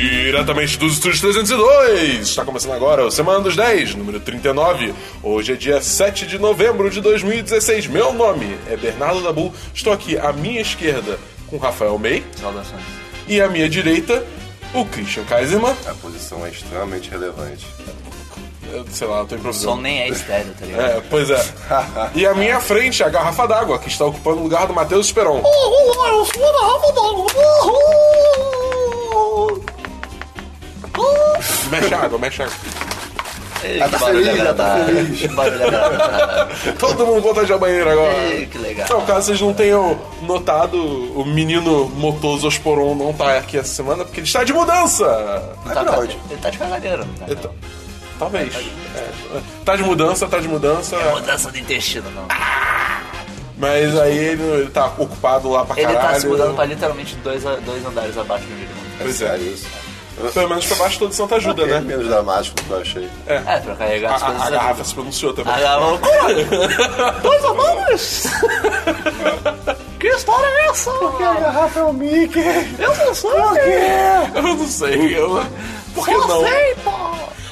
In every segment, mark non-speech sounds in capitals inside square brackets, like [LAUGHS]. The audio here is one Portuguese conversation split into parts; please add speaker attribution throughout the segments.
Speaker 1: diretamente dos Estúdios 302. Está Tá começando agora o Semana dos 10, número 39. Hoje é dia 7 de novembro de 2016. Meu nome é Bernardo Dabu. Estou aqui à minha esquerda com Rafael May
Speaker 2: Saudações.
Speaker 1: e à minha direita o Christian Kaiserman.
Speaker 3: A posição é extremamente relevante.
Speaker 1: Eu, Sei lá, eu tô
Speaker 2: O som
Speaker 1: improvisando.
Speaker 2: nem é estéreo, tá ligado?
Speaker 1: É, pois é. E à minha frente a garrafa d'água, que está ocupando o lugar do Matheus Esperon. Mexe a água, mexe a água.
Speaker 2: Ei,
Speaker 3: Ah,
Speaker 2: que
Speaker 3: tá
Speaker 2: barulho
Speaker 3: feliz, já tá
Speaker 2: agradável.
Speaker 3: feliz.
Speaker 2: Que barulho agradável.
Speaker 1: Todo mundo volta de banheiro agora.
Speaker 2: Ei, É, que legal.
Speaker 1: Então, caso vocês não tenham notado, o menino motoso Osporon não tá aqui essa semana porque ele está de mudança.
Speaker 3: Vai
Speaker 2: Tá,
Speaker 3: pra
Speaker 2: tá,
Speaker 3: onde?
Speaker 2: ele tá de cagadeira, não tá?
Speaker 1: Ele tá- Talvez. É, tá de mudança, tá de mudança.
Speaker 2: não. Mudança do intestino, não.
Speaker 1: Mas aí ele, ele tá ocupado lá pra
Speaker 2: Ele
Speaker 1: caralho.
Speaker 2: tá se mudando pra literalmente dois, a- dois andares abaixo do nível.
Speaker 3: É
Speaker 1: Pois é.
Speaker 3: sério isso.
Speaker 1: Pelo menos pra baixo todo santo ajuda,
Speaker 3: É
Speaker 1: né?
Speaker 3: menos dramático do que eu achei.
Speaker 2: É, pra carregar
Speaker 1: A,
Speaker 2: as coisas. Ah.
Speaker 1: a- a
Speaker 2: ali.
Speaker 1: garrafa se pronunciou também.
Speaker 2: A garrafa. Como? Dois andares? que história é essa?
Speaker 3: garrafa é o Mickey!
Speaker 2: Eu não sei.
Speaker 1: [LAUGHS] Eu não sei. Eu... Por que não?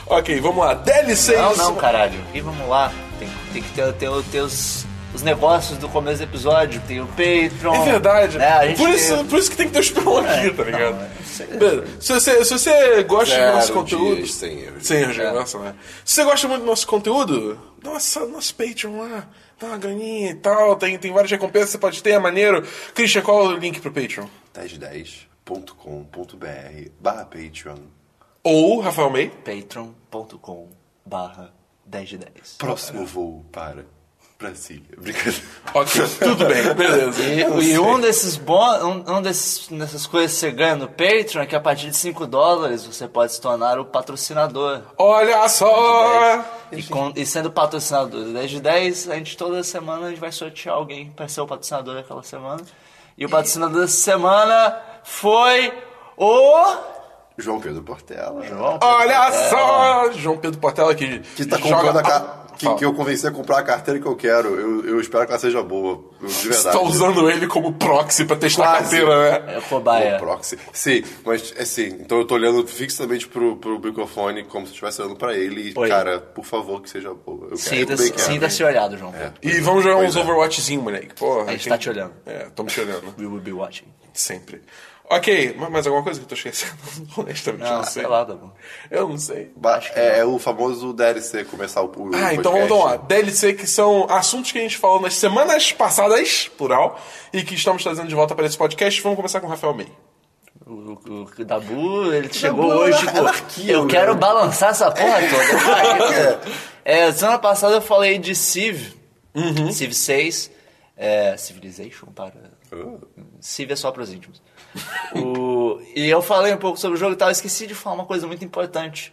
Speaker 1: Ok, vamos lá. DLC
Speaker 2: Não,
Speaker 1: de
Speaker 2: não,
Speaker 1: semana-
Speaker 2: caralho. E vamos lá. Tem, tem que ter, ter, ter os, os negócios do começo do episódio. Tem o Patreon.
Speaker 1: É verdade.
Speaker 2: Né? A gente
Speaker 1: por, isso,
Speaker 2: tem-
Speaker 1: por isso que tem que ter o Esperon aqui,
Speaker 2: É,
Speaker 1: tá ligado?
Speaker 2: não, é, sei.
Speaker 1: Beleza. se, você, se você gosta do
Speaker 3: Zero
Speaker 1: nosso conteúdo.
Speaker 3: dias sem erro.
Speaker 1: Sem erro de graça, né? Se você gosta muito do nosso conteúdo, nossa, nosso Patreon lá. Dá uma graninha e tal. Tem, tem várias recompensas que você pode ter, é maneiro. Christian, qual é o link pro Patreon?
Speaker 3: 1010.com.br barra Patreon.
Speaker 1: Ou Rafael May.
Speaker 2: patreon.com barra 10 de 10.
Speaker 3: Próximo voo para Brasília. Brincadeira.
Speaker 1: Ok, tudo bem, beleza.
Speaker 2: E, e um desses bons, um, um desses, dessas coisas que você ganha no Patreon é que a partir de 5 dólares você pode se tornar o patrocinador.
Speaker 1: Olha só!
Speaker 2: E, com- e sendo patrocinador do 10 de 10, a gente toda semana a gente vai sortear alguém pra ser o patrocinador daquela semana. E o patrocinador dessa semana foi o.
Speaker 3: João Pedro Portela.
Speaker 1: Olha
Speaker 2: É.
Speaker 1: só! João Pedro Portela que.
Speaker 3: Que tá
Speaker 1: joga-
Speaker 3: comprando a
Speaker 1: Ah,
Speaker 3: ca... que,
Speaker 1: fala.
Speaker 3: que eu convenci a comprar a carteira que eu quero. Eu, eu espero que ela seja boa. Eu, de
Speaker 1: Você
Speaker 3: verdade.
Speaker 1: tá usando ele como proxy pra testar a
Speaker 3: Quase.
Speaker 1: carteira, né?
Speaker 2: É o
Speaker 3: No
Speaker 2: cobaia.
Speaker 3: proxy. Sim, mas assim, então eu tô olhando fixamente pro, pro microfone como se eu estivesse olhando pra ele. E,
Speaker 2: Oi.
Speaker 3: cara, por favor, que seja boa. Eu quero, eu bem
Speaker 2: Sinta-se
Speaker 3: quero.
Speaker 2: sinta-se olhado, João.
Speaker 3: É.
Speaker 1: E vamos jogar
Speaker 3: Pois
Speaker 1: uns
Speaker 3: é.
Speaker 1: Overwatchzinho, moleque. Porra,
Speaker 2: A gente tá te olhando.
Speaker 1: É, tamo te olhando. [LAUGHS]
Speaker 2: We will be watching.
Speaker 1: Sempre. Ok, ma- mais alguma coisa que eu tô esquecendo? [LAUGHS] Honestamente, eu
Speaker 2: Não,
Speaker 1: não sei.
Speaker 2: sei lá, tá bom.
Speaker 1: Eu não sei.
Speaker 3: Ba- É, é o famoso DLC começar o o
Speaker 1: Ah,
Speaker 3: podcast.
Speaker 1: então vamos lá. DLC que são assuntos que a gente falou nas semanas passadas, plural, e que estamos trazendo de volta para esse podcast. Vamos começar com o Rafael May.
Speaker 2: O, o, o Dabu, ele chegou
Speaker 3: Dabu é
Speaker 2: hoje,
Speaker 3: anar-
Speaker 2: tipo,
Speaker 3: anarquia,
Speaker 2: eu
Speaker 3: né?
Speaker 2: quero balançar essa
Speaker 1: [LAUGHS]
Speaker 2: porra toda. é, semana passada eu falei de Civ,
Speaker 1: Uhum.
Speaker 2: Civ 6, é, Civilization para...
Speaker 1: Oh.
Speaker 2: Civ é só para os íntimos. O- e eu falei um pouco sobre o jogo e tal, eu esqueci de falar uma coisa muito importante.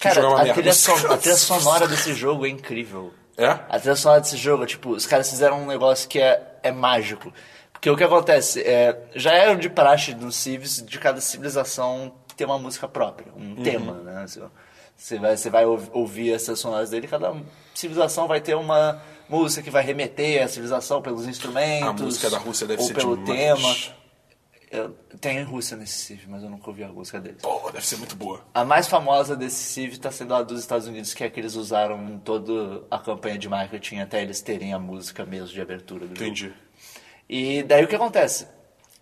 Speaker 1: jogo é uma
Speaker 2: Cara, a
Speaker 1: merda.
Speaker 2: trilha, son-
Speaker 1: [LAUGHS]
Speaker 2: a trilha sonora desse jogo é incrível.
Speaker 1: É?
Speaker 2: A trilha sonora desse jogo, tipo, os caras fizeram um negócio que é, é mágico. Porque o que acontece, é, já era de praxe nos Civs, de cada civilização ter uma música própria, um
Speaker 1: Uhum.
Speaker 2: tema, né? Você- Você vai, você vai ouv- ouvir as trilhas sonoras dele, cada civilização vai ter uma música que vai remeter à civilização pelos instrumentos.
Speaker 1: A música da Rússia deve
Speaker 2: ou
Speaker 1: ser
Speaker 2: pelo
Speaker 1: demais.
Speaker 2: tema. Eu, tem Rússia nesse Civ, mas eu nunca ouvi a música deles.
Speaker 1: Pô, deve ser muito boa.
Speaker 2: A mais famosa desse Civ está sendo a dos Estados Unidos, que é que eles usaram em toda a campanha de marketing até eles terem a música mesmo de abertura do
Speaker 1: Entendi.
Speaker 2: jogo. E daí o que acontece?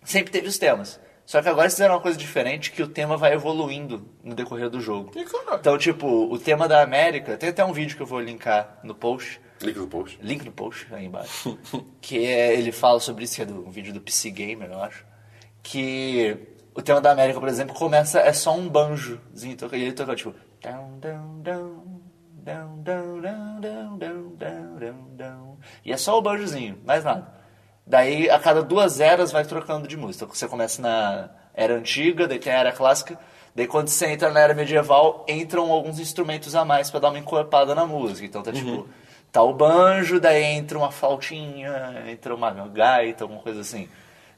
Speaker 2: Sempre teve os temas. Só que agora eles fizeram uma coisa diferente que o tema vai evoluindo no decorrer do jogo.
Speaker 1: E caralho.
Speaker 2: Então, tipo, o tema da América, tem até um vídeo que eu vou linkar no post.
Speaker 3: Link no post.
Speaker 2: Link no post aí embaixo. [LAUGHS] que é- ele fala sobre isso, que é do, um vídeo do PC Gamer, eu acho. Que o tema da América, por exemplo, começa, é só um banjozinho. Toca, e ele toca tipo. down, down, down, down, down, down, down, down, down, down, down. E é só o banjozinho, mais nada. Daí a cada duas eras vai trocando de música. Então, Você começa na era antiga, daí tem a era clássica. Daí quando você entra na era medieval, entram alguns instrumentos a mais pra dar uma encorpada na música. Então tá tipo, tá o banjo, daí entra uma flautinha, entra uma gaita, alguma coisa assim.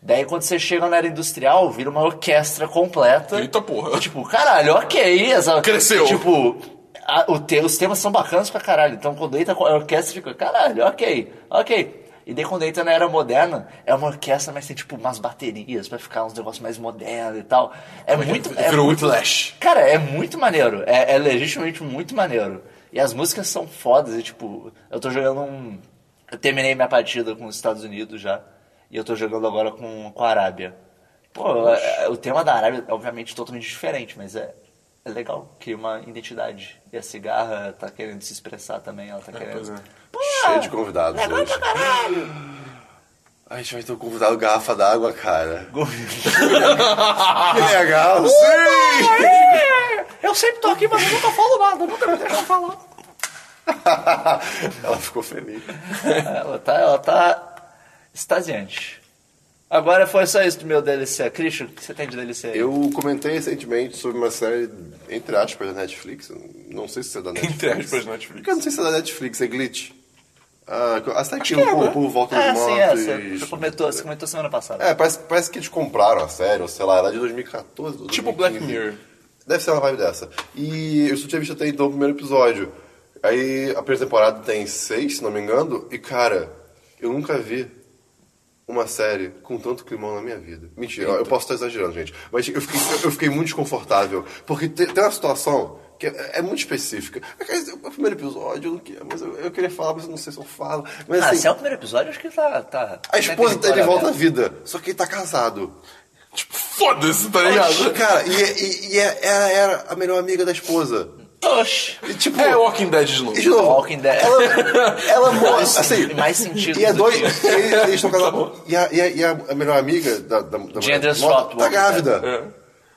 Speaker 2: Daí quando você chega na era industrial, vira uma orquestra completa.
Speaker 1: Eita porra. [LAUGHS]
Speaker 2: Tipo, caralho, ok. Essa,
Speaker 1: Cresceu.
Speaker 2: Tipo, a- o te- os temas são bacanas pra caralho. Então, quando entra com a orquestra, fica, caralho, ok, ok. E daí quando entra na era moderna, é uma orquestra, mas tem tipo umas baterias pra ficar uns negócios mais modernos e tal. É muito. É
Speaker 1: Virou um
Speaker 2: muito-
Speaker 1: Whiplash.
Speaker 2: Cara, é muito maneiro. É, é legitimamente muito maneiro. E as músicas são fodas. E, tipo, eu tô jogando um. Eu terminei minha partida com os Estados Unidos já. E eu tô jogando agora com, com a Arábia. Pô, é- é- o tema da Arábia, obviamente, totalmente diferente, mas é, é legal. Cria uma identidade. E a cigarra tá querendo se expressar também. Ela tá
Speaker 1: pois
Speaker 2: querendo.
Speaker 1: é.
Speaker 2: Pô, tá-
Speaker 3: Cheio de convidados
Speaker 2: legal
Speaker 3: hoje.
Speaker 2: pra caralho!
Speaker 3: A gente vai ter um convidado garrafa d'água, cara. [LAUGHS] Que
Speaker 1: [LAUGHS]
Speaker 3: legal, sim!
Speaker 2: Eu sempre tô aqui, mas eu nunca falo nada, nunca me deixam falar.
Speaker 3: [LAUGHS] Ela ficou feliz.
Speaker 2: Ela tá, ela tá extasiante. Agora foi só isso do meu DLC. Christian, o que você tem de DLC aí?
Speaker 3: Eu comentei recentemente sobre uma série, entre aspas, da Netflix. Não sei se é da Netflix.
Speaker 1: Entre aspas, Netflix.
Speaker 3: Cara, não sei se é da Netflix, é Glitch. Ah, a série que,
Speaker 2: Que é,
Speaker 3: o povo-
Speaker 2: né?
Speaker 3: o povo volta
Speaker 2: é,
Speaker 3: dos mortos.
Speaker 2: sim, é, você,
Speaker 3: e-
Speaker 2: você comentou, você comentou semana passada.
Speaker 3: É, parece, parece que eles compraram a série, ou sei lá, ela é de 2014.
Speaker 1: Tipo
Speaker 3: 2015.
Speaker 1: Black Mirror.
Speaker 3: Deve ser uma vibe dessa. E eu só tinha visto até então o primeiro episódio. Aí a primeira temporada tem seis, se não me engano, e cara, eu nunca vi uma série com tanto climão na minha vida. Mentira, eu posso estar exagerando, gente. Mas eu fiquei, eu fiquei muito desconfortável. Porque te- tem uma situação que é, é muito específica. É o primeiro episódio, eu, não queria, mas eu, eu queria falar, mas eu não sei se eu falo. Mas,
Speaker 2: ah,
Speaker 3: assim,
Speaker 2: se é o primeiro episódio, acho que tá. tá
Speaker 3: a esposa tá de volta à
Speaker 2: né?
Speaker 3: vida, só que ele tá casado.
Speaker 1: Tipo, foda-se, tá ligado?
Speaker 3: Cara, e, e, e é- ela era a melhor amiga da esposa.
Speaker 2: Oxi!
Speaker 3: E, tipo,
Speaker 1: É Walking Dead de
Speaker 3: e
Speaker 1: novo.
Speaker 3: de novo,
Speaker 2: Walking Dead.
Speaker 3: ela,
Speaker 2: [LAUGHS]
Speaker 3: ela morre,
Speaker 2: Mais
Speaker 3: assim,
Speaker 2: sen- mais sentido
Speaker 3: E é
Speaker 2: do
Speaker 3: dois,
Speaker 2: que isso.
Speaker 3: e eles eles estão casados. E a, e, a, e a melhor amiga da, da, da
Speaker 2: Gender
Speaker 3: mulher
Speaker 2: swapped
Speaker 3: tá
Speaker 2: Walking
Speaker 3: grávida.
Speaker 1: Dead.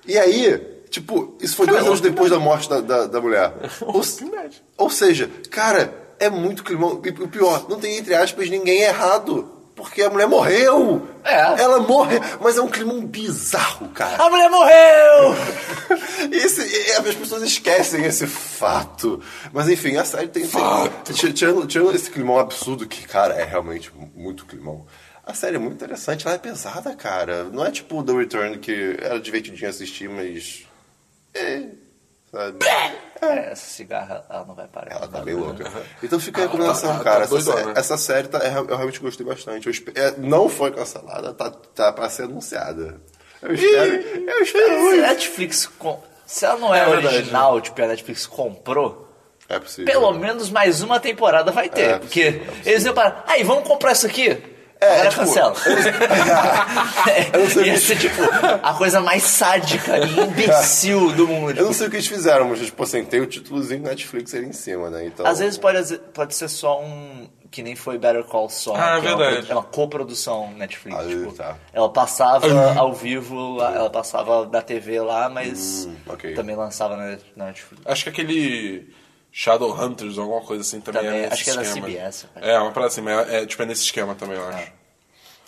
Speaker 3: E aí, tipo, isso foi dois anos depois da morte da, da,
Speaker 2: [LAUGHS]
Speaker 3: da mulher. Ou, ou seja, cara, é muito climão. E o pior, não tem entre aspas ninguém errado. Porque a mulher morreu!
Speaker 2: É.
Speaker 3: Ela morre, mas é um climão bizarro, cara.
Speaker 2: A mulher morreu!
Speaker 3: [LAUGHS] Esse- e- e as pessoas esquecem esse fato. Mas enfim, a série tem. tem- ti- tirando, tirando esse climão absurdo, que, cara, é realmente mu- muito climão. A série é muito interessante, ela é pesada, cara. Não é tipo The Return, que era divertidinho assistir, mas. É. Sabe?
Speaker 2: É, essa cigarra, ela não vai parar.
Speaker 3: Ela tá
Speaker 1: [LAUGHS]
Speaker 3: bem louca. Então fica a recomendação,
Speaker 1: tá- tá
Speaker 3: cara. Essa,
Speaker 1: doidona.
Speaker 3: sé- essa série tá- é- eu realmente gostei bastante. Eu espe- é, não foi cancelada, tá, tá pra ser anunciada. Eu espero. Eu espero
Speaker 2: né? Se a
Speaker 3: muito.
Speaker 2: Netflix. com- Se ela não é,
Speaker 1: É verdade.
Speaker 2: original, tipo, a Netflix comprou.
Speaker 3: É possível.
Speaker 2: Pelo menos mais uma temporada vai ter.
Speaker 3: É,
Speaker 2: porque
Speaker 3: é possível, é possível.
Speaker 2: eles iam parar. Aí, vamos comprar isso aqui? É, Agora
Speaker 3: tipo,
Speaker 2: cancela.
Speaker 3: eu não sei
Speaker 2: [LAUGHS]
Speaker 3: [LAUGHS]
Speaker 2: Ia
Speaker 3: o que-
Speaker 2: ser, tipo, a coisa mais sádica e imbecil do mundo.
Speaker 3: Eu não sei o que eles fizeram, mas, tipo assim, tem o títulozinho Netflix ali em cima, né? Então,
Speaker 2: Às vezes pode, pode ser só um. Que nem foi Better Call Saul.
Speaker 1: Ah,
Speaker 2: que
Speaker 1: verdade.
Speaker 2: É uma, co- é uma coprodução Netflix.
Speaker 3: Ah,
Speaker 2: tipo,
Speaker 3: tá.
Speaker 2: Ela passava
Speaker 1: Uhum.
Speaker 2: ao vivo, lá- ela passava da TV lá, mas
Speaker 3: Hum, ok.
Speaker 2: também lançava na na Netflix.
Speaker 1: Acho que aquele Shadowhunters, alguma coisa assim, também,
Speaker 2: Também,
Speaker 1: é nesse
Speaker 2: acho que é da
Speaker 1: esquema.
Speaker 2: CBS, cara.
Speaker 1: É, uma parada assim, mas é, é, tipo, é nesse esquema também,
Speaker 2: Ah.
Speaker 1: eu acho.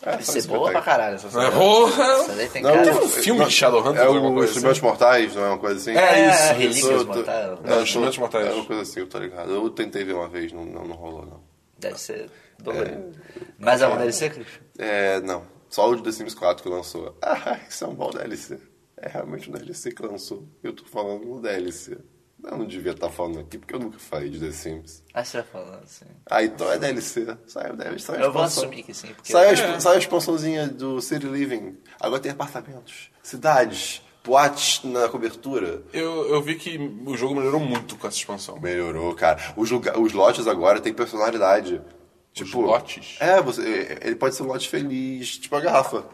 Speaker 3: É,
Speaker 2: Deve ser
Speaker 3: parece
Speaker 2: boa
Speaker 3: que
Speaker 2: pra
Speaker 3: eu tenho.
Speaker 2: caralho essa série.
Speaker 1: É, porra!
Speaker 2: Essa daí tem
Speaker 3: Não,
Speaker 2: cara.
Speaker 1: Teve um filme de Shadowhunters,
Speaker 3: É
Speaker 1: alguma
Speaker 3: o
Speaker 1: coisa
Speaker 3: Instrumentos
Speaker 1: assim?
Speaker 3: Mortais, não é uma coisa assim?
Speaker 1: É,
Speaker 2: É,
Speaker 1: isso,
Speaker 2: Relíquias
Speaker 3: isso, eu tô-
Speaker 2: Mortais.
Speaker 1: É,
Speaker 3: eu
Speaker 1: Instrumentos
Speaker 3: tô-
Speaker 1: Mortais.
Speaker 3: É uma coisa assim, eu tô ligado. Eu tentei ver uma vez, não, não, não rolou, não.
Speaker 2: Deve ser dolorido. Mas é uma DLC, Christian?
Speaker 3: É, não. Só o de The Sims 4 que lançou. Ah, isso é um bom DLC. É realmente um DLC que lançou. Eu tô falando no DLC. Eu não devia estar falando aqui, porque eu nunca falei de The Sims.
Speaker 2: Ah, você tá falando assim.
Speaker 3: Ah, então é DLC. Saiu DLC. Saiu a
Speaker 2: Eu vou
Speaker 3: expansão.
Speaker 2: assumir que sim, porque.
Speaker 3: Sai a, exp- sai a expansãozinha do City Living. Agora tem apartamentos, cidades, boates na cobertura.
Speaker 1: Eu, eu vi que o jogo melhorou muito com essa expansão.
Speaker 3: Melhorou, cara. Os, lugar, os lotes agora têm personalidade. Tipo,
Speaker 1: lotes?
Speaker 3: É, você, ele pode ser um lote feliz, tipo a garrafa.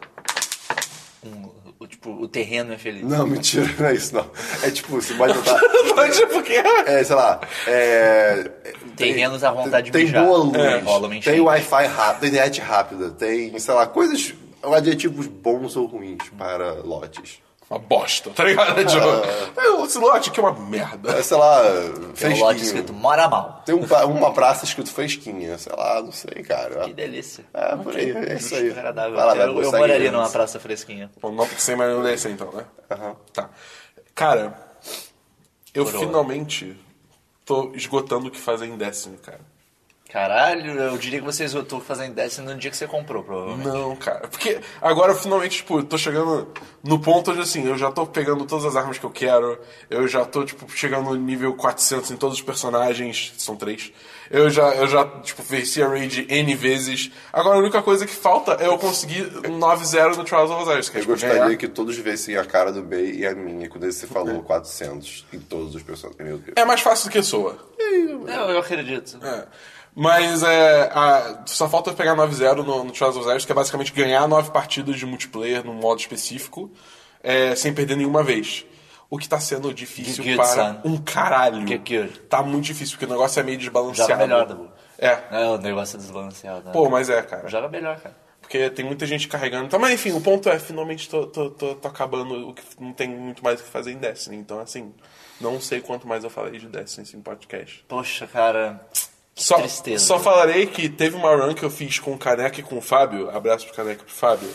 Speaker 2: um- o, tipo, o terreno é feliz.
Speaker 3: Não, mentira, não é isso, não. É tipo, você pode
Speaker 2: [LAUGHS]
Speaker 3: botar...
Speaker 1: [LAUGHS] Mas é porque...
Speaker 3: É, sei lá, é...
Speaker 2: Terrenos à vontade de
Speaker 3: tem
Speaker 2: mijar.
Speaker 3: boa luz,
Speaker 2: É, rola uma enchente.
Speaker 3: tem Wi-Fi rápido, tem internet rápida, tem, sei lá, coisas... Adjetivos bons ou ruins para [LAUGHS] lotes.
Speaker 1: Uma bosta, tá ligado? Tipo, é, esse lote aqui é uma merda.
Speaker 3: É, sei lá,
Speaker 2: Tem um
Speaker 3: fresquinho.
Speaker 2: lote escrito Mora Mal.
Speaker 3: Tem um pra- uma praça escrito fresquinha, sei lá, não sei, cara.
Speaker 2: Que delícia.
Speaker 3: É, por aí, é isso aí.
Speaker 2: Agradável.
Speaker 3: Vai lá, vai,
Speaker 2: eu eu
Speaker 3: segue
Speaker 2: moraria
Speaker 3: aí.
Speaker 2: numa praça fresquinha.
Speaker 1: Bom, não sem mais não descer então, né?
Speaker 3: Aham.
Speaker 1: Tá. Cara, eu
Speaker 2: Coroa.
Speaker 1: finalmente tô esgotando o que fazer em décimo, cara.
Speaker 2: Caralho, eu diria que você esgotou fazendo dessa no dia que você comprou, provavelmente.
Speaker 1: Não, cara. Porque agora finalmente, tipo, eu tô chegando no ponto onde assim, eu já tô pegando todas as armas que eu quero, eu já tô, tipo, chegando no nível 400 em todos os personagens, são três. Eu já, eu já tipo, venci a raid N vezes. Agora a única coisa que falta é eu conseguir um 9-0 no Trials of Osiris. Que é,
Speaker 3: Eu
Speaker 1: tipo,
Speaker 3: gostaria
Speaker 1: ganhar.
Speaker 3: que todos vissem a cara do Bey e a minha quando você falou 400 em todos os personagens. Meu Deus.
Speaker 1: É mais fácil do que soa.
Speaker 3: Hum.
Speaker 2: Eu, eu acredito.
Speaker 1: É. Mas é, a- só falta eu pegar 9-0 no, no Trials of Osiris, que é basicamente ganhar 9 partidas de multiplayer num modo específico, é, sem perder nenhuma vez. O que tá sendo difícil para
Speaker 2: Gigyu-san.
Speaker 1: um caralho.
Speaker 2: Gigyu.
Speaker 1: Tá muito difícil, porque o negócio é meio desbalanceado.
Speaker 2: Joga tá melhor, Dabu.
Speaker 1: É.
Speaker 2: Não, o negócio é desbalanceado. né?
Speaker 1: Pô, mas é, cara.
Speaker 2: Joga melhor, cara.
Speaker 1: Porque tem muita gente carregando. Então, mas enfim, o ponto é, finalmente tô, tô, tô, tô acabando o que não tem muito mais o que fazer em Destiny. Então, assim, não sei quanto mais eu falei de Destiny no podcast.
Speaker 2: Poxa, cara. Que
Speaker 1: Só,
Speaker 2: tristeza.
Speaker 1: só falarei que teve uma run que eu fiz com o Caneca e com o Fábio, abraço pro Caneca e pro Fábio,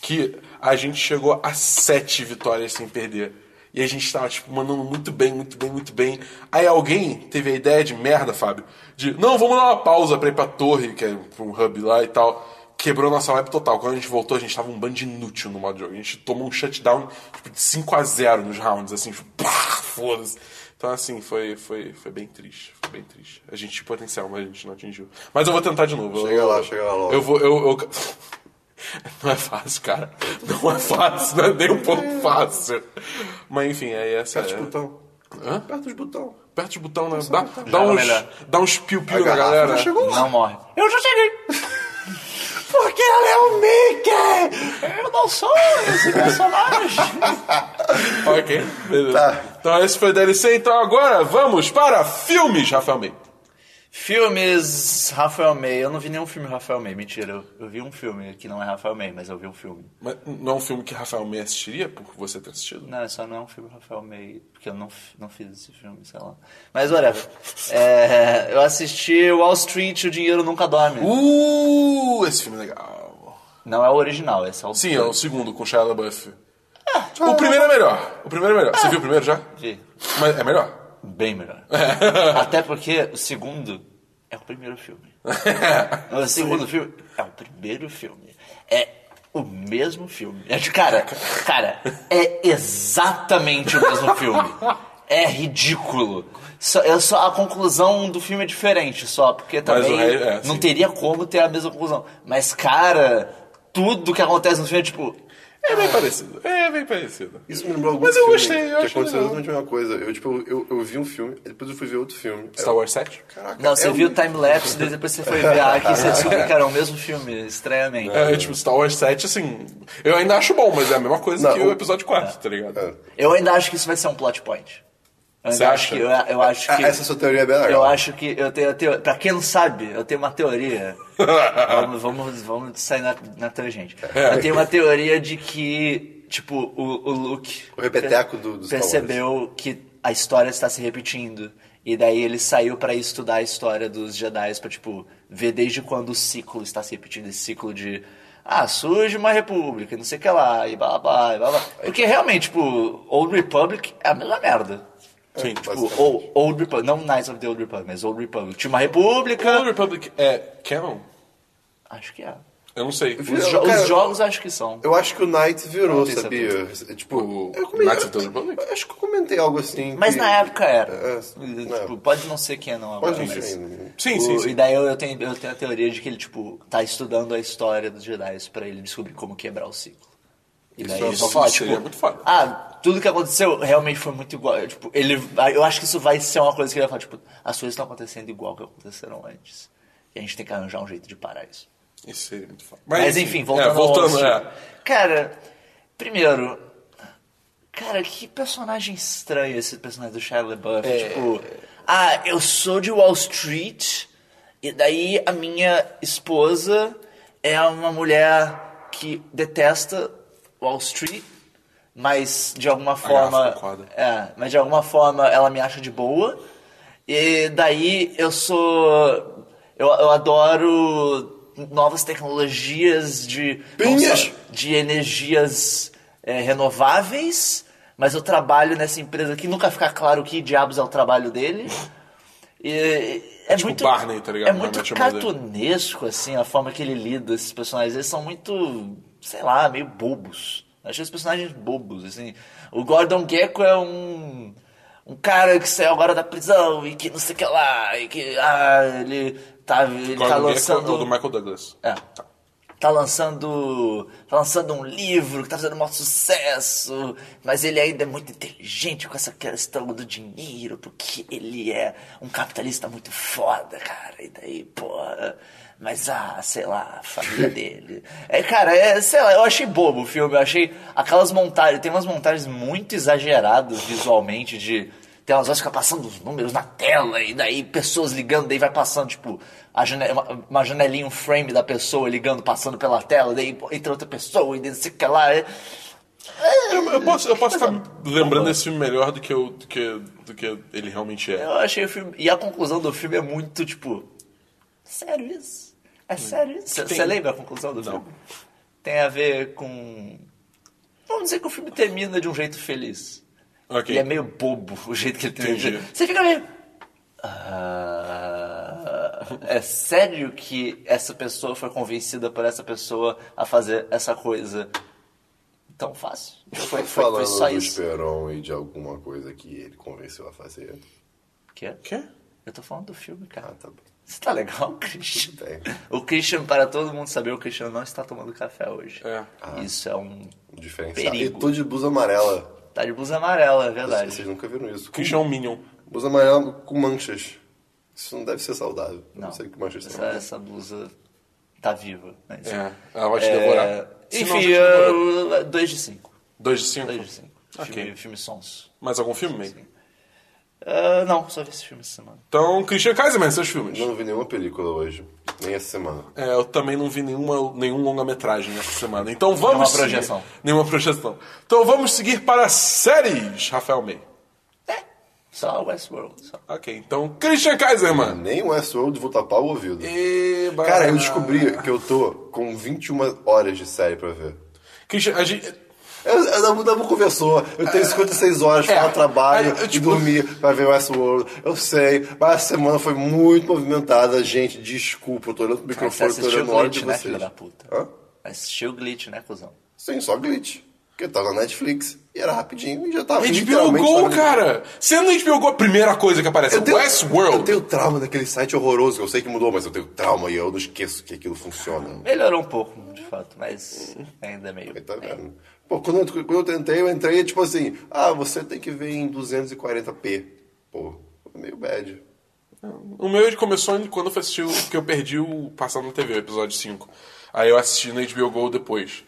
Speaker 1: que a gente chegou a sete vitórias sem perder. E a gente tava, tipo, mandando muito bem, muito bem, muito bem. Aí alguém teve a ideia de merda, Fábio, de não, vamos dar uma pausa pra ir pra torre, que é um hub lá e tal. Quebrou nossa vibe total. Quando a gente voltou, a gente tava um bando de inútil no modo de jogo. A gente tomou um shutdown tipo, de 5 a 0 nos rounds, assim, tipo, pá, foda-se. Então, assim, foi, foi, foi bem triste. Foi bem triste. A gente tinha potencial, mas a gente não atingiu. Mas eu vou tentar de novo.
Speaker 3: Chega
Speaker 1: eu,
Speaker 3: lá, chega lá logo.
Speaker 1: Eu vou. Eu, [LAUGHS] eu- Não é fácil, cara. Não é fácil, não é nem um pouco fácil. Mas enfim, aí essa
Speaker 3: Aperta
Speaker 1: é.
Speaker 3: os botão.
Speaker 1: Hã?
Speaker 3: Aperta os botão.
Speaker 1: Aperta o botão, né? Dá, dá
Speaker 2: Joga
Speaker 1: uns,
Speaker 2: melhor.
Speaker 1: dá uns piu-piu na
Speaker 3: garrafa
Speaker 1: galera.
Speaker 3: já chegou. Vamos lá.
Speaker 2: Não morre.
Speaker 1: Eu já
Speaker 2: [LAUGHS]
Speaker 1: cheguei! Porque ela é o Mickey!
Speaker 2: Eu não sou esse personagem.
Speaker 1: ok, beleza.
Speaker 3: Tá.
Speaker 1: Então esse foi o DLC. Então agora vamos para filmes, Rafael May.
Speaker 2: Filmes Rafael May. Eu não vi nenhum filme Rafael May. Mentira, eu, eu vi um filme que não é Rafael May, mas eu vi um filme.
Speaker 1: Mas não é um filme que Rafael May assistiria por você ter assistido?
Speaker 2: Não, só não é um filme Rafael May, porque eu não, f- não fiz esse filme, sei lá. Mas, whatever. É, eu assisti Wall Street, O Dinheiro Nunca Dorme.
Speaker 1: Uh, esse filme é legal.
Speaker 2: Não é o original, esse é o...
Speaker 1: Sim, é o segundo com Shia LaBeouf. o primeiro é melhor. O primeiro é melhor. Você viu o primeiro já?
Speaker 2: Vi.
Speaker 1: Mas é melhor. [LAUGHS]
Speaker 2: Bem melhor. Até porque o segundo é o
Speaker 1: [LAUGHS]
Speaker 2: primeiro filme. O segundo filme é o primeiro filme. É o mesmo filme. É de- cara, cara, é exatamente o mesmo filme. É ridículo. Só, é só- a conclusão do filme é diferente só, porque também
Speaker 1: o rei- é,
Speaker 2: não
Speaker 1: sim.
Speaker 2: teria como ter a mesma conclusão. Mas, cara, tudo que acontece no filme é tipo.
Speaker 1: É bem parecido. É bem parecido.
Speaker 3: Isso me lembrou algum
Speaker 1: Mas eu
Speaker 3: filme
Speaker 1: gostei, eu
Speaker 3: que
Speaker 1: achei
Speaker 3: aconteceu
Speaker 1: legal.
Speaker 3: exatamente a mesma coisa. Eu, tipo, eu, eu vi um filme, depois eu fui ver outro filme.
Speaker 1: Star Wars 7?
Speaker 3: Caraca,
Speaker 2: tá- Não, você
Speaker 3: é
Speaker 2: viu
Speaker 3: um-
Speaker 2: o time-lapse, daí depois você foi ver ah, aqui e você descobriu que era o mesmo filme, estranhamente.
Speaker 1: É, tipo, Star Wars 7, assim. Eu ainda acho bom, mas é a mesma coisa
Speaker 3: Não,
Speaker 1: que o
Speaker 3: o-
Speaker 1: episódio 4, tá ligado? [LAUGHS]
Speaker 3: É.
Speaker 2: Eu ainda acho que isso vai ser um plot point. Eu
Speaker 1: Você
Speaker 2: ainda acho
Speaker 1: acha?
Speaker 2: que, eu, eu acho que.
Speaker 3: Ah, Essa sua teoria é bem legal.
Speaker 2: Eu acho que eu tenho, eu tenho- Pra quem não sabe, eu tenho uma teoria. vamos, vamos, vamos sair na, na
Speaker 3: [LAUGHS]
Speaker 2: tangente.
Speaker 3: É.
Speaker 2: Eu tenho uma teoria de que, tipo, o, o Luke.
Speaker 3: O repeteco do- do Star Wars.
Speaker 2: Percebeu que a história está se repetindo. E daí ele saiu pra estudar a história dos Jedi pra, tipo, ver desde quando o ciclo está se repetindo esse ciclo de. Ah, surge uma república, não sei o que lá, e babá, e babá. Porque realmente, tipo, Old Republic é a mesma merda.
Speaker 1: Sim.
Speaker 2: Tipo, Old, Old Republic, não Knights of the Old Republic, mas Old Republic. Tinha uma república.
Speaker 1: Old Republic é canon?
Speaker 2: Acho que é.
Speaker 1: Eu não sei.
Speaker 2: Os,
Speaker 3: Eu,
Speaker 2: jo-
Speaker 3: cara,
Speaker 2: os jogos acho que são.
Speaker 3: Eu acho que o Knight virou,
Speaker 2: tenho
Speaker 3: sabia? Tipo,
Speaker 1: O
Speaker 3: eu comentei-
Speaker 1: Knights of the Old Republic?
Speaker 3: eu Acho que eu comentei algo assim.
Speaker 2: Mas
Speaker 3: que-
Speaker 2: na época era.
Speaker 3: É, na
Speaker 2: tipo,
Speaker 3: época.
Speaker 2: pode não ser que é não agora,
Speaker 3: Pode não
Speaker 2: mas-
Speaker 3: ser.
Speaker 1: Sim,
Speaker 2: O-
Speaker 1: sim, sim.
Speaker 2: E daí eu, eu tenho, eu tenho a teoria de que ele, tipo, tá estudando a história dos Jedi pra ele descobrir como quebrar o ciclo. E daí
Speaker 1: Isso
Speaker 2: eles
Speaker 1: é-
Speaker 2: vão falar,
Speaker 1: isso
Speaker 2: tipo,
Speaker 1: seria muito foda.
Speaker 2: ah, tudo que aconteceu realmente foi muito igual. Tipo, ele, eu acho que isso vai ser uma coisa que ele vai falar, tipo, as coisas estão acontecendo igual que aconteceram antes. E a gente tem que arranjar um jeito de parar isso.
Speaker 1: Isso seria muito foda.
Speaker 2: Mas, enfim, voltando,
Speaker 1: é, voltando
Speaker 2: ao
Speaker 1: é.
Speaker 2: Cara, primeiro. Cara, que personagem estranho esse personagem do Shia LaBeouf.
Speaker 1: É.
Speaker 2: Tipo, ah, eu sou de Wall Street, e daí a minha esposa é uma mulher que detesta Wall Street, mas de alguma forma.
Speaker 1: concorda.
Speaker 2: É, mas de alguma forma ela me acha de boa. E daí eu sou. Eu, eu adoro novas tecnologias de.
Speaker 3: Pinhas!
Speaker 2: não só- De energias é, renováveis, mas eu trabalho nessa empresa que nunca fica claro o que diabos é o trabalho dele. E- e- é
Speaker 1: tipo
Speaker 2: muito,
Speaker 1: Barney, tá ligado?
Speaker 2: É
Speaker 1: How I
Speaker 2: muito
Speaker 1: Met Your Mother.
Speaker 2: cartunesco, assim, a forma que ele lida esses personagens. Eles são muito, sei lá, meio bobos. Achei os personagens bobos, assim. O Gordon Gekko é um. Um cara que saiu agora da prisão e que não sei o que lá, e que. Ah, ele tá, ele tá
Speaker 1: Gordon Gekko
Speaker 2: lançando.
Speaker 1: é o do Michael Douglas.
Speaker 2: É. Tá lançando, tá lançando um livro que tá fazendo um maior sucesso, mas ele ainda é muito inteligente com essa questão do dinheiro, porque ele é um capitalista muito foda, cara. E daí, porra. Mas, ah, sei lá, a família dele. É, cara, é, sei lá, eu achei bobo o filme. Eu achei aquelas montagens, tem umas montagens muito exageradas visualmente de. Tem umas horas que fica passando os números na tela, e daí pessoas ligando, daí vai passando, tipo, a jane- uma- uma janelinha, um frame da pessoa ligando, passando pela tela, daí entra outra pessoa, e daí não sei o que lá. É-
Speaker 1: Eu, eu posso, eu posso estar
Speaker 2: tá
Speaker 1: lembrando esse filme melhor do que, eu, do, que, do que ele realmente é.
Speaker 2: Eu achei o filme. E a conclusão do filme é muito, tipo. Sério isso? É sério isso?
Speaker 1: Hum. Tem-
Speaker 2: Você lembra a conclusão do filme? Tem a ver com. Vamos dizer que o filme termina de um jeito feliz.
Speaker 1: Ok.
Speaker 2: E é meio bobo o jeito que ele termina.
Speaker 1: Entendi.
Speaker 2: Você fica meio. "Ah, é sério que essa pessoa foi convencida por essa pessoa a fazer essa coisa tão fácil? Foi, foi, foi
Speaker 3: Falando
Speaker 2: só
Speaker 3: do
Speaker 2: isso.
Speaker 3: Esperon e de alguma coisa que ele convenceu a fazer.
Speaker 2: Quê?
Speaker 1: Quê?
Speaker 2: Eu tô falando do filme, cara.
Speaker 3: Ah, tá bom.
Speaker 2: Você tá legal, [LAUGHS] Christian?
Speaker 3: Tem.
Speaker 2: O Christian, para todo mundo saber, o Christian não está tomando café hoje.
Speaker 1: É.
Speaker 2: Isso é um.
Speaker 3: Diferenciado.
Speaker 2: Perigo.
Speaker 3: E tô de blusa amarela.
Speaker 2: Tá de blusa amarela, é verdade.
Speaker 3: Vocês nunca viram isso. Com-
Speaker 1: Christian Minion.
Speaker 3: Blusa amarela com manchas. Isso não deve ser saudável. Eu Não,
Speaker 2: Não,
Speaker 3: sei que manchas
Speaker 2: essa,
Speaker 3: são.
Speaker 2: essa blusa tá viva. Né?
Speaker 1: É, ela vai te
Speaker 2: É,
Speaker 1: devorar. Se não,
Speaker 2: Enfim,
Speaker 1: já te devorou.
Speaker 2: 2 de 5.
Speaker 1: Dois de cinco?
Speaker 2: 2 de 5.
Speaker 1: Ok.
Speaker 2: Filme, filme sons.
Speaker 1: Mais algum filme? Meio?
Speaker 2: Ah, não, só vi esse filme essa semana.
Speaker 1: Então, Christian Kaiserman, seus filmes.
Speaker 3: Não vi nenhuma película hoje. Nem essa semana.
Speaker 1: É, eu também não vi nenhuma, nenhum longa-metragem nessa semana. Então vamos.
Speaker 2: Nenhuma
Speaker 1: seguir-
Speaker 2: projeção.
Speaker 1: Nenhuma projeção. Então vamos seguir para séries, Rafael May.
Speaker 2: É, Só Westworld. Só.
Speaker 1: Ok, então Christian Kaiserman.
Speaker 3: Nem um o Westworld vou tapar o ouvido.
Speaker 1: Eba.
Speaker 3: Cara, eu descobri que eu tô com 21 horas de série pra ver.
Speaker 1: Christian, a gente.
Speaker 3: Eu, eu, Dabu- Dabu conversou, eu tenho 56 horas
Speaker 1: é.
Speaker 3: para o trabalho
Speaker 1: Aí, eu,
Speaker 3: e
Speaker 1: tipo-
Speaker 3: dormir pra ver Westworld. Eu sei, mas a semana foi muito movimentada, gente. Desculpa, eu tô olhando pro
Speaker 2: Cara, Você
Speaker 3: microfone, tô
Speaker 2: assistiu
Speaker 3: olhando a hora
Speaker 2: Glitch,
Speaker 3: de
Speaker 2: né, filho
Speaker 3: vocês.
Speaker 2: da puta?
Speaker 3: Hã?
Speaker 2: Assistiu Glitch, né, cuzão?
Speaker 3: Sim, só glitch. Porque eu tava na Netflix e era rapidinho e já tava.
Speaker 1: HBO
Speaker 3: literalmente
Speaker 1: Go,
Speaker 3: tava-
Speaker 1: cara! Sendo HBO Go, a primeira coisa que aparece é
Speaker 3: Eu tenho,
Speaker 1: Westworld.
Speaker 3: eu tenho trauma daquele site horroroso que eu sei que mudou, mas eu tenho trauma e eu não esqueço que aquilo funciona.
Speaker 2: Melhorou um pouco, de fato, mas ainda é meio.
Speaker 3: Tá vendo? Pô, quando eu, quando eu tentei, eu entrei tipo assim, ah, você tem que ver em 240p. Pô, meio bad.
Speaker 1: O meu ele começou quando eu fui assistir o que eu perdi o passando na TV, o episódio 5. Aí eu assisti no HBO Go depois.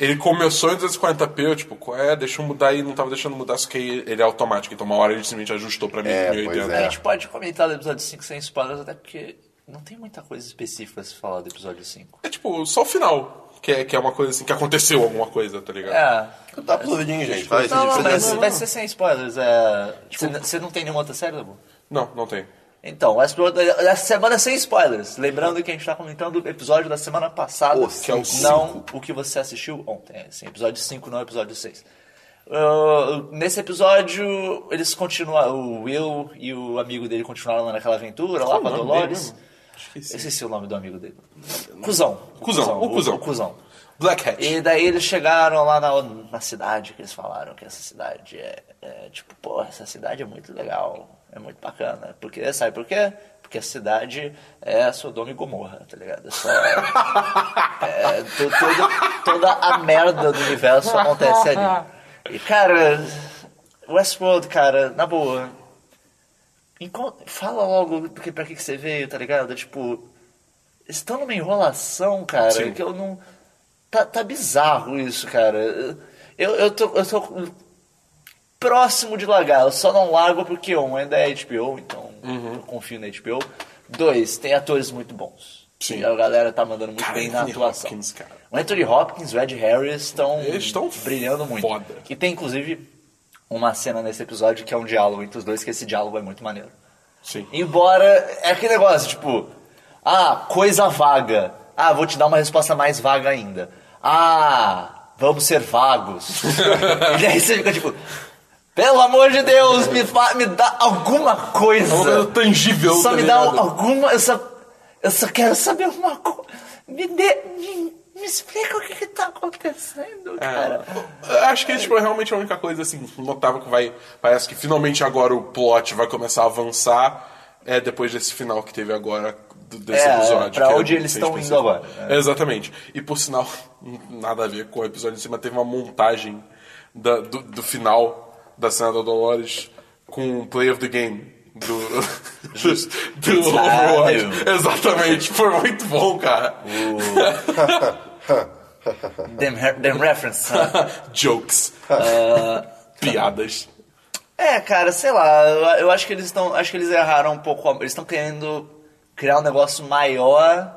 Speaker 1: Ele começou em 240p, eu tipo, qual é, deixa eu mudar e não tava deixando mudar, só que aí ele é automático, então uma hora ele simplesmente ajustou pra mim
Speaker 3: É,
Speaker 1: em 1080.
Speaker 3: pois
Speaker 2: A gente pode comentar do episódio 5 sem spoilers, até porque não tem muita coisa específica a se falar do episódio 5.
Speaker 1: é. tipo, só o final, que é, que é uma coisa assim, que aconteceu alguma coisa, tá ligado?
Speaker 2: É.
Speaker 3: Eu tava ouvidinho, gente. Vai,
Speaker 2: Não, não,
Speaker 3: vai,
Speaker 2: mas
Speaker 3: vai.
Speaker 2: vai ser sem spoilers. É... Você você não tem nenhuma outra série, Dabu?
Speaker 1: Não, não tem.
Speaker 2: Então, Westworld da semana sem spoilers. Lembrando que a gente tá comentando o episódio da semana passada,
Speaker 3: O que é o
Speaker 2: não o que você assistiu ontem. Assim, episódio 5, não episódio 6. nesse episódio, eles continuam. O Will e o amigo dele continuaram lá naquela aventura, lá
Speaker 1: é o
Speaker 2: com a
Speaker 1: nome
Speaker 2: Dolores.
Speaker 1: dele mesmo?
Speaker 2: Eu esqueci o nome do amigo dele. Cusão.
Speaker 1: Cusão, o Cusão.
Speaker 2: O Cusão.
Speaker 1: Black Hat.
Speaker 2: E daí eles chegaram lá na, na cidade que eles falaram que essa cidade é, é tipo, pô, essa cidade é muito legal, é muito bacana. Porque, sabe por quê? Porque a cidade é Sodoma e Gomorra, tá ligado? É só, é, to- todo- toda a merda do universo acontece ali. E, cara, Westworld, cara, na boa. encon- Fala logo do que, pra que, que você veio, tá ligado? Tipo, estão numa enrolação, cara,
Speaker 1: Sim.
Speaker 2: que eu não. Tá, tá bizarro isso, cara. Eu, eu, tô, eu tô próximo de largar, eu só não largo porque, um, ainda é HBO, então
Speaker 1: Uhum.
Speaker 2: eu confio na HBO. Dois, tem atores muito bons.
Speaker 1: Sim.
Speaker 2: E a galera tá mandando muito
Speaker 1: Cara,
Speaker 2: bem na
Speaker 1: Anthony
Speaker 2: atuação.
Speaker 1: Hopkins, cara.
Speaker 2: O Anthony Hopkins, Red Harris estão
Speaker 1: Eles tão
Speaker 2: brilhando muito.
Speaker 1: foda.
Speaker 2: E tem, inclusive, uma cena nesse episódio que é um diálogo entre os dois, que esse diálogo é muito maneiro.
Speaker 1: Sim.
Speaker 2: Embora, é aquele negócio, tipo, ah, coisa vaga. Ah, vou te dar uma resposta mais vaga ainda. Ah, vamos ser vagos. e aí você fica tipo, Pelo amor de Deus, me, fa- me dá alguma
Speaker 1: É Uma coisa
Speaker 2: coisa.
Speaker 1: tangível.
Speaker 2: Só
Speaker 1: tá
Speaker 2: me dá um
Speaker 1: ligado?
Speaker 2: alguma. Eu só, eu só quero saber alguma coisa. Me, dê- me, me explica o que, que tá acontecendo, cara.
Speaker 1: Eu Acho que tipo, é realmente a única coisa assim notável que vai. Parece que finalmente agora o plot vai começar a avançar. É depois desse final que teve agora do- desse
Speaker 2: É,
Speaker 1: episódio.
Speaker 2: pra
Speaker 1: que era
Speaker 2: onde
Speaker 1: o
Speaker 2: eles
Speaker 1: seis
Speaker 2: estão
Speaker 1: por
Speaker 2: indo
Speaker 1: cento.
Speaker 2: agora.
Speaker 1: É, Exatamente. E por sinal, [LAUGHS] nada a ver com o episódio em cima, teve uma montagem da- do, do final da cena da Dolores com o play of the game. Do, [LAUGHS] do, do Overwatch. Exatamente, foi muito bom, cara.
Speaker 2: Uh. Them, re- them reference. né? [LAUGHS] huh?
Speaker 1: [LAUGHS] Jokes. Piadas.
Speaker 2: Ah, É, cara, sei lá, eu, eu acho que eles estão. Acho que eles erraram um pouco. a- Eles estão querendo criar um negócio maior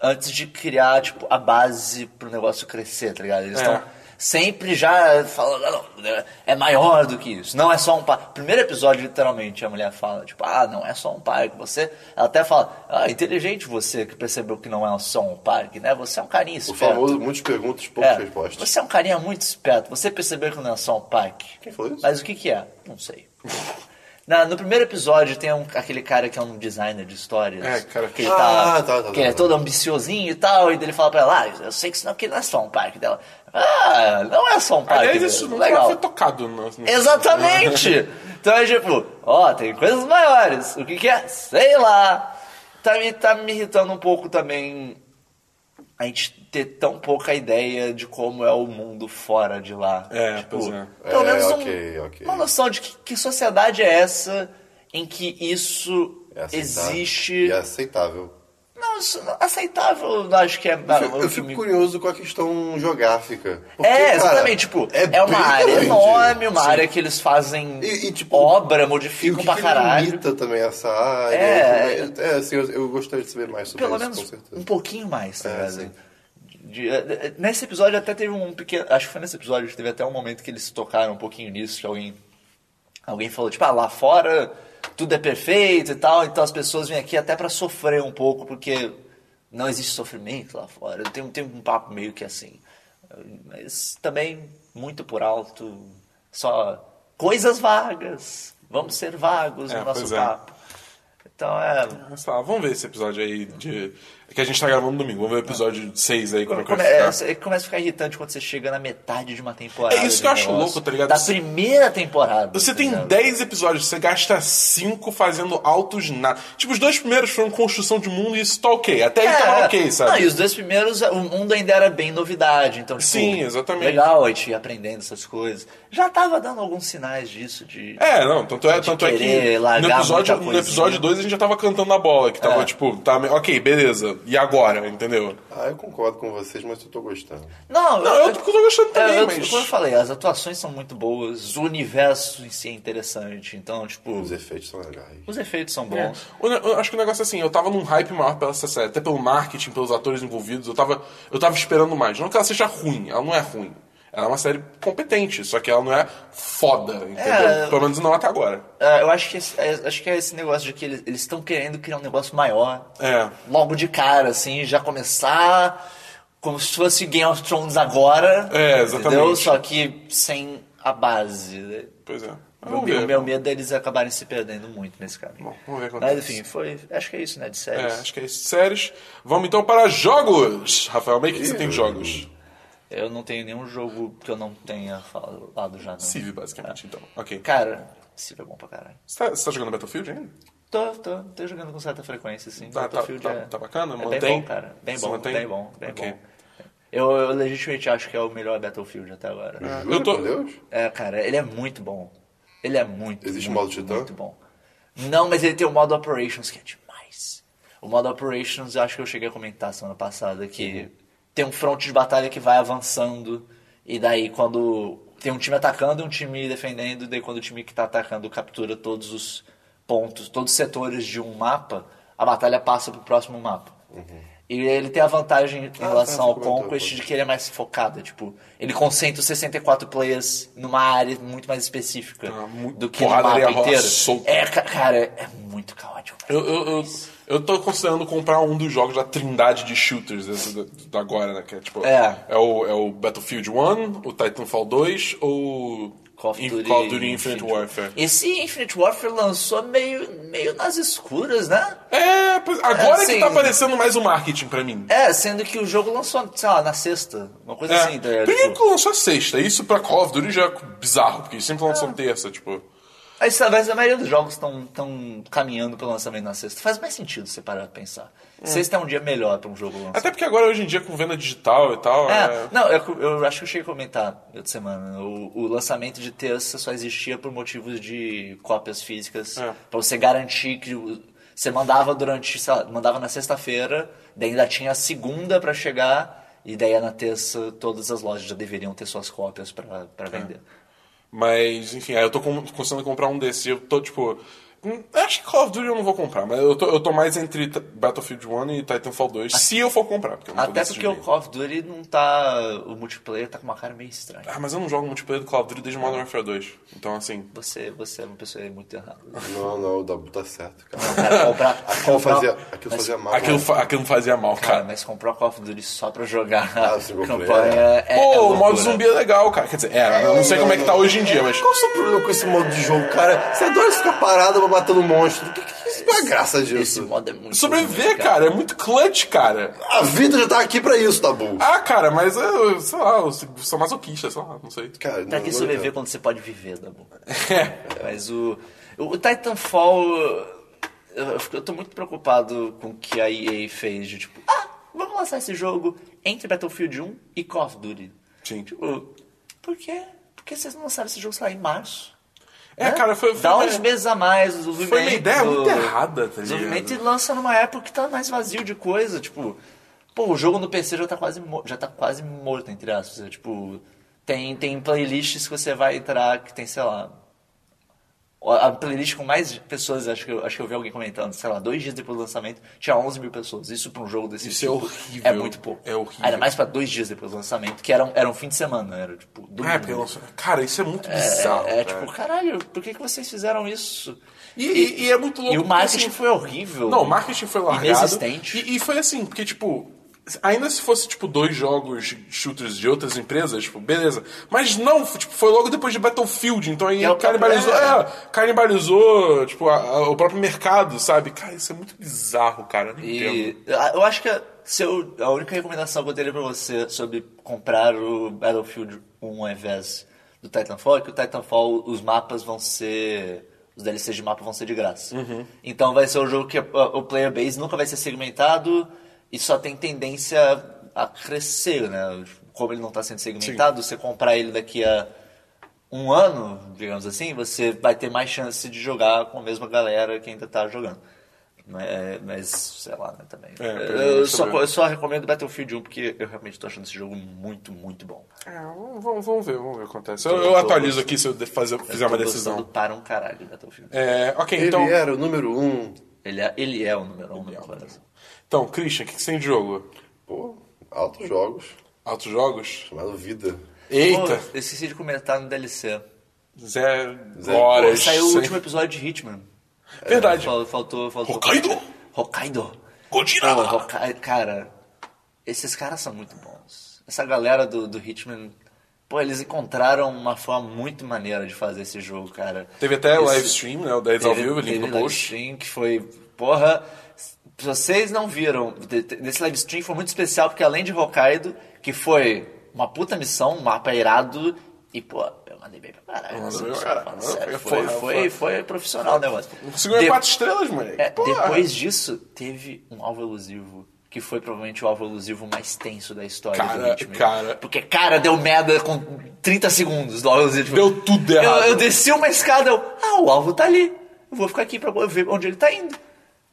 Speaker 2: antes de criar, tipo, a base pro negócio crescer, tá ligado? Eles
Speaker 1: É.
Speaker 2: estão sempre já falando, "Não, não, é maior do que isso. Não é só um pai. Primeiro episódio, literalmente, a mulher fala, tipo, ah, não é só um parque. Você. Ela até fala, ah, inteligente você que percebeu que não é só um parque, né? Você é um carinha
Speaker 3: O
Speaker 2: esperto.
Speaker 3: famoso, muitas perguntas, poucas
Speaker 2: É,
Speaker 3: respostas.
Speaker 2: Você é um carinha muito esperto. Você percebeu que não é só um parque.
Speaker 3: Quem falou isso?
Speaker 2: Mas o que, que é? Não sei. Na- no primeiro episódio tem um- aquele cara que é um designer de histórias.
Speaker 1: É, cara,
Speaker 2: que
Speaker 1: que-
Speaker 2: ele tá,
Speaker 3: Ah, tá, tá,
Speaker 2: que
Speaker 3: tá,
Speaker 2: ele é
Speaker 3: tá.
Speaker 2: todo ambiciosinho e tal. E daí ele fala pra ela, ah, eu sei que isso não, que não é só um parque dela. Ah, não é só um parque.
Speaker 1: Aliás, isso
Speaker 2: mesmo.
Speaker 1: não
Speaker 2: Legal.
Speaker 1: foi tocado. No, no-
Speaker 2: Exatamente! Então é tipo, ó, tem coisas maiores. O que que é? Sei lá. Tá me, tá me irritando um pouco também a gente ter tão pouca ideia de como é o mundo fora de lá.
Speaker 1: É,
Speaker 2: tipo,
Speaker 1: pois é.
Speaker 2: Pelo
Speaker 3: É,
Speaker 2: menos um-
Speaker 3: ok, ok.
Speaker 2: uma noção de que, que sociedade é essa em que isso
Speaker 3: É aceitável.
Speaker 2: existe.
Speaker 3: E é aceitável.
Speaker 2: Não, isso não- aceitável, não acho que é.
Speaker 3: Eu fico- eu fico curioso com a questão geográfica. Porque,
Speaker 2: É,
Speaker 3: cara,
Speaker 2: exatamente, tipo, é, uma
Speaker 3: bem
Speaker 2: área
Speaker 3: grande.
Speaker 2: enorme, uma
Speaker 3: Sim.
Speaker 2: área que eles fazem
Speaker 3: E- e, tipo,
Speaker 2: obra,
Speaker 3: E o
Speaker 2: modificam
Speaker 3: que
Speaker 2: pra
Speaker 3: que
Speaker 2: caralho.
Speaker 3: limita também essa área?
Speaker 2: É.
Speaker 3: Como é, é, assim, eu, eu gostaria de saber mais sobre
Speaker 2: Pelo
Speaker 3: isso, com
Speaker 2: menos
Speaker 3: certeza.
Speaker 2: um pouquinho mais, tá
Speaker 3: É,
Speaker 2: ligado?
Speaker 3: sim.
Speaker 2: De- eh, nesse episódio até teve um pequeno. Acho que foi nesse episódio que teve até um momento que eles tocaram um pouquinho nisso, que alguém. Alguém falou, tipo, ah, lá fora tudo é perfeito e tal, então as pessoas vêm aqui até pra sofrer um pouco, porque não existe sofrimento lá fora. Tem, tem um papo meio que assim. Mas também muito por alto, só coisas vagas. Vamos ser vagos
Speaker 1: É,
Speaker 2: no nosso
Speaker 1: pois é.
Speaker 2: papo. Então é.
Speaker 1: Sei lá, tá, vamos ver esse episódio aí de. é Que a gente tá gravando domingo. Vamos ver o episódio 6 aí como
Speaker 2: Come-
Speaker 1: vai ficar.
Speaker 2: é, começa a ficar irritante quando você chega na metade de uma temporada.
Speaker 1: É isso que
Speaker 2: de
Speaker 1: eu acho
Speaker 2: negócio.
Speaker 1: louco, tá ligado?
Speaker 2: Da
Speaker 1: Você-
Speaker 2: primeira temporada.
Speaker 1: Você
Speaker 2: tá
Speaker 1: tem
Speaker 2: ligado?
Speaker 1: 10 episódios, você gasta 5 fazendo altos nada. Tipo, os dois primeiros foram construção de mundo e isso tá ok. Até aí tava ok, sabe?
Speaker 2: É. Não, e os dois primeiros, o mundo ainda era bem novidade. Então, tipo,
Speaker 1: Sim, exatamente.
Speaker 2: Legal a gente ir aprendendo essas coisas. Já tava dando alguns sinais disso, de.
Speaker 1: É, não, tanto é,
Speaker 2: De
Speaker 1: tanto é
Speaker 2: querer
Speaker 1: que no
Speaker 2: largar
Speaker 1: episódio,
Speaker 2: muita
Speaker 1: no episódio
Speaker 2: coisinha.
Speaker 1: 2 a gente já tava cantando a bola, que tava
Speaker 2: É.
Speaker 1: tipo, tá, me- ok, beleza, e agora, entendeu?
Speaker 3: Ah, eu concordo com vocês, mas eu tô gostando.
Speaker 2: Não,
Speaker 1: Não, eu tô gostando
Speaker 2: eu- é,
Speaker 1: também,
Speaker 2: eu-
Speaker 1: mas-
Speaker 2: Como eu falei, as atuações são muito boas, o universo em si é interessante. Então, tipo,
Speaker 3: Os efeitos são legais.
Speaker 2: os efeitos são bons.
Speaker 1: O ne- Eu acho que o negócio é assim, eu tava num hype maior pela essa série, até pelo marketing, pelos atores envolvidos, eu tava, eu tava esperando mais. Não que ela seja ruim, ela não é ruim. Ela é uma série competente, só que ela não é foda, entendeu?
Speaker 2: É.
Speaker 1: Pelo menos não até agora.
Speaker 2: Ah, eu acho que, esse- é, acho que é esse negócio de que eles estão querendo criar um negócio maior.
Speaker 1: É.
Speaker 2: Logo de cara, assim, já começar como se fosse Game of Thrones agora.
Speaker 1: É, exatamente.
Speaker 2: Entendeu? Só que sem a base.
Speaker 1: Pois é. Mas
Speaker 2: O
Speaker 1: Vamos
Speaker 2: meu,
Speaker 1: ver.
Speaker 2: meu medo é eles acabarem se perdendo muito nesse caminho.
Speaker 1: Bom, vamos ver o que
Speaker 2: Mas
Speaker 1: acontece.
Speaker 2: enfim, foi, acho que é isso, né? De
Speaker 1: É,
Speaker 2: séries.
Speaker 1: acho que é isso. Séries. Vamos então para jogos. Rafael, meio que você tem de jogos.
Speaker 2: Eu não tenho nenhum jogo que eu não tenha falado já, não.
Speaker 1: Civ, basicamente, então. Ok.
Speaker 2: Cara, Civ é bom pra caralho.
Speaker 1: Você tá, você tá jogando Battlefield ainda?
Speaker 2: Tô, tô, tô jogando com certa frequência, sim.
Speaker 1: Tá- tá-
Speaker 2: Battlefield
Speaker 1: tá-
Speaker 2: é-
Speaker 1: tá bacana?
Speaker 2: é
Speaker 1: Mantém?
Speaker 2: Bem bom, cara. Bem
Speaker 1: Se
Speaker 2: bom,
Speaker 1: mantém?
Speaker 2: bem bom, bem
Speaker 1: Ok.
Speaker 2: bom. Eu, eu legitimamente acho que é o melhor Battlefield até agora.
Speaker 3: Juro
Speaker 1: Eu tô-
Speaker 3: por Deus?
Speaker 2: É, cara, ele é muito bom. Ele é muito,
Speaker 3: Existe
Speaker 2: muito,
Speaker 3: modo Titã?
Speaker 2: muito bom. Não, mas ele tem o modo Operations, que é demais. O modo Operations, eu acho que eu cheguei a comentar semana passada,
Speaker 3: Uhum.
Speaker 2: que tem um fronte de batalha que vai avançando, e daí quando tem um time atacando e um time defendendo, e daí quando o time que tá atacando captura todos os pontos, todos os setores de um mapa, a batalha passa pro próximo mapa.
Speaker 3: Uhum.
Speaker 2: E ele tem a vantagem em relação
Speaker 3: você
Speaker 2: ao
Speaker 3: comentou,
Speaker 2: Conquest
Speaker 3: pô.
Speaker 2: de que ele é mais focado, é tipo, ele concentra os 64 players numa área muito mais específica
Speaker 1: Ah, mu-
Speaker 2: do que no mapa
Speaker 1: porradaria rola
Speaker 2: inteiro.
Speaker 1: solta.
Speaker 2: É, ca- cara, é é muito caótico.
Speaker 1: Eu, eu, eu, eu tô considerando comprar um dos jogos da trindade de shooters esse da, da agora, né? Que é tipo.
Speaker 2: É.
Speaker 1: o, é o Battlefield 1, o Titanfall 2 ou.
Speaker 2: Call of
Speaker 1: In-
Speaker 2: Duty,
Speaker 1: Call of Duty Infinite Warfare.
Speaker 2: Esse Infinite Warfare lançou meio, meio nas escuras, né?
Speaker 1: É, pois- agora
Speaker 2: Assim-
Speaker 1: que tá aparecendo mais o marketing pra mim.
Speaker 2: É, sendo que o jogo lançou, sei lá, na sexta. Uma
Speaker 1: É.
Speaker 2: coisa assim. tá ligado?
Speaker 1: Primeiro
Speaker 2: Tipo,
Speaker 1: que lançou a sexta, isso pra Call of Duty já é bizarro, porque eles sempre lançam
Speaker 2: É.
Speaker 1: terça, tipo.
Speaker 2: Aí, sabe, mas a maioria dos jogos estão tão caminhando pro lançamento na sexta. Faz mais sentido você parar pra pensar. Sexta é um dia melhor pra um jogo lançar.
Speaker 1: Até porque agora hoje em dia com venda digital e tal.
Speaker 2: É,
Speaker 1: É.
Speaker 2: não, eu, eu acho que eu cheguei a comentar outra semana. O, o lançamento de terça só existia por motivos de cópias físicas.
Speaker 1: É.
Speaker 2: Pra você garantir que o- você mandava durante, sei lá, mandava na sexta-feira, daí ainda tinha a segunda pra chegar, e daí é na terça todas as lojas já deveriam ter suas cópias pra pra vender.
Speaker 1: Mas, enfim, aí eu tô com- conseguindo comprar um desses. Eu tô tipo. hum, Acho que Call of Duty eu não vou comprar, mas eu tô, eu tô mais entre T- Battlefield 1 e Titanfall 2, se eu for comprar. Porque eu não tô
Speaker 2: Até porque o
Speaker 1: decidido.
Speaker 2: Call of Duty não tá. O multiplayer tá com uma cara meio estranha.
Speaker 1: Ah, mas eu não jogo multiplayer do Call of Duty desde Modern Warfare 2. Então, assim.
Speaker 2: Você, você é uma pessoa muito errada.
Speaker 3: Não, não, o Dabu tá certo, cara.
Speaker 2: Cara, comprar-
Speaker 3: Aquilo
Speaker 2: comprar- um
Speaker 3: fazia, aquilo
Speaker 2: mas-
Speaker 3: fazia mal.
Speaker 1: tá- Aquilo,
Speaker 3: né?
Speaker 1: fa- aquilo fazia mal,
Speaker 2: Cara,
Speaker 1: cara.
Speaker 2: mas comprar o Call of Duty só pra jogar
Speaker 3: Ah,
Speaker 2: a [LAUGHS]
Speaker 3: o single
Speaker 2: campanha
Speaker 3: player.
Speaker 2: é. é
Speaker 1: Pô, o
Speaker 2: loucura.
Speaker 1: modo zumbi é legal, cara. Quer dizer, era, eu não sei como é que tá hoje em dia, mas.
Speaker 3: Qual o seu problema com esse modo de jogo, cara? Você adora ficar parado pra matando um monstro. O que, que isso- qual é a graça
Speaker 2: Esse
Speaker 3: disso?
Speaker 2: modo é muito.
Speaker 1: Sobreviver, cara, é muito clutch, cara.
Speaker 3: A vida já tá aqui pra isso, Dabu.
Speaker 1: Ah, cara, mas eu, sei lá, eu sou masoquista, sei lá, não sei.
Speaker 3: Cara,
Speaker 2: Pra
Speaker 3: não-
Speaker 2: que
Speaker 3: não
Speaker 2: Tá
Speaker 3: tá.
Speaker 2: sobreviver
Speaker 3: entendo.
Speaker 2: quando você pode viver, da boa?
Speaker 1: É.
Speaker 2: Mas o. O Titanfall. Eu, eu tô muito preocupado com o que a EA fez de tipo. Ah, vamos lançar esse jogo entre Battlefield 1 e Call of Duty.
Speaker 1: Sim.
Speaker 2: Tipo, por quê? Por que vocês não lançaram esse jogo, sei lá, em março? Né?
Speaker 1: É, cara, foi. foi
Speaker 2: Dá um
Speaker 1: uma-
Speaker 2: uns meses a mais, os
Speaker 1: Foi uma ideia muito errada, tá
Speaker 2: Desenvolvimento e
Speaker 1: ligado?
Speaker 2: lança numa época que tá mais vazio de coisa, tipo... Pô, o jogo no PC já tá quase, mo- já tá quase morto, entre aspas. é, tipo, tem, tem playlists que você vai entrar que tem, sei lá... A playlist com mais pessoas, acho que, eu, acho que eu vi alguém comentando, sei lá, dois dias depois do lançamento, tinha 11 mil pessoas. Isso pra um jogo desse
Speaker 1: Isso é
Speaker 2: tipo
Speaker 1: horrível.
Speaker 2: É muito pouco.
Speaker 1: É horrível.
Speaker 2: Ainda mais pra dois dias depois do lançamento, que era, um- era um fim de semana, era tipo...
Speaker 1: Ah, é porque
Speaker 2: domingo.
Speaker 1: lançou. Cara, isso é muito
Speaker 2: É,
Speaker 1: bizarro. cara.
Speaker 2: é, tipo, caralho, por que, que vocês fizeram isso?
Speaker 1: E, e- e é muito louco.
Speaker 2: E o
Speaker 1: porque,
Speaker 2: marketing
Speaker 1: assim,
Speaker 2: foi horrível.
Speaker 1: Não, o marketing foi largado.
Speaker 2: Inexistente.
Speaker 1: E, e foi assim, porque, tipo, ainda se fosse, tipo, dois jogos shooters de outras empresas, tipo, beleza. Mas não, foi, tipo, foi logo depois de Battlefield, então aí
Speaker 2: É o
Speaker 1: canibalizou,
Speaker 2: próprio-
Speaker 1: é, canibalizou, tipo, a- a- o próprio mercado, sabe? Cara, isso é muito bizarro, cara. eu Não entendo.
Speaker 2: E a- eu acho que a, se eu- a única recomendação que eu teria pra você sobre comprar o Battlefield 1 ao invés do Titanfall é que o Titanfall, os mapas vão ser. Os DLCs de mapa vão ser de graça. Então vai ser um jogo que a- a- o player base nunca vai ser segmentado e só tem tendência a crescer, né? Como ele não tá sendo segmentado, você comprar ele daqui a um ano, digamos assim, você vai ter mais chance de jogar com a mesma galera que ainda tá jogando. Não é- mas, sei lá, né, também.
Speaker 1: É, pelo
Speaker 2: eu,
Speaker 1: menos
Speaker 2: só,
Speaker 1: sobre-
Speaker 2: eu só recomendo Battlefield 1 porque eu realmente tô achando esse jogo muito, muito bom.
Speaker 1: É, vamos, vamos ver, vamos ver o que acontece. Eu,
Speaker 2: Eu
Speaker 1: eu
Speaker 2: tô
Speaker 1: atualizo aqui se eu de- fazer, fizer
Speaker 2: Eu
Speaker 1: É uma
Speaker 2: tô gostando
Speaker 1: decisão.
Speaker 2: para um caralho de Battlefield.
Speaker 1: É, ok,
Speaker 3: Ele
Speaker 1: então.
Speaker 3: era o número um.
Speaker 2: Ele é, ele é o número 1 do Brasil.
Speaker 1: Então, Christian, o que, que você tem de jogo?
Speaker 3: Pô, altos jogos,
Speaker 1: Altos jogos?
Speaker 3: chamado Vida.
Speaker 1: Eita!
Speaker 2: Pô, eu esqueci de comentar no DLC.
Speaker 1: Zero,
Speaker 3: Zero.
Speaker 1: horas.
Speaker 2: Saiu o
Speaker 1: sem-
Speaker 2: último episódio de Hitman.
Speaker 1: Verdade.
Speaker 2: Fal- Faltou, faltou.
Speaker 1: Hokkaido?
Speaker 2: Hokkaido.
Speaker 1: Gojira!
Speaker 2: Pô, Hokkai- cara, esses caras são muito bons. Essa galera do, do Hitman, pô, eles encontraram uma forma muito maneira de fazer esse jogo, cara.
Speaker 1: Teve até
Speaker 2: esse,
Speaker 1: live stream, né? O 10 ao
Speaker 2: teve-
Speaker 1: vivo, link
Speaker 2: teve
Speaker 1: no
Speaker 2: live
Speaker 1: post.
Speaker 2: stream que foi, porra, se vocês não viram, de- de- nesse live stream foi muito especial porque além de Hokkaido, que foi uma puta missão, um mapa irado, e pô, eu mandei bem pra caralho.
Speaker 1: Mandou
Speaker 2: assim,
Speaker 1: bem pra
Speaker 2: só
Speaker 1: caralho.
Speaker 2: falando sério,
Speaker 1: Foi-
Speaker 2: Foi,
Speaker 1: foi-
Speaker 2: foi, foi profissional o negócio.
Speaker 1: Conseguiu
Speaker 2: De-
Speaker 1: quatro estrelas, moleque.
Speaker 2: é,
Speaker 1: Porra.
Speaker 2: depois disso, teve um alvo elusivo. Que foi provavelmente o alvo elusivo mais tenso da história do
Speaker 1: Cara,
Speaker 2: Hitman.
Speaker 1: cara.
Speaker 2: Porque, cara, deu merda com 30 segundos do alvo elusivo.
Speaker 1: Deu tudo errado.
Speaker 2: Eu, eu desci uma escada, eu... Ah, o alvo tá ali. Eu vou ficar aqui pra ver onde ele tá indo.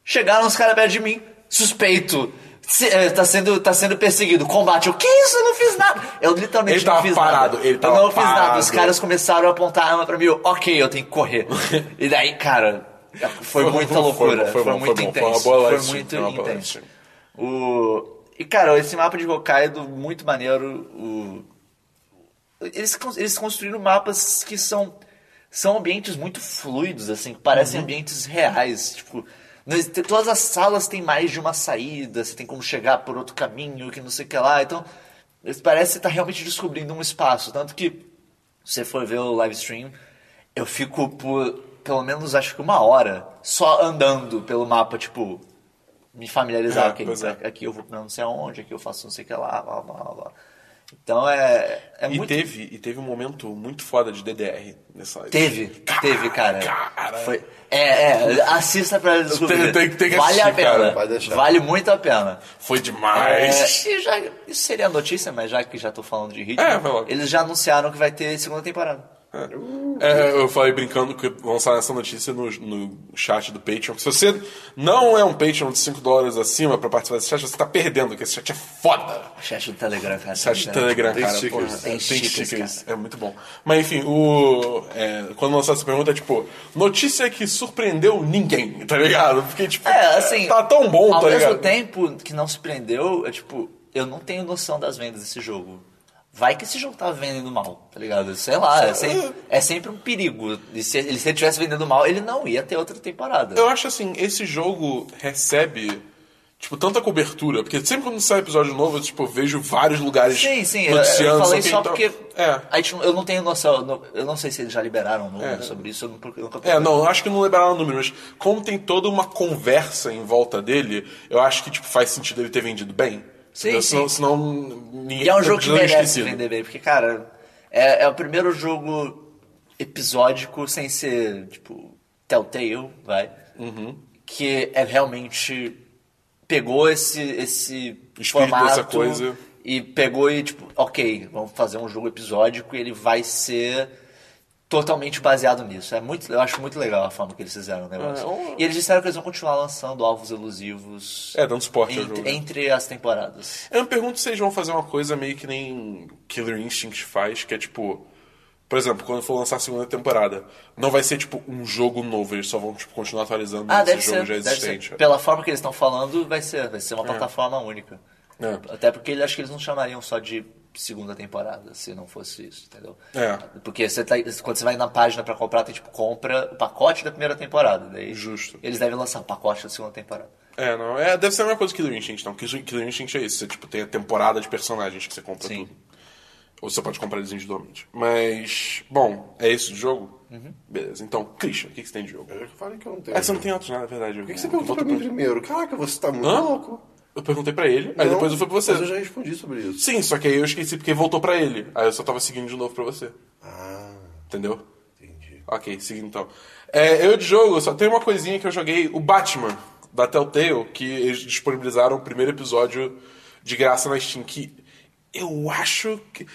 Speaker 2: Chegaram os caras perto de mim. Suspeito. Se- eh, tá, sendo, tá sendo perseguido. Combate. Eu, que isso? Eu não fiz nada. Eu literalmente
Speaker 1: Ele
Speaker 2: não
Speaker 1: tava
Speaker 2: fiz
Speaker 1: parado,
Speaker 2: nada.
Speaker 1: ele tava
Speaker 2: eu não fiz nada. Os
Speaker 1: parado.
Speaker 2: caras começaram a apontar a arma pra mim. Eu, ok, eu tenho que correr.
Speaker 1: [LAUGHS]
Speaker 2: e daí, cara... Foi,
Speaker 1: Foi
Speaker 2: muita
Speaker 1: bom, foi
Speaker 2: loucura.
Speaker 1: bom, foi
Speaker 2: Foi,
Speaker 1: bom,
Speaker 2: muito
Speaker 1: foi bom. Foi
Speaker 2: intenso.
Speaker 1: uma
Speaker 2: Foi,
Speaker 1: boa live stream,
Speaker 2: muito
Speaker 1: foi uma boa live
Speaker 2: intenso. O... E, cara, esse mapa de Hokkaido, muito maneiro. O... Eles, con- eles construíram mapas que são, são ambientes muito fluidos, assim, que
Speaker 1: Uhum.
Speaker 2: parecem ambientes reais. Tipo, não existe- todas as salas têm mais de uma saída, você tem como chegar por outro caminho, que não sei o que lá. Então, eles- parece estar realmente descobrindo um espaço. Tanto que Se você for ver o live stream, eu fico por pelo menos acho que uma hora só andando pelo mapa, tipo, me familiarizar.
Speaker 1: É,
Speaker 2: ok,
Speaker 1: pois é.
Speaker 2: Aqui eu vou pra não sei aonde, aqui eu faço não sei o que lá, blá blá blá. blá. Então é, é
Speaker 1: e,
Speaker 2: muito.
Speaker 1: teve, e teve um momento muito foda de DDR nessa live.
Speaker 2: Teve, teve, cara.
Speaker 1: Cara.
Speaker 2: Foi- É, é, assista pra descobrir.
Speaker 1: tem- tem que
Speaker 2: vale a
Speaker 1: assistir,
Speaker 2: pena.
Speaker 1: cara,
Speaker 3: vai deixar.
Speaker 2: Vale muito a pena.
Speaker 1: Foi
Speaker 2: É,
Speaker 1: demais.
Speaker 2: e já, isso seria a notícia, mas já que já tô falando de ritmo,
Speaker 1: É, vai lá.
Speaker 2: eles já anunciaram que vai ter segunda temporada.
Speaker 1: É, eu falei brincando que vão lançar essa notícia no, no chat do Patreon. Se você não é um Patreon de 5 dólares acima pra participar desse chat, você tá perdendo, porque esse chat é foda.
Speaker 2: Chat do Telegram, cara.
Speaker 1: Chat do Telegram,
Speaker 3: Tem
Speaker 1: cara.
Speaker 3: stickers.
Speaker 1: porra,
Speaker 2: Tá né? Tem
Speaker 1: tem
Speaker 2: stickers,
Speaker 1: stickers. É muito bom. Mas enfim, o. é, quando lançou essa pergunta, é tipo, notícia que surpreendeu ninguém, tá ligado? Porque, tipo,
Speaker 2: É, assim.
Speaker 1: tá tão bom,
Speaker 2: Ao
Speaker 1: tá
Speaker 2: mesmo
Speaker 1: ligado?
Speaker 2: tempo que não se prendeu, é tipo, eu não tenho noção das vendas desse jogo. Vai que esse jogo tá vendendo mal, tá ligado? Sei lá, é sempre, é sempre um perigo. E se ele se ele tivesse vendendo mal, ele não ia ter outra temporada.
Speaker 1: Eu acho assim, esse jogo recebe, tipo, tanta cobertura, porque sempre quando sai episódio novo, eu, tipo, vejo vários lugares
Speaker 2: Sim, sim, eu,
Speaker 1: noticiando.
Speaker 2: eu falei
Speaker 1: que
Speaker 2: só
Speaker 1: então-
Speaker 2: porque
Speaker 1: É.
Speaker 2: a gente, não- eu não tenho noção, eu não, eu não sei se eles já liberaram um número
Speaker 1: É.
Speaker 2: sobre isso, eu não, eu nunca
Speaker 1: É, não, eu acho que não liberaram o número, mas como tem toda uma conversa em volta dele, eu acho que, tipo, faz sentido ele ter vendido bem.
Speaker 2: Sim,
Speaker 1: entendeu?
Speaker 2: sim.
Speaker 1: Senão, senão ninguém...
Speaker 2: E é um jogo que
Speaker 1: ninguém
Speaker 2: merece
Speaker 1: esquecido.
Speaker 2: vender bem, porque, cara, é, é o primeiro jogo episódico sem ser, tipo, Telltale, vai.
Speaker 1: Uhum.
Speaker 2: Que é realmente. Pegou esse, esse
Speaker 1: Espírito
Speaker 2: formato
Speaker 1: dessa coisa.
Speaker 2: e pegou e, tipo, ok, vamos fazer um jogo episódico e ele vai ser totalmente baseado nisso. É muito, eu acho muito legal a forma que eles fizeram o negócio.
Speaker 1: É, eu-
Speaker 2: E eles disseram que eles vão continuar lançando alvos elusivos
Speaker 1: É, dando suporte ao jogo.
Speaker 2: entre, entre as temporadas.
Speaker 1: Eu me pergunto se eles vão fazer uma coisa meio que nem Killer Instinct faz, que é tipo. Por exemplo, quando for lançar a segunda temporada, não vai ser tipo um jogo novo, eles só vão tipo, continuar atualizando
Speaker 2: Ah,
Speaker 1: esse
Speaker 2: deve
Speaker 1: jogo
Speaker 2: ser,
Speaker 1: já é
Speaker 2: deve
Speaker 1: existente.
Speaker 2: ser. Pela forma que eles estão falando, vai ser, vai ser uma plataforma única.
Speaker 1: É.
Speaker 2: Até porque ele- acho que eles não chamariam só de segunda temporada, se não fosse isso, entendeu?
Speaker 1: É.
Speaker 2: Porque você tá- quando você vai na página pra comprar, tem tipo, compra o pacote da primeira temporada. Daí
Speaker 1: Justo.
Speaker 2: Eles devem lançar o pacote da segunda temporada.
Speaker 1: É, não. É, deve ser a mesma coisa que Killer Instinct, não. Killer Killer Instinct é isso. Você tipo, tem a temporada de personagens que você compra
Speaker 2: Sim.
Speaker 1: tudo. Ou você pode comprar eles individualmente. Mas, bom, é isso de jogo?
Speaker 3: Uhum.
Speaker 1: Beleza. Então, Christian, o que, que você tem de jogo?
Speaker 3: Eu falei que eu não tenho.
Speaker 1: Ah, você não tem outros, nada, na verdade.
Speaker 3: Por que, que você perguntou pra mim primeiro? Caraca, você tá muito
Speaker 1: Hã?
Speaker 3: louco.
Speaker 1: Eu perguntei pra ele, aí
Speaker 3: Não,
Speaker 1: depois eu fui pra você.
Speaker 3: Mas eu já respondi sobre isso.
Speaker 1: Sim, só que aí eu esqueci porque voltou pra ele. Aí eu só tava seguindo de novo pra você.
Speaker 3: Ah,
Speaker 1: Entendeu?
Speaker 3: entendi.
Speaker 1: Ok, seguindo então. É, eu de jogo, só tem uma coisinha que eu joguei, o Batman, da Telltale, que eles disponibilizaram o primeiro episódio de graça na Steam, que eu acho que...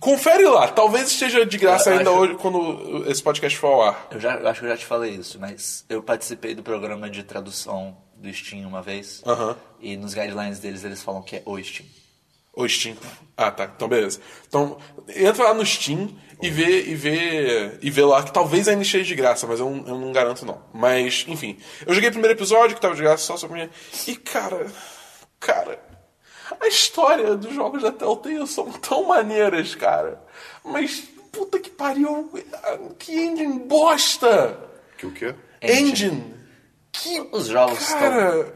Speaker 1: Confere lá, talvez esteja de graça
Speaker 2: Eu
Speaker 1: ainda
Speaker 2: acho-
Speaker 1: hoje quando esse podcast for ao ar.
Speaker 2: Eu, já, eu acho que eu já te falei isso, mas eu participei do programa de tradução do Steam uma vez.
Speaker 1: Aham.
Speaker 2: E nos guidelines deles, eles falam que é o Steam.
Speaker 1: Ou Steam. Ah, tá. Então, beleza. Então, entra lá no Steam e vê, e vê, e vê lá que talvez ainda esteja de graça, mas eu, não- eu não garanto, não. Mas, enfim. Eu joguei o primeiro episódio que tava de graça só sobre mim. E, cara. Cara. A história dos jogos da Telltale são tão maneiras, cara. Mas, puta que pariu. Que ending bosta!
Speaker 3: Que o quê?
Speaker 2: Engine.
Speaker 1: Engine.
Speaker 2: Os jogos estão
Speaker 1: Cara.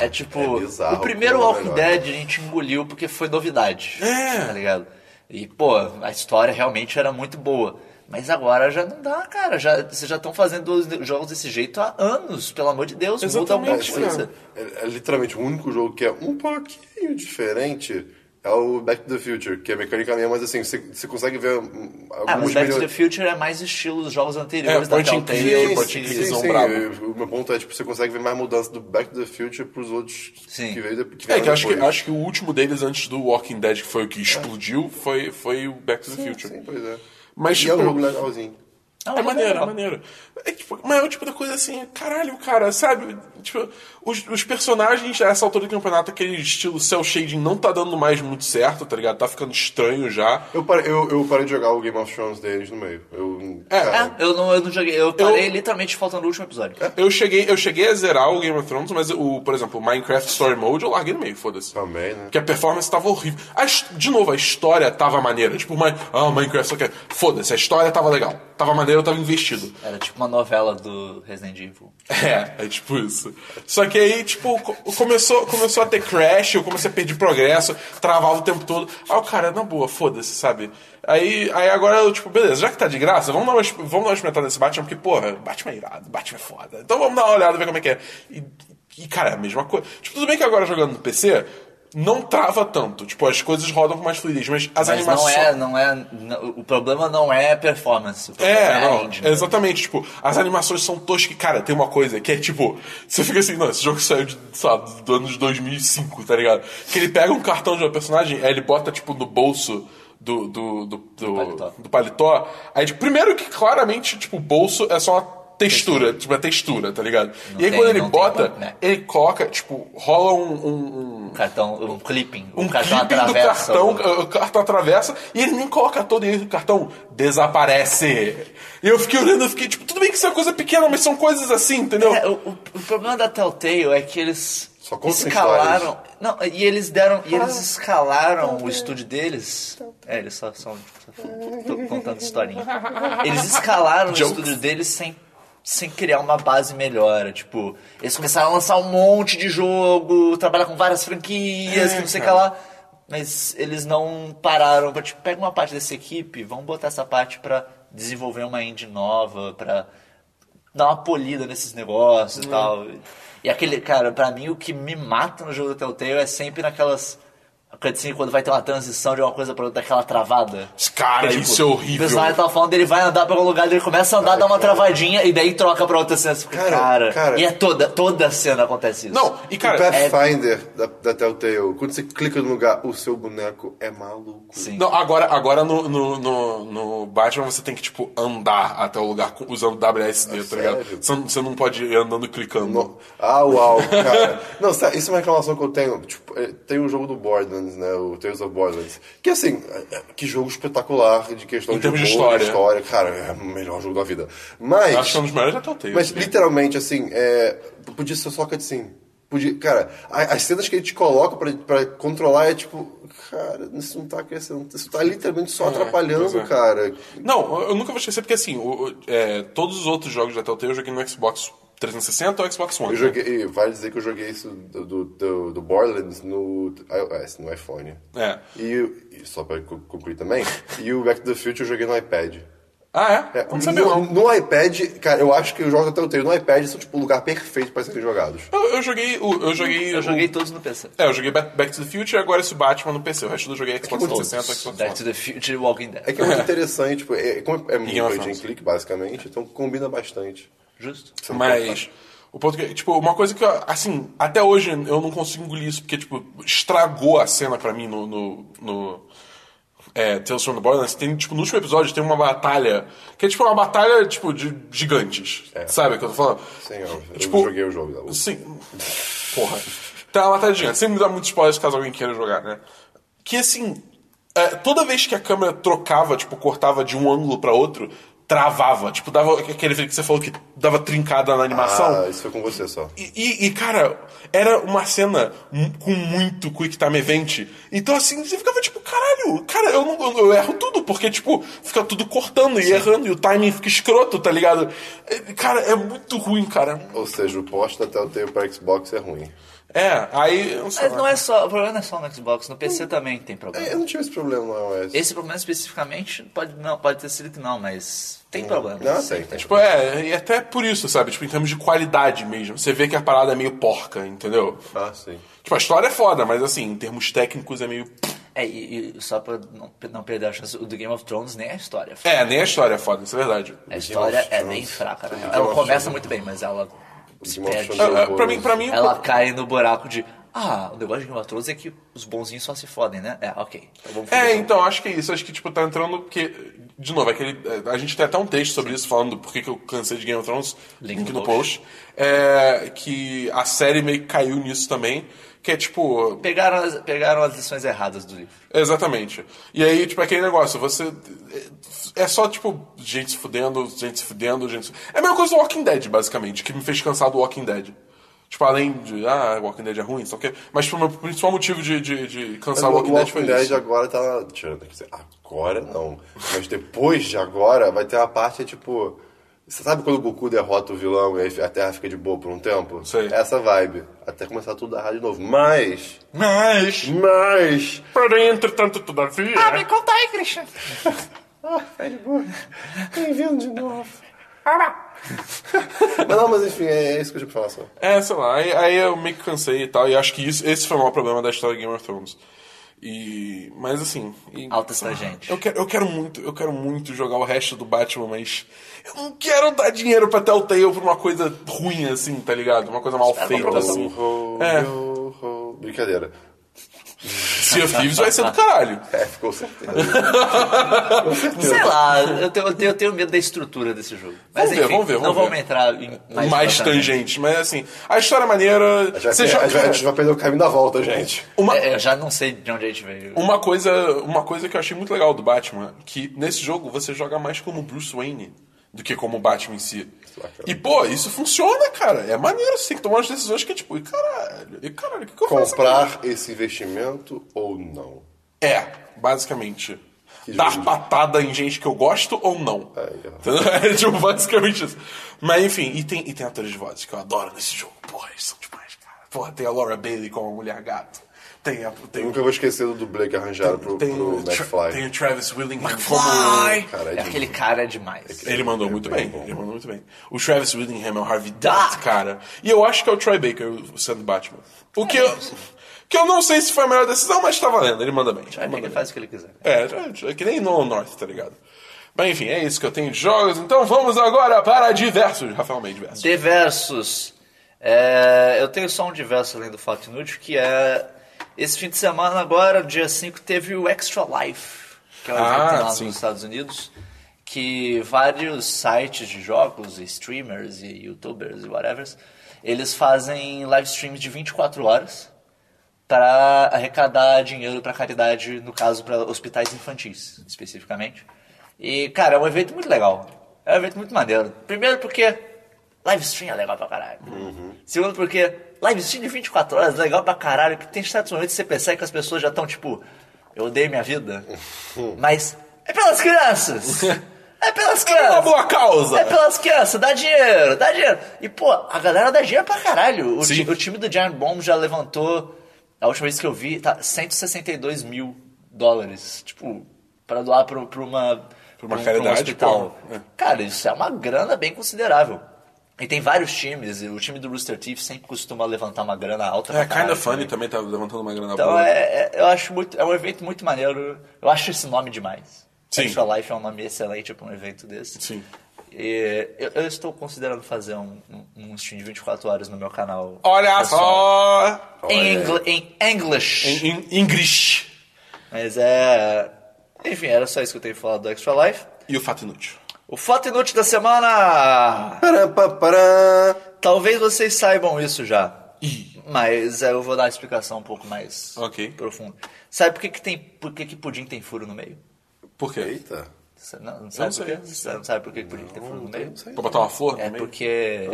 Speaker 2: É, tipo,
Speaker 3: é bizarro,
Speaker 2: o primeiro
Speaker 3: como é
Speaker 2: Walking
Speaker 3: melhor.
Speaker 2: Dead a gente engoliu porque foi novidade.
Speaker 1: É.
Speaker 2: Tá ligado? E, pô, a história realmente era muito boa. Mas agora já não dá, cara. Já, vocês já estão fazendo os jogos desse jeito há anos, pelo amor de Deus. Muda alguma
Speaker 1: Exatamente,
Speaker 2: coisa.
Speaker 3: É, é literalmente o único jogo que é um pouquinho diferente é o Back to the Future, que é mecanicamente, mas assim, você, você consegue ver hum,
Speaker 2: Ah, mas
Speaker 3: algumas
Speaker 2: Back to the
Speaker 3: melhorias.
Speaker 2: Future um é mais estilo dos jogos
Speaker 1: É,
Speaker 2: anteriores da
Speaker 1: point and
Speaker 2: Telltale.
Speaker 1: click,
Speaker 2: que-
Speaker 1: point and click.
Speaker 3: Sim,
Speaker 1: Eles
Speaker 3: sim,
Speaker 1: são bravos.
Speaker 3: eu- o meu ponto é, tipo, você consegue ver mais mudança do Back to the Future pros outros
Speaker 2: Sim.
Speaker 3: que veio depois.
Speaker 1: É, que eu acho que,
Speaker 3: vieram
Speaker 1: acho que o último deles antes do Walking Dead, que foi o que explodiu, foi, foi o Back to the
Speaker 3: depois.
Speaker 1: Future.
Speaker 3: Sim, pois é.
Speaker 1: Mas,
Speaker 3: e
Speaker 1: tipo,
Speaker 3: é um jogo legalzinho.
Speaker 2: Ah,
Speaker 1: é
Speaker 2: mas
Speaker 1: maneiro,
Speaker 2: legal.
Speaker 1: é maneiro. É, tipo, mas é o tipo da coisa assim, caralho, cara, sabe? Tipo, os, os personagens a essa altura do campeonato, aquele estilo cel shading não tá dando mais muito certo, tá ligado? Tá ficando estranho já.
Speaker 3: Eu parei, eu, eu parei de jogar o Game of Thrones deles no meio. Eu,
Speaker 1: É,
Speaker 3: cara,
Speaker 2: É, eu não, eu não joguei. Eu parei literalmente faltando o último episódio.
Speaker 1: Eu cheguei, eu cheguei a zerar o Game of Thrones, mas o, por exemplo, o Minecraft Story Mode eu larguei no meio, foda-se.
Speaker 3: Também, né?
Speaker 1: Porque a performance tava horrível. A his- de novo, a história tava maneira. Tipo, o Mine- ah, o Minecraft só que. Foda-se, a história tava legal. Tava maneiro maneira eu tava investido.
Speaker 2: Era tipo uma novela do Resident Evil.
Speaker 1: É, é tipo isso. Só que aí, tipo, co- começou, começou a ter crash, eu comecei a perder progresso, travava o tempo todo. Aí o cara, na boa, foda-se, sabe? Aí, aí agora eu, tipo, beleza, já que tá de graça, vamos dar uma, exp- vamos dar uma experimentada nesse Batman, porque, porra, Batman é irado, Batman é foda. Então vamos dar uma olhada, ver como é que é. E, e, cara, é a mesma coisa. Tipo, tudo bem que agora jogando no PC, não trava tanto. Tipo, as coisas rodam com mais fluidez, mas as
Speaker 2: Mas não
Speaker 1: animações...
Speaker 2: é, não é. não- o problema não é né? performance. O problema
Speaker 1: É,
Speaker 2: a
Speaker 1: não,
Speaker 2: engine.
Speaker 1: exatamente. Tipo, as animações são toscas. Cara, tem uma coisa que é tipo. Você fica assim, não, esse jogo saiu de, sabe, do ano de 2005, tá ligado? Que ele pega um cartão de uma personagem, aí ele bota, tipo, no bolso. Do, do, do, do-
Speaker 2: paletó.
Speaker 1: do paletó. Aí, tipo, primeiro que claramente, tipo, o bolso é só uma textura, tipo, é textura, tá ligado?
Speaker 2: Não
Speaker 1: e aí
Speaker 2: tem-
Speaker 1: quando ele
Speaker 2: não tem
Speaker 1: bota,
Speaker 2: uma- né?
Speaker 1: ele coloca, tipo, rola um- um- um
Speaker 2: Um cartão, um clipping. Um,
Speaker 1: um
Speaker 2: cartão
Speaker 1: clipping
Speaker 2: atravessa.
Speaker 1: do
Speaker 2: o-
Speaker 1: cartão, o cartão atravessa, e ele nem coloca todo, e aí o cartão desaparece. E eu fiquei olhando, eu fiquei tipo, tudo bem que isso é coisa pequena, mas são coisas assim, entendeu?
Speaker 2: É, o, o- o problema da Telltale é que eles
Speaker 3: Só contam
Speaker 2: escalaram. Não, e eles deram. E eles escalaram o estúdio deles. É, eles só são. Tô contando historinha. Eles escalaram o
Speaker 1: Jokes.
Speaker 2: estúdio deles sem. Sem criar uma base melhor, tipo, eles começaram a lançar um monte de jogo, trabalhar com várias franquias, que não sei o que lá, mas eles não pararam pra, tipo, pega uma parte dessa equipe, vamos botar essa parte pra desenvolver uma indie nova, pra dar uma polida nesses
Speaker 3: É.
Speaker 2: negócios e tal. E aquele, cara, pra mim o que me mata no jogo do Telltale é sempre naquelas. a Cutscene quando vai ter uma transição de uma coisa pra outra, aquela travada.
Speaker 1: Cara,
Speaker 2: Tipo,
Speaker 1: isso é
Speaker 2: O
Speaker 1: horrível.
Speaker 2: personagem tá falando, ele vai andar pra algum lugar, ele começa a andar, dá uma travadinha e daí troca pra outra cena. Você fica,
Speaker 3: Cara,
Speaker 2: Cara,
Speaker 3: cara.
Speaker 2: E é toda, toda cena acontece isso.
Speaker 1: Não, e cara, é,
Speaker 3: o Pathfinder da, da Telltale, quando você clica no lugar, o seu boneco é maluco.
Speaker 2: Sim.
Speaker 1: Não, agora, agora no, no, no, no Batman você tem que, tipo, andar até o lugar com- usando WSD, tá ligado?
Speaker 3: sério?
Speaker 1: Você, não- você não pode ir andando clicando.
Speaker 3: No... Ah, uau, cara. Não, sério, isso é uma reclamação que eu tenho. Tipo, é, tem o jogo do Borderlands, né? O Tales of Borderlands. Que assim, é, é, que jogo espetacular de questão
Speaker 1: Em
Speaker 3: de,
Speaker 1: termos de
Speaker 3: humor,
Speaker 1: história.
Speaker 3: Cara, é o melhor jogo da vida. Mas.
Speaker 1: Eu Acho que é um dos melhores da Telltale.
Speaker 3: Mas
Speaker 1: né?
Speaker 3: literalmente, assim, é, podia ser só cutscene. Podia, cara, a- as cenas que ele te coloca pra, pra controlar é tipo, cara, isso não tá crescendo. Isso tá literalmente só
Speaker 1: pois
Speaker 3: atrapalhando,
Speaker 1: é.
Speaker 3: cara.
Speaker 1: Não, eu nunca vou esquecer, porque assim, o- o- é, todos os outros jogos da Telltale eu joguei no Xbox 360 ou Xbox One.
Speaker 3: Eu
Speaker 1: né?
Speaker 3: joguei, e vale dizer que eu joguei isso do, do, do- do Borderlands no iOS, no iPhone.
Speaker 1: É.
Speaker 3: E, o- e só pra cu- concluir também, e o Back to the Future eu joguei no iPad.
Speaker 1: Ah, é?
Speaker 3: É,
Speaker 1: Como sabia, não.
Speaker 3: no, no iPad, cara, eu acho que os jogos até eu tenho no iPad são tipo o lugar perfeito pra serem jogados.
Speaker 1: Eu, eu joguei. o- Eu joguei.
Speaker 2: Eu
Speaker 1: o-
Speaker 2: joguei todos no PC.
Speaker 1: É, eu joguei Back Back to the Future e agora esse Batman no PC. O resto eu joguei Xbox
Speaker 2: Todos.
Speaker 1: 360, Xbox
Speaker 2: Back
Speaker 1: One.
Speaker 2: to the Future Walking Dead.
Speaker 3: É
Speaker 1: [LAUGHS]
Speaker 3: que é muito interessante, tipo, é, como é
Speaker 1: Game
Speaker 3: muito
Speaker 1: of
Speaker 3: point and
Speaker 1: Thrones.
Speaker 3: click, basicamente, então combina bastante.
Speaker 2: Justo?
Speaker 3: Você não pode
Speaker 1: Mas. O ponto que, tipo, uma coisa que, eu- assim, até hoje eu não consigo engolir isso, porque, tipo, estragou a cena pra mim no. no, no é, Tales from the Borderlands. Tem, tipo, no último episódio tem uma batalha. Que é, tipo, uma batalha, tipo, de gigantes. Sabe o que eu tô falando?
Speaker 3: É. Sim, eu,
Speaker 1: Tipo,
Speaker 3: eu joguei o jogo. eu-
Speaker 1: Sim. Porra. Tá uma batalha gigante. Sem me dar muitos spoilers caso alguém queira jogar, né? Que assim. é, toda vez que a câmera trocava, tipo, cortava de um ângulo pra outro, travava. Tipo, dava aquele efeito que você falou que dava trincada na animação.
Speaker 3: Ah, isso foi com você só.
Speaker 1: E, e- e, cara, era uma cena mu- com muito Quick Time Event. Então, assim, você ficava tipo, caralho, cara, eu, não, eu- eu erro tudo, porque, tipo, fica tudo cortando e errando, e o timing fica escroto, tá ligado? É, Cara, é muito ruim, cara.
Speaker 3: Ou seja, o post da Telltale pra Xbox é ruim.
Speaker 1: É, aí. eu sei
Speaker 2: Mas
Speaker 1: lá.
Speaker 2: não é só. O problema não é só no Xbox, no PC também tem problema.
Speaker 3: Hum. É, Eu não tive esse problema no iOS.
Speaker 2: Esse problema especificamente pode, não, pode ter sido que não, mas tem problema.
Speaker 3: Não, tem, tem.
Speaker 1: Tipo, é, e até por isso, sabe? Tipo, em termos de qualidade mesmo. Você vê que a parada é meio porca, entendeu?
Speaker 3: Ah, sim.
Speaker 1: Tipo, a história é foda, mas assim, em termos técnicos é meio.
Speaker 2: É, e, e só pra não, não perder a chance, o do Game of Thrones nem a história.
Speaker 1: É, nem a história é foda, isso é verdade.
Speaker 2: A história é
Speaker 3: Thrones.
Speaker 2: bem fraca. né?
Speaker 3: Game
Speaker 2: Ela
Speaker 3: of
Speaker 2: começa
Speaker 3: Thrones.
Speaker 2: muito bem, mas ela se
Speaker 3: Game of
Speaker 2: perde.
Speaker 3: Thrones. Ah,
Speaker 1: É, é, pra mim, pra mim.
Speaker 2: Ela cai no buraco de. Ah, o negócio de Game of Thrones é que os bonzinhos só se fodem, né? É, ok.
Speaker 1: É, então, acho que é isso. Acho que, tipo, tá entrando. Porque, de novo, aquele, é, a gente tem até um texto sobre isso falando do porquê que eu cansei de Game of Thrones. Link,
Speaker 2: Link
Speaker 1: no
Speaker 2: no
Speaker 1: post. É, que a série meio que caiu nisso também. Que é tipo.
Speaker 2: Pegaram as, pegaram as lições erradas do livro.
Speaker 1: Exatamente. E aí, tipo, é aquele negócio, você. É só, tipo, gente se fudendo, gente se fudendo, gente se... É a mesma coisa do Walking Dead, basicamente, que me fez cansar do Walking Dead. Tipo, além de. Ah, Walking Dead é ruim, só que. Mas tipo, o meu principal motivo de, de, de cancelar
Speaker 3: o
Speaker 1: Walking Dead foi
Speaker 3: Walking Dead
Speaker 1: isso.
Speaker 3: agora tá. Tirando, quer dizer, agora não. Mas depois de agora, vai ter uma parte tipo. Você sabe quando o Goku derrota o vilão e aí a Terra fica de boa por um tempo?
Speaker 1: Sei.
Speaker 3: Essa vibe. Até começar tudo a errar de novo. Mas.
Speaker 1: Mas.
Speaker 3: Mas.
Speaker 1: Porém, entretanto, todavia.
Speaker 4: Ah, me conta aí, Christian.
Speaker 3: Bem-vindo de novo.
Speaker 4: Ah,
Speaker 3: mas não, mas enfim, é, é isso que eu tinha pra falar só.
Speaker 1: É, sei lá, aí, aí eu meio que cansei e tal, e acho que isso, esse foi o maior problema da história de Game of Thrones. E. Mas assim. E,
Speaker 3: Ah,
Speaker 2: Altas
Speaker 1: sei lá,
Speaker 2: tangentes.
Speaker 1: Eu quero, eu quero muito, eu quero muito jogar o resto do Batman, mas. Eu não quero dar dinheiro pra Telltale pra uma coisa ruim, assim, tá ligado? Uma coisa mal
Speaker 2: uma
Speaker 1: feita,
Speaker 2: promoção.
Speaker 1: assim.
Speaker 3: Ho,
Speaker 1: É,
Speaker 3: ho, ho. Brincadeira.
Speaker 1: Sea of Thieves vai ser do
Speaker 2: [LAUGHS]
Speaker 1: caralho.
Speaker 3: É, ficou certeza.
Speaker 2: Sei lá, eu tenho, eu, tenho, eu tenho medo da estrutura desse jogo. Mas
Speaker 1: Vamos ver,
Speaker 2: enfim,
Speaker 1: vamos ver,
Speaker 2: não
Speaker 1: vamos
Speaker 2: vamos
Speaker 1: ver.
Speaker 2: entrar em mais,
Speaker 1: Mais,
Speaker 2: profundamente.
Speaker 1: tangentes, mas assim, a história é maneira.
Speaker 3: A gente, vai,
Speaker 1: Você
Speaker 3: per-
Speaker 1: joga-
Speaker 3: a gente vai- a gente vai perder o caminho da volta, gente.
Speaker 1: uma,
Speaker 2: É, eu já não sei de onde a gente veio.
Speaker 1: Uma coisa, uma coisa que eu achei muito legal do Batman, que nesse jogo você joga mais como Bruce Wayne do que como Batman em si.
Speaker 3: Bacana.
Speaker 1: E, pô, isso funciona, cara. É maneiro, você tem que tomar umas decisões que é tipo, e caralho, e caralho, o que, que eu faço? aqui?
Speaker 3: Comprar esse investimento ou não?
Speaker 1: É, basicamente.
Speaker 3: Que
Speaker 1: Dar
Speaker 3: jogo.
Speaker 1: patada em gente que eu gosto ou não.
Speaker 3: Aí, ó.
Speaker 1: Entendeu? [LAUGHS] é tipo, basicamente isso. Mas enfim, e tem, e tem atores de voz que eu adoro nesse jogo. Porra, eles são demais, cara. Porra, tem a Laura Bailey como a mulher gato. Tem a.
Speaker 3: Eu
Speaker 1: Tem,
Speaker 3: nunca vou esquecer do dublê que arranjaram pro,
Speaker 1: tem,
Speaker 3: pro
Speaker 1: o Tra-
Speaker 3: McFly.
Speaker 1: tem o Travis Willingham como.
Speaker 2: Fly!
Speaker 3: Cara, é
Speaker 2: É aquele cara é demais.
Speaker 1: Ele mandou
Speaker 3: É
Speaker 1: muito bem,
Speaker 3: bem bom.
Speaker 1: ele mandou muito bem. O Travis Whittingham é o Harvey
Speaker 2: Tá.
Speaker 1: Dent, cara. E eu acho que é o Troy Baker o- sendo Batman. O que eu, que eu não sei se foi a melhor decisão, mas tá valendo, ele manda bem. ele manda
Speaker 2: Ele
Speaker 1: bem.
Speaker 2: faz o que ele quiser.
Speaker 1: É, é, é que nem no North, tá ligado? Mas enfim, é isso que eu tenho de jogos, então vamos agora para diversos. Rafael May, diversos.
Speaker 2: Diversos. É, eu tenho só um diverso além do fato inútil, que é. Esse fim de semana, agora, dia 5, teve o Extra Life, que é um
Speaker 1: Ah,
Speaker 2: evento lá
Speaker 1: sim.
Speaker 2: nos Estados Unidos, que vários sites de jogos, e streamers e youtubers e whatever, eles fazem live streams de 24 horas para arrecadar dinheiro para caridade, no caso, para hospitais infantis, especificamente. E, cara, é um evento muito legal. É um evento muito maneiro. Primeiro porque live stream é legal pra caralho. Segundo porque live stream de 24 horas é legal pra caralho, que tem certos momentos que você percebe que as pessoas já estão, tipo, eu odeio minha vida, mas é pelas crianças! É pelas
Speaker 1: É
Speaker 2: crianças!
Speaker 1: uma boa causa!
Speaker 2: É pelas crianças, dá dinheiro, dá dinheiro. E, pô, a galera dá dinheiro pra caralho. O,
Speaker 1: Sim.
Speaker 2: ti- o time do Giant Bomb já levantou, a última vez que eu vi, tá 162 mil dólares. Tipo, pra doar pro, pra uma, pra
Speaker 1: uma
Speaker 2: um- pra
Speaker 1: caridade,
Speaker 2: um hospital.
Speaker 1: pô, é.
Speaker 2: Cara, isso é uma grana bem considerável. E tem vários times, e o time do Rooster Teeth sempre costuma levantar uma grana alta.
Speaker 1: É,
Speaker 2: pra caralho
Speaker 1: Kinda Funny também tá levantando uma grana
Speaker 2: Então,
Speaker 1: boa.
Speaker 2: é, é- eu acho muito, é um evento muito maneiro. Eu acho esse nome demais.
Speaker 1: Sim.
Speaker 2: Extra Life é um nome excelente pra um evento desse.
Speaker 1: Sim.
Speaker 2: E eu, eu estou considerando fazer um, um- um stream de 24 horas no meu canal.
Speaker 1: Olha
Speaker 2: pessoal.
Speaker 1: só!
Speaker 2: Em, ingl- em English.
Speaker 1: Em, em inglês.
Speaker 2: Mas é. Enfim, era só isso que eu tenho que falar do Extra Life.
Speaker 1: E o fato inútil.
Speaker 2: O fato inútil da semana!
Speaker 3: Pará, pá, pará.
Speaker 2: Talvez vocês saibam isso já.
Speaker 1: Ih.
Speaker 2: Mas é, eu vou dar a explicação um pouco mais
Speaker 1: Ok.
Speaker 2: profunda. Sabe por que, que tem. Por que, que pudim tem furo no meio?
Speaker 1: Por quê?
Speaker 3: Eita.
Speaker 2: Você Não, não sabe
Speaker 1: sei,
Speaker 2: por quê?
Speaker 1: não
Speaker 2: Você não sabe por que que pudim tem furo no meio?
Speaker 1: Pra botar uma flor
Speaker 2: É
Speaker 1: no meio?
Speaker 2: porque.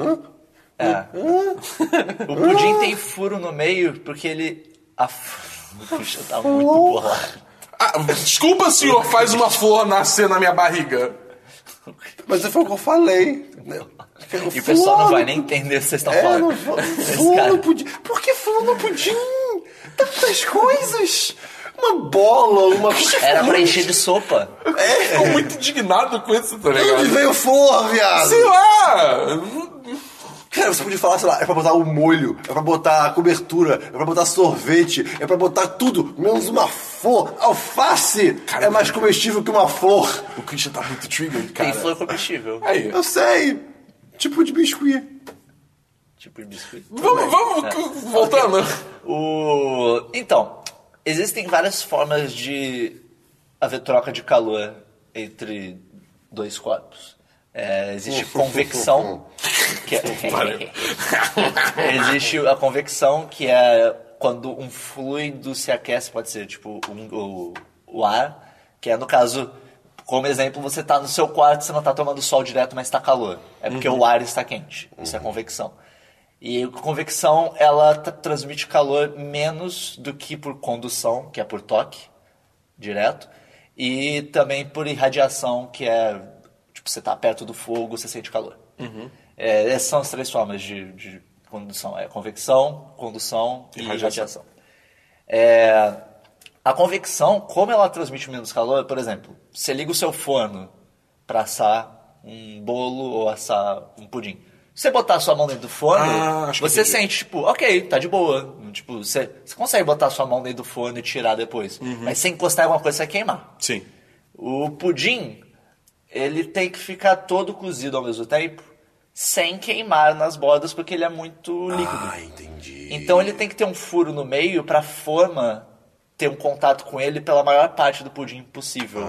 Speaker 2: É. [LAUGHS] O pudim tem furo no meio porque ele. A... f- [LAUGHS] O Christian tá muito bolado.
Speaker 1: Ah, desculpa, senhor, faz uma flor nascer na minha barriga.
Speaker 3: Mas foi o que eu falei.
Speaker 2: E o pessoal não vai nem entender o que vocês estão
Speaker 3: É,
Speaker 2: falando.
Speaker 3: não
Speaker 2: [LAUGHS]
Speaker 3: vou.
Speaker 2: Esse
Speaker 3: Fulano
Speaker 2: cara-
Speaker 3: pudim. Por que fulano pudim? Tantas coisas. Uma bola, uma...
Speaker 2: [LAUGHS] Era pra encher de sopa.
Speaker 1: É, ficou muito indignado com isso, tá
Speaker 3: Ele
Speaker 1: ligado?
Speaker 3: veio flor, viado.
Speaker 1: Sei lá!
Speaker 3: Cara, você podia falar, sei lá, é pra botar o molho, é pra botar a cobertura, é pra botar sorvete, é pra botar tudo, menos uma flor. Alface
Speaker 1: Cara,
Speaker 3: é mais comestível que uma flor.
Speaker 1: O Christian tá muito triggered, cara.
Speaker 2: Tem flor comestível.
Speaker 1: Aí,
Speaker 3: Eu sei, tipo de biscuit.
Speaker 2: Tipo de biscoito.
Speaker 1: vamos, vamos, c-
Speaker 2: É.
Speaker 1: voltando.
Speaker 2: O... Então, existem várias formas de haver troca de calor entre dois corpos. É, existe convecção. que é... [LAUGHS] existe a convecção, que é quando um fluido se aquece, pode ser tipo um- o, o ar, que é no caso. Como exemplo, você tá está no seu tá quarto, você não está tomando sol direto, mas está calor. É porque o ar está quente. Isso é convecção. E convecção, ela tra- transmite calor menos do que por condução, que é por toque direto, e também por irradiação, que é tipo, você tá perto do fogo, você sente calor. É, essas são as três formas de, de condução: é convecção, condução e
Speaker 1: Irradiação.
Speaker 2: irradiação. É, a convecção, como ela transmite menos calor, por exemplo, você liga o seu forno para assar um bolo ou assar um pudim. Se você botar a sua mão dentro do forno,
Speaker 1: Ah, acho que
Speaker 2: você
Speaker 1: entendi.
Speaker 2: sente, tipo, ok, tá de boa. Tipo, você, você consegue botar a sua mão dentro do forno e tirar depois.
Speaker 1: Uhum.
Speaker 2: Mas se encostar em alguma coisa, você vai queimar.
Speaker 1: Sim.
Speaker 2: O pudim, ele tem que ficar todo cozido ao mesmo tempo, sem queimar nas bordas, porque ele é muito líquido.
Speaker 3: Ah, entendi.
Speaker 2: Então ele tem que ter um furo no meio para a forma ter um contato com ele pela maior parte do pudim possível.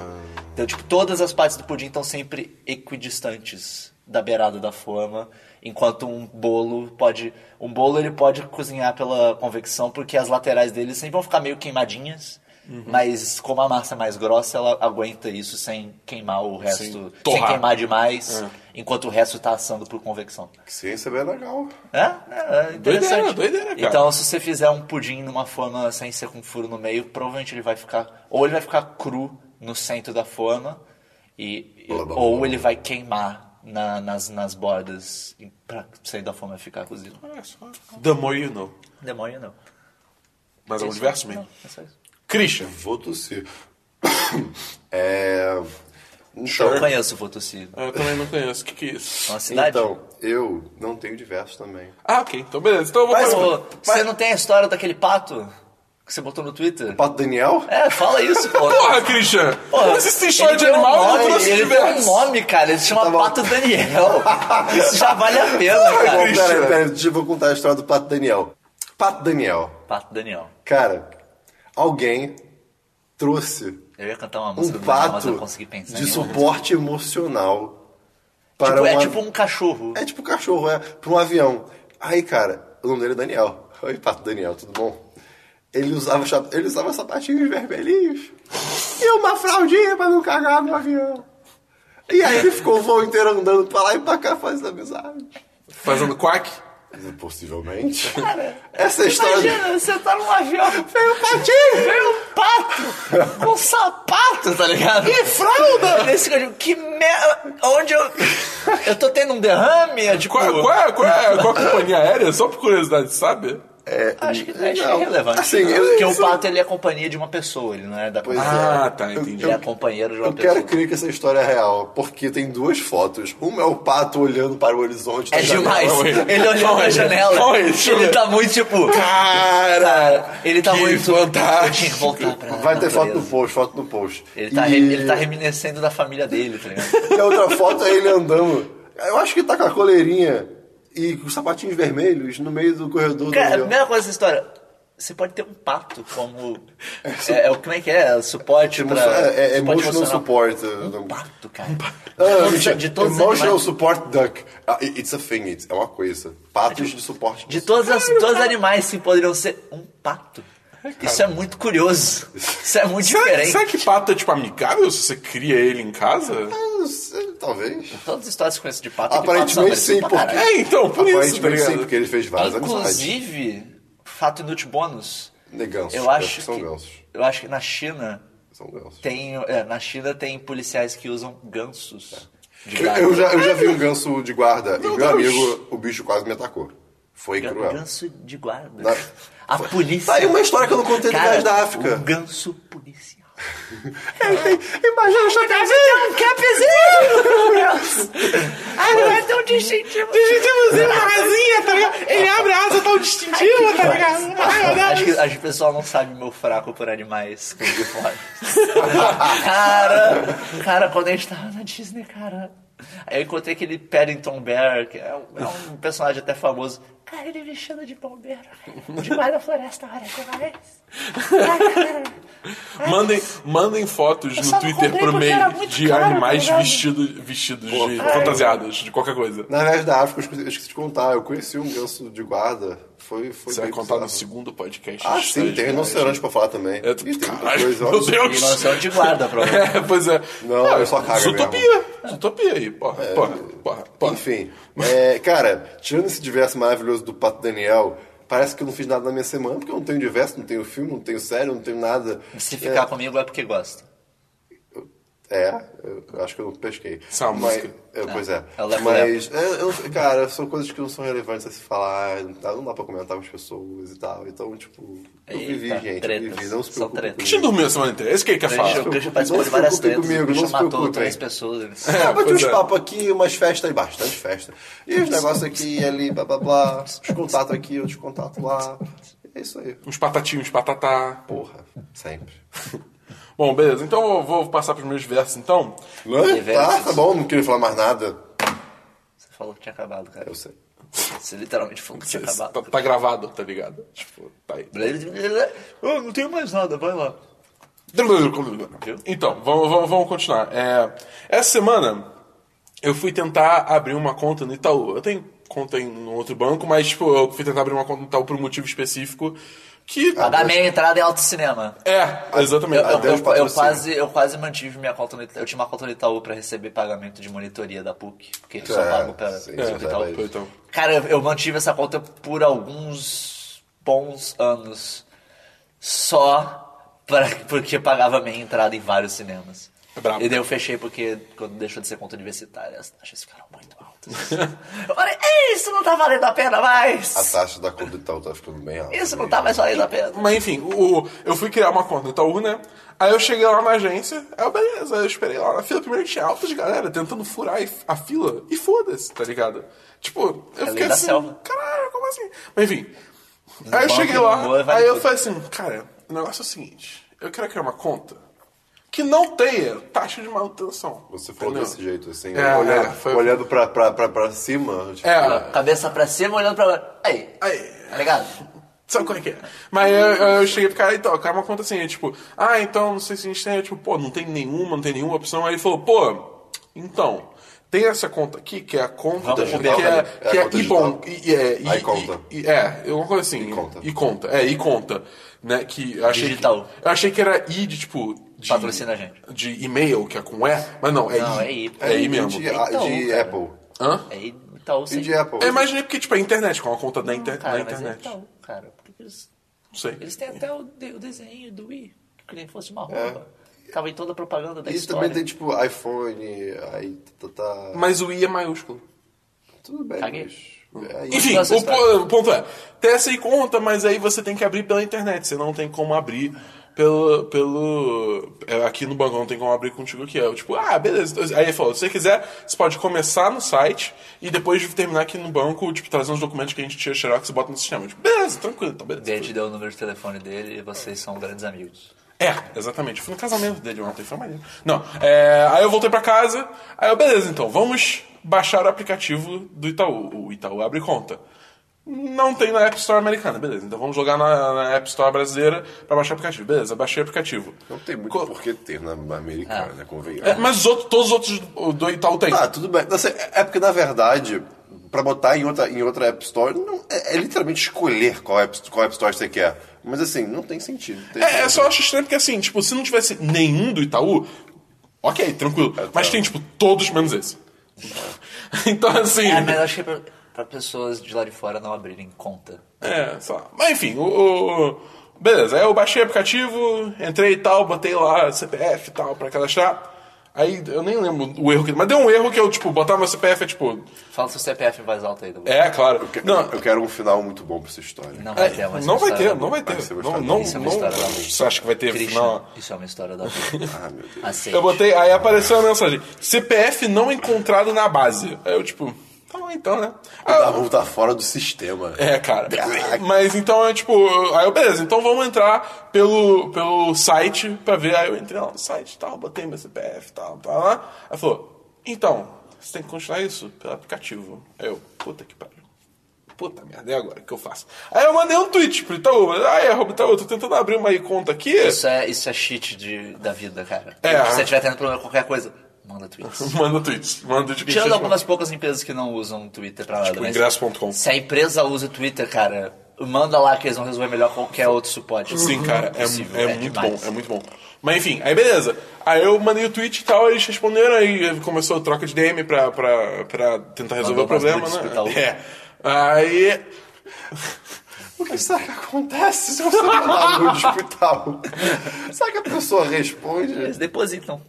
Speaker 2: Então, tipo, todas as partes do pudim estão sempre equidistantes da beirada da forma, enquanto um bolo pode, um bolo ele pode cozinhar pela convecção porque as laterais dele sempre vão ficar meio queimadinhas. Mas como a massa é mais grossa, ela aguenta isso sem queimar o resto, sem,
Speaker 1: torrar.
Speaker 2: queimar demais, enquanto o resto está assando por convecção.
Speaker 3: Que ciência bem legal.
Speaker 2: É, é, é
Speaker 1: Doideira,
Speaker 2: interessante.
Speaker 1: doideira, cara.
Speaker 2: Então, se você fizer um pudim numa forma sem ser com furo no meio, provavelmente ele vai ficar. Ou ele vai ficar cru no centro da forma, e,
Speaker 3: Blá, blá,
Speaker 2: ou
Speaker 3: blá.
Speaker 2: ele vai queimar na- nas, nas bordas e pra sair da forma e ficar cozido.
Speaker 1: Olha só.
Speaker 4: é
Speaker 1: The more you know.
Speaker 2: Demônio não.
Speaker 1: Mas é um
Speaker 2: Isso.
Speaker 1: universo
Speaker 2: Não,
Speaker 1: mesmo.
Speaker 2: é só isso.
Speaker 1: Christian.
Speaker 3: Vou tossir. [COUGHS] É.
Speaker 2: Eu não
Speaker 3: Então,
Speaker 2: conheço o Fotocir.
Speaker 1: Eu também não conheço. O que, que é isso?
Speaker 2: É uma cidade.
Speaker 3: então, eu não tenho diversos também.
Speaker 1: Ah, ok. Então, beleza. Então eu vou
Speaker 2: Mas,
Speaker 1: fazer-
Speaker 2: ô, você não tem a história daquele pato que você botou no Twitter?
Speaker 3: Pato Daniel?
Speaker 2: É, fala isso, pô.
Speaker 1: Porra, Christian!
Speaker 2: Porra,
Speaker 1: Mas isso tem história
Speaker 2: ele
Speaker 1: de
Speaker 2: tem um
Speaker 1: animal
Speaker 2: nome,
Speaker 1: eu trouxe
Speaker 2: Ele tem um
Speaker 1: diversos.
Speaker 2: nome, cara. Ele se chama
Speaker 3: Tá bom.
Speaker 2: Pato
Speaker 3: [LAUGHS]
Speaker 2: Daniel. Isso já vale a pena, cara.
Speaker 3: Bom,
Speaker 2: é-
Speaker 1: Cristo. Christian.
Speaker 3: peraí, peraí, deixa eu vou contar a história do Pato Daniel. Pato Daniel,
Speaker 2: Pato Daniel.
Speaker 3: cara, alguém trouxe
Speaker 2: Eu ia cantar uma música
Speaker 3: um
Speaker 2: do Daniel, mas eu
Speaker 3: pato
Speaker 2: não consegui pensar.
Speaker 3: de
Speaker 2: em nenhuma.
Speaker 3: suporte emocional para
Speaker 2: Tipo,
Speaker 3: um
Speaker 2: É
Speaker 3: avi-
Speaker 2: tipo um cachorro.
Speaker 3: é tipo um cachorro, é para um avião. Aí, cara, o nome dele é Daniel. Oi, Pato Daniel, tudo bom? Ele usava, cha- ele usava sapatinhos vermelhinhos e uma fraldinha pra não cagar no avião. E aí ele ficou o voo inteiro andando pra lá e pra cá fazendo amizade.
Speaker 1: Fazendo quack?
Speaker 3: Possivelmente. Essa é a história.
Speaker 2: Imagina, você tá num avião,
Speaker 3: Veio um patinho!
Speaker 2: veio um pato com um sapato, tá ligado? é E fralda! Nesse que eu digo, tipo, que merda, onde eu... Eu tô tendo um derrame, é tipo...
Speaker 1: Qual, qual, é- qual, é- qual é a companhia aérea? Só por curiosidade, sabe?
Speaker 2: Acho que, acho que é
Speaker 3: Não.
Speaker 2: relevante.
Speaker 3: Assim, eu-
Speaker 2: Porque o
Speaker 3: isso-
Speaker 2: pato, ele é companhia de uma pessoa, ele não é da...
Speaker 3: Pois é.
Speaker 1: Ah, tá, entendi.
Speaker 2: Ele é companheiro de uma
Speaker 3: Eu
Speaker 2: pessoa.
Speaker 3: quero crer que essa história é real, porque tem duas fotos. Uma é o pato olhando para o horizonte. da
Speaker 2: É
Speaker 3: janela.
Speaker 2: demais.
Speaker 1: Calma aí.
Speaker 2: [LAUGHS] Ele olhou
Speaker 1: Calma
Speaker 2: pra
Speaker 1: aí.
Speaker 2: janela.
Speaker 1: Calma aí, deixa eu
Speaker 2: ele
Speaker 1: ver.
Speaker 2: tá muito tipo.
Speaker 1: Cara!
Speaker 2: Ele tá
Speaker 1: que
Speaker 2: muito. Eu tinha que
Speaker 1: fantástico.
Speaker 2: voltar pra
Speaker 3: Vai ter
Speaker 2: natureza.
Speaker 3: foto no post, foto no post.
Speaker 2: Ele tá,
Speaker 3: E-
Speaker 2: re- ele tá reminiscendo da família dele, tá
Speaker 3: [LAUGHS]
Speaker 2: ligado?
Speaker 3: E a outra foto é ele andando. Eu acho que tá com a coleirinha e com os sapatinhos vermelhos no meio do corredor
Speaker 2: Cara, a
Speaker 3: do avião.
Speaker 2: primeira coisa dessa história. Você pode ter um pato como. É, é o como é que é? Suporte pra.
Speaker 3: É, é, é
Speaker 2: suporte
Speaker 3: emotional
Speaker 2: emocional.
Speaker 3: support.
Speaker 2: Um pato, cara.
Speaker 3: Ah,
Speaker 2: De
Speaker 3: mentira.
Speaker 2: todos- de todos os
Speaker 3: Emotional
Speaker 2: animais.
Speaker 3: support duck. Ah, it- it's a thing, it's- é uma coisa. Patos de suporte.
Speaker 2: De todos, as, todos os animais que poderiam ser um pato. Isso é muito curioso. Isso é muito
Speaker 1: Será,
Speaker 2: diferente.
Speaker 1: será que pato é tipo amigável se você cria ele em casa?
Speaker 3: Eu Ah, não sei, Talvez.
Speaker 2: Todas as histórias que eu conheço de pato. é que patos são
Speaker 3: Aparentemente sim,
Speaker 2: agressivos pra
Speaker 3: porque.
Speaker 2: caralho.
Speaker 1: É, então, por isso, tá
Speaker 3: Aparentemente
Speaker 1: ligado?
Speaker 3: sim, porque ele fez várias amizades.
Speaker 2: Inclusive, fato inútil bônus.
Speaker 3: De gansos,
Speaker 2: Eu
Speaker 3: né?
Speaker 2: acho
Speaker 3: São
Speaker 2: que,
Speaker 3: gansos.
Speaker 2: eu acho que na China
Speaker 3: São gansos.
Speaker 2: tem, é, na China tem policiais que usam gansos. de
Speaker 3: É. Eu,
Speaker 2: guarda.
Speaker 3: eu já, eu já vi um ganso de guarda e meu
Speaker 1: Deus.
Speaker 3: amigo, o bicho quase me atacou. Foi
Speaker 2: Gan-
Speaker 1: é
Speaker 3: cruel.
Speaker 2: Ganso de guarda.
Speaker 3: Na-
Speaker 2: A polícia.
Speaker 3: Tá aí uma história que eu não contei do
Speaker 2: Cara,
Speaker 3: gás da África.
Speaker 2: Um ganso policial.
Speaker 3: Imagina assim. o chapéuzinho!
Speaker 4: Tem um capzinho! Ai, não é tão distintivo. Distintivozinho na asinha, tá ligado? Ele abre a asa tão distintivo, tá ligado? Ai, meu Deus.
Speaker 2: Acho É. que, acho que o pessoal não sabe meu fraco por animais com [LAUGHS] uniformes. cara, cara, quando a gente tava na Disney, cara. Aí eu encontrei aquele Paddington Bear, que é um, é um personagem até famoso.
Speaker 4: Cara, ele vestido de bombeiro. De guarda-floresta, olha, que mais. Ai, cara.
Speaker 1: Mandem, mandem fotos
Speaker 4: É. só
Speaker 1: no
Speaker 4: não
Speaker 1: Twitter
Speaker 4: comprei
Speaker 1: pro
Speaker 4: porque
Speaker 1: meio
Speaker 4: era muito
Speaker 1: de
Speaker 4: caro,
Speaker 1: animais
Speaker 4: tá ligado?
Speaker 1: vestido, vestidos, de
Speaker 3: cara.
Speaker 1: fantasiados, de qualquer coisa.
Speaker 3: Na gás da África, eu esqueci, eu esqueci de contar. Eu conheci um ganso de guarda. Foi, foi
Speaker 1: Você vai
Speaker 3: bem
Speaker 1: contar no
Speaker 3: bizarro.
Speaker 1: segundo podcast. né?
Speaker 3: Ah,
Speaker 1: de
Speaker 3: sim,
Speaker 1: histórias
Speaker 3: tem
Speaker 1: de
Speaker 3: rinoceronte pra falar também.
Speaker 1: É,
Speaker 3: Ih, tem muita
Speaker 1: caralho,
Speaker 3: coisa,
Speaker 1: meu
Speaker 3: olha.
Speaker 1: Deus!
Speaker 2: E nós somos de guarda, provavelmente.
Speaker 1: É, pois é.
Speaker 3: Não, eu só cago mesmo. É,
Speaker 1: Zootopia. Utopia aí, porra, porra, porra, porra.
Speaker 3: Enfim, é, cara, tirando esse diverso maravilhoso do Pato Daniel, parece que eu não fiz nada na minha semana, porque eu não tenho diverso, não tenho filme, não tenho série, não tenho nada.
Speaker 2: Se ficar comigo é porque gosta.
Speaker 3: É, eu acho que eu não pesquei.
Speaker 1: Isso é uma
Speaker 3: Mas-
Speaker 1: música.
Speaker 3: é, pois é.
Speaker 2: É o Left
Speaker 3: Mas, é, eu- cara, são coisas que não são relevantes a se falar, não dá, não dá pra comentar com as pessoas e tal. Então, tipo, eu
Speaker 2: Eita,
Speaker 3: vivi, gente, eu
Speaker 2: tretas.
Speaker 3: vivi, não se
Speaker 2: São
Speaker 3: preocupe.
Speaker 2: tretas.
Speaker 3: comigo.
Speaker 1: Christian dormiu a semana inteira, esse que é ele quer
Speaker 2: Deixa
Speaker 1: falar.
Speaker 2: eu-
Speaker 3: preocupe,
Speaker 2: Então, deixa eu participar
Speaker 3: não
Speaker 2: de
Speaker 3: se
Speaker 2: várias
Speaker 3: preocupe
Speaker 2: tretas.
Speaker 3: comigo,
Speaker 2: Deixa
Speaker 3: não
Speaker 2: eu
Speaker 3: se
Speaker 2: matou
Speaker 3: preocupe,
Speaker 2: três
Speaker 3: hein.
Speaker 2: pessoas.
Speaker 4: [LAUGHS]
Speaker 1: É,
Speaker 3: Ah, bati
Speaker 1: pois
Speaker 3: uns
Speaker 1: é.
Speaker 3: papos aqui, umas festas aí, bastante festa. E os negócios aqui, ali, blá blá blá. Os contatos aqui, outros contatos lá. É isso aí.
Speaker 1: Uns patatinhos, patatá.
Speaker 3: Porra, sempre.
Speaker 1: Bom, beleza, então eu vou passar pros meus versos, então.
Speaker 3: Tá, tá bom, não queria falar mais nada.
Speaker 2: Você falou que tinha acabado, cara.
Speaker 3: Eu sei.
Speaker 2: Você literalmente falou que tinha
Speaker 1: Tá,
Speaker 2: acabado.
Speaker 1: tá gravado, tá ligado? Tipo, tá aí.
Speaker 2: Eu não tenho mais nada, vai lá.
Speaker 1: Então, vamos, vamos, vamos continuar. É, essa semana eu fui tentar abrir uma conta no Itaú. Eu tenho conta em um outro banco, mas tipo, eu fui tentar abrir uma conta no Itaú por um motivo específico que.
Speaker 3: Ah,
Speaker 2: Pra dar minha entrada em autocinema.
Speaker 1: É, exatamente.
Speaker 2: Eu, eu,
Speaker 3: Adeus,
Speaker 2: eu- eu,
Speaker 3: patrocínio.
Speaker 2: quase, eu quase mantive minha conta no Itaú. Eu tinha uma conta no Itaú pra receber pagamento de monitoria da PUC, porque eles só
Speaker 3: É,
Speaker 2: pagam pra
Speaker 3: sim,
Speaker 2: pra
Speaker 3: sim,
Speaker 2: Itaú.
Speaker 3: mas-
Speaker 1: Então.
Speaker 2: Cara, eu, eu mantive essa conta por alguns bons anos. Só pra, porque pagava minha entrada em vários cinemas.
Speaker 1: Brabo.
Speaker 2: E daí eu fechei porque quando deixou de ser conta universitária, as taxas ficaram muito altas. eu falei, isso não tá valendo a pena
Speaker 3: A
Speaker 2: mais!
Speaker 3: taxa da conta e tal tá ficando bem alta.
Speaker 2: Isso não
Speaker 3: né?
Speaker 2: tá mais valendo a pena.
Speaker 1: Mas enfim, o, eu fui criar uma conta no Itaú, né? Aí eu cheguei lá na agência, aí eu, beleza, eu esperei lá na fila, primeiro que tinha altas galera tentando furar a fila, e foda-se, tá ligado? Tipo, eu
Speaker 2: É a lei
Speaker 1: fiquei
Speaker 2: da
Speaker 1: assim,
Speaker 2: selva. é
Speaker 1: caralho, como assim? Mas enfim, aí eu
Speaker 2: banco
Speaker 1: cheguei
Speaker 2: não
Speaker 1: lá,
Speaker 2: voa, vale
Speaker 1: aí eu
Speaker 2: tudo.
Speaker 1: falei assim, cara, o negócio é o seguinte, eu quero criar uma conta que não tenha taxa de manutenção.
Speaker 3: Você falou
Speaker 1: entendeu?
Speaker 3: desse jeito, assim,
Speaker 1: É,
Speaker 3: olhando,
Speaker 1: é, foi-
Speaker 3: olhando pra, pra, pra, pra cima. Tipo,
Speaker 1: É,
Speaker 2: Cabeça pra cima, olhando pra baixo. Aí,
Speaker 1: aí,
Speaker 2: tá ligado?
Speaker 1: Sabe qual é que é? Mas eu, eu cheguei pro cara, então, o cara me conta assim, é tipo, ah, então, não sei se a gente tem, eu, tipo, pô, não tem nenhuma, não tem nenhuma opção. Aí ele falou, pô, então, tem essa conta aqui, que é a conta,
Speaker 2: Vamos
Speaker 1: que
Speaker 2: mudar,
Speaker 1: é,
Speaker 3: velho.
Speaker 1: que
Speaker 3: É a
Speaker 1: é
Speaker 3: conta
Speaker 1: Ibon,
Speaker 3: digital.
Speaker 1: e, é,
Speaker 3: Ah,
Speaker 1: e,
Speaker 3: e conta.
Speaker 1: e- é, eu não coisa assim.
Speaker 3: E conta.
Speaker 1: E conta, é, e conta, né, que eu achei
Speaker 2: Digital.
Speaker 1: Que, eu achei que era i de, tipo, de...
Speaker 2: Patrocina a gente.
Speaker 1: De e-mail, que é com e, mas não, é
Speaker 2: Não,
Speaker 1: i.
Speaker 2: é i.
Speaker 1: É i
Speaker 3: de,
Speaker 1: mesmo.
Speaker 3: de,
Speaker 2: Então,
Speaker 3: de
Speaker 2: cara.
Speaker 3: Apple.
Speaker 1: Hã?
Speaker 2: Aí, então, Itaú
Speaker 3: E
Speaker 2: sem...
Speaker 3: de Apple.
Speaker 1: Eu imaginei porque, tipo, é internet, com uma conta da inter-
Speaker 2: Cara,
Speaker 1: na
Speaker 2: mas
Speaker 1: internet.
Speaker 2: então, cara, porque eles,
Speaker 1: Não sei.
Speaker 2: eles têm até o, de- o desenho do Wii, que nem fosse uma roupa.
Speaker 1: É.
Speaker 2: Tava em toda a propaganda da
Speaker 3: E
Speaker 2: história.
Speaker 3: também tem, tipo, iPhone, aí tá... tá-
Speaker 1: Mas o i é maiúsculo.
Speaker 3: Tudo bem,
Speaker 2: Caguei.
Speaker 3: mas... é, aí-
Speaker 1: Enfim,
Speaker 2: Nossa,
Speaker 1: o,
Speaker 2: história.
Speaker 1: po- o ponto é, tem essa aí conta, mas aí você tem que abrir pela internet, você não tem como abrir pelo. pelo é, aqui no banco não tem como abrir contigo aqui. Eu, tipo, ah, beleza. Então, Aí ele falou, se você quiser, você pode começar no site e depois de terminar aqui no banco, tipo, trazer uns documentos que a gente tira xerox e bota no sistema. Eu, Tipo, beleza, tranquilo, então beleza.
Speaker 2: Daí ele te deu o número de telefone dele e vocês são grandes amigos.
Speaker 1: É, exatamente. Fui no casamento dele ontem, foi maneiro. Não, é, aí eu voltei pra casa, aí eu, beleza, então, vamos baixar o aplicativo do Itaú. O Itaú abre conta. Não tem na App Store americana, beleza. Então vamos jogar na, na App Store brasileira pra baixar o aplicativo. Beleza, baixei o aplicativo.
Speaker 3: Não tem muito
Speaker 1: Co-
Speaker 3: por que ter na na americana, né? Convenhamos.
Speaker 1: É, mas os outros- todos os outros do, do Itaú tem.
Speaker 3: Ah, tudo bem. Não sei, é porque, na verdade, pra botar em outra, em outra App Store, não, é, é literalmente escolher qual app, qual app Store você quer. Mas, assim, não tem sentido. Tem
Speaker 1: É, é só acho estranho porque assim, tipo, se não tivesse nenhum do Itaú, ok, tranquilo.
Speaker 3: Então.
Speaker 1: Mas tem, tipo, todos menos esse. [LAUGHS] então assim.
Speaker 2: É, mas eu achei pra, pra pessoas de lá de fora não abrirem conta.
Speaker 1: É, sei lá. Mas enfim, o, o- o- Beleza, aí eu baixei o aplicativo, entrei e tal, botei lá CPF e tal pra cadastrar. Aí eu nem lembro o erro que. Mas deu um erro que eu, tipo, botava meu CPF é tipo.
Speaker 2: Fala seu CPF em voz alta aí, Dabu.
Speaker 1: É, claro.
Speaker 3: Eu,
Speaker 1: Não,
Speaker 3: eu quero um final muito bom pra essa história.
Speaker 2: Não
Speaker 1: é,
Speaker 2: vai ter, mas
Speaker 1: não
Speaker 2: isso
Speaker 1: vai
Speaker 2: é uma
Speaker 1: ter,
Speaker 2: história
Speaker 1: não vai
Speaker 2: da-
Speaker 1: ter.
Speaker 3: Vai ser uma
Speaker 1: Não, não,
Speaker 3: história
Speaker 2: Isso é uma
Speaker 1: não-
Speaker 2: história da-
Speaker 1: Você acha que vai ter
Speaker 2: Christian,
Speaker 1: final?
Speaker 2: Isso é uma história da
Speaker 1: [LAUGHS]
Speaker 3: Ah, meu Deus.
Speaker 2: Aceite.
Speaker 1: Eu botei, aí apareceu a mensagem: CPF não encontrado na base. Aí eu, tipo, tá bom então, né? Aí eu-
Speaker 3: Tá bom, tá fora do sistema.
Speaker 1: É, cara. Mas então é tipo. Aí eu, beleza, então vamos entrar pelo, pelo site pra ver. Aí eu entrei lá no site e tal, botei meu CPF e tal, tá lá. Aí falou: então, você tem que continuar isso pelo aplicativo. Aí eu, puta que pariu. Puta merda, e agora? O que eu faço? Aí eu mandei um tweet pro Itaú. Aí, arroba Itaú, eu tô tentando abrir uma conta aqui.
Speaker 2: Isso é, isso é shit de, da vida, cara.
Speaker 1: É.
Speaker 2: Se você tiver tendo problema com qualquer coisa, manda
Speaker 1: [LAUGHS]
Speaker 2: tweets.
Speaker 1: Manda tweets. Manda de
Speaker 2: Tirando algumas poucas empresas que não usam Twitter pra nada.
Speaker 1: Tipo,
Speaker 2: mas
Speaker 1: ingresso.com.
Speaker 2: Se a empresa usa o Twitter, cara, Manda lá que eles vão resolver melhor qualquer outro suporte.
Speaker 1: Sim, cara, é,
Speaker 2: Possível,
Speaker 1: é
Speaker 2: é
Speaker 1: muito
Speaker 2: demais.
Speaker 1: bom, é muito bom. Mas enfim, aí beleza. Aí eu mandei o tweet e tal, eles responderam, aí começou a troca de DM pra, pra, pra tentar resolver
Speaker 2: Mandou
Speaker 1: o problema,
Speaker 2: bastante
Speaker 1: [LAUGHS]
Speaker 2: tá hospital.
Speaker 1: né? É. Aí.
Speaker 3: O que será que acontece se você mandar no hospital? será que a pessoa responde?
Speaker 2: Eles depositam.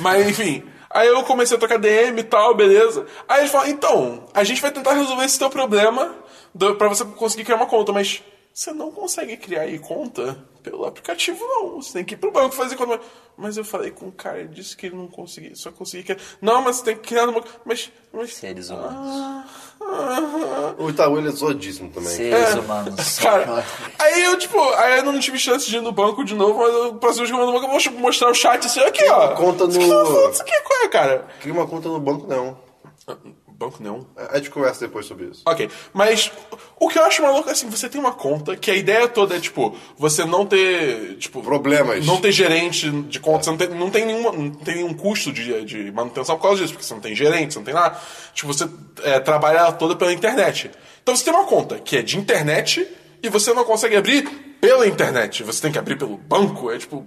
Speaker 1: Mas enfim. Aí eu comecei a trocar DM e tal, beleza. Aí eles falaram, então, a gente vai tentar resolver esse teu problema do- pra você conseguir criar uma conta, mas você não consegue criar aí conta pelo aplicativo, não. Você tem que ir pro banco fazer conta. Mas eu falei com o cara, ele disse que ele não conseguia, só conseguia criar. Não, mas você tem que criar no banco. Mas. mas...
Speaker 3: é
Speaker 2: Seres humanos.
Speaker 3: O Itaú ele é zoadíssimo também.
Speaker 2: Seres
Speaker 1: [LAUGHS]
Speaker 2: humanos.
Speaker 1: Cara, aí eu, tipo, aí eu não tive chance de ir no banco de novo, mas eu passei os comandos no banco, eu vou tipo, mostrar o chat assim, aqui, ó.
Speaker 3: Conta
Speaker 1: Isso
Speaker 3: no-
Speaker 1: aqui tá falando, Isso aqui, qual é, cara?
Speaker 3: Cria uma conta no banco, não.
Speaker 1: Ah, Banco não.
Speaker 3: A gente conversa depois sobre isso.
Speaker 1: Ok, mas o que eu acho maluco é assim, você tem uma conta que a ideia toda é, tipo, você não ter, tipo...
Speaker 3: Problemas.
Speaker 1: Não ter gerente de conta, você não tem, não tem, nenhuma, não tem nenhum custo de, de manutenção por causa disso, porque você não tem gerente, você não tem nada. Tipo, você é, trabalha ela toda pela internet. Então você tem uma conta que é de internet e você não consegue abrir pela internet, você tem que abrir pelo banco, é tipo...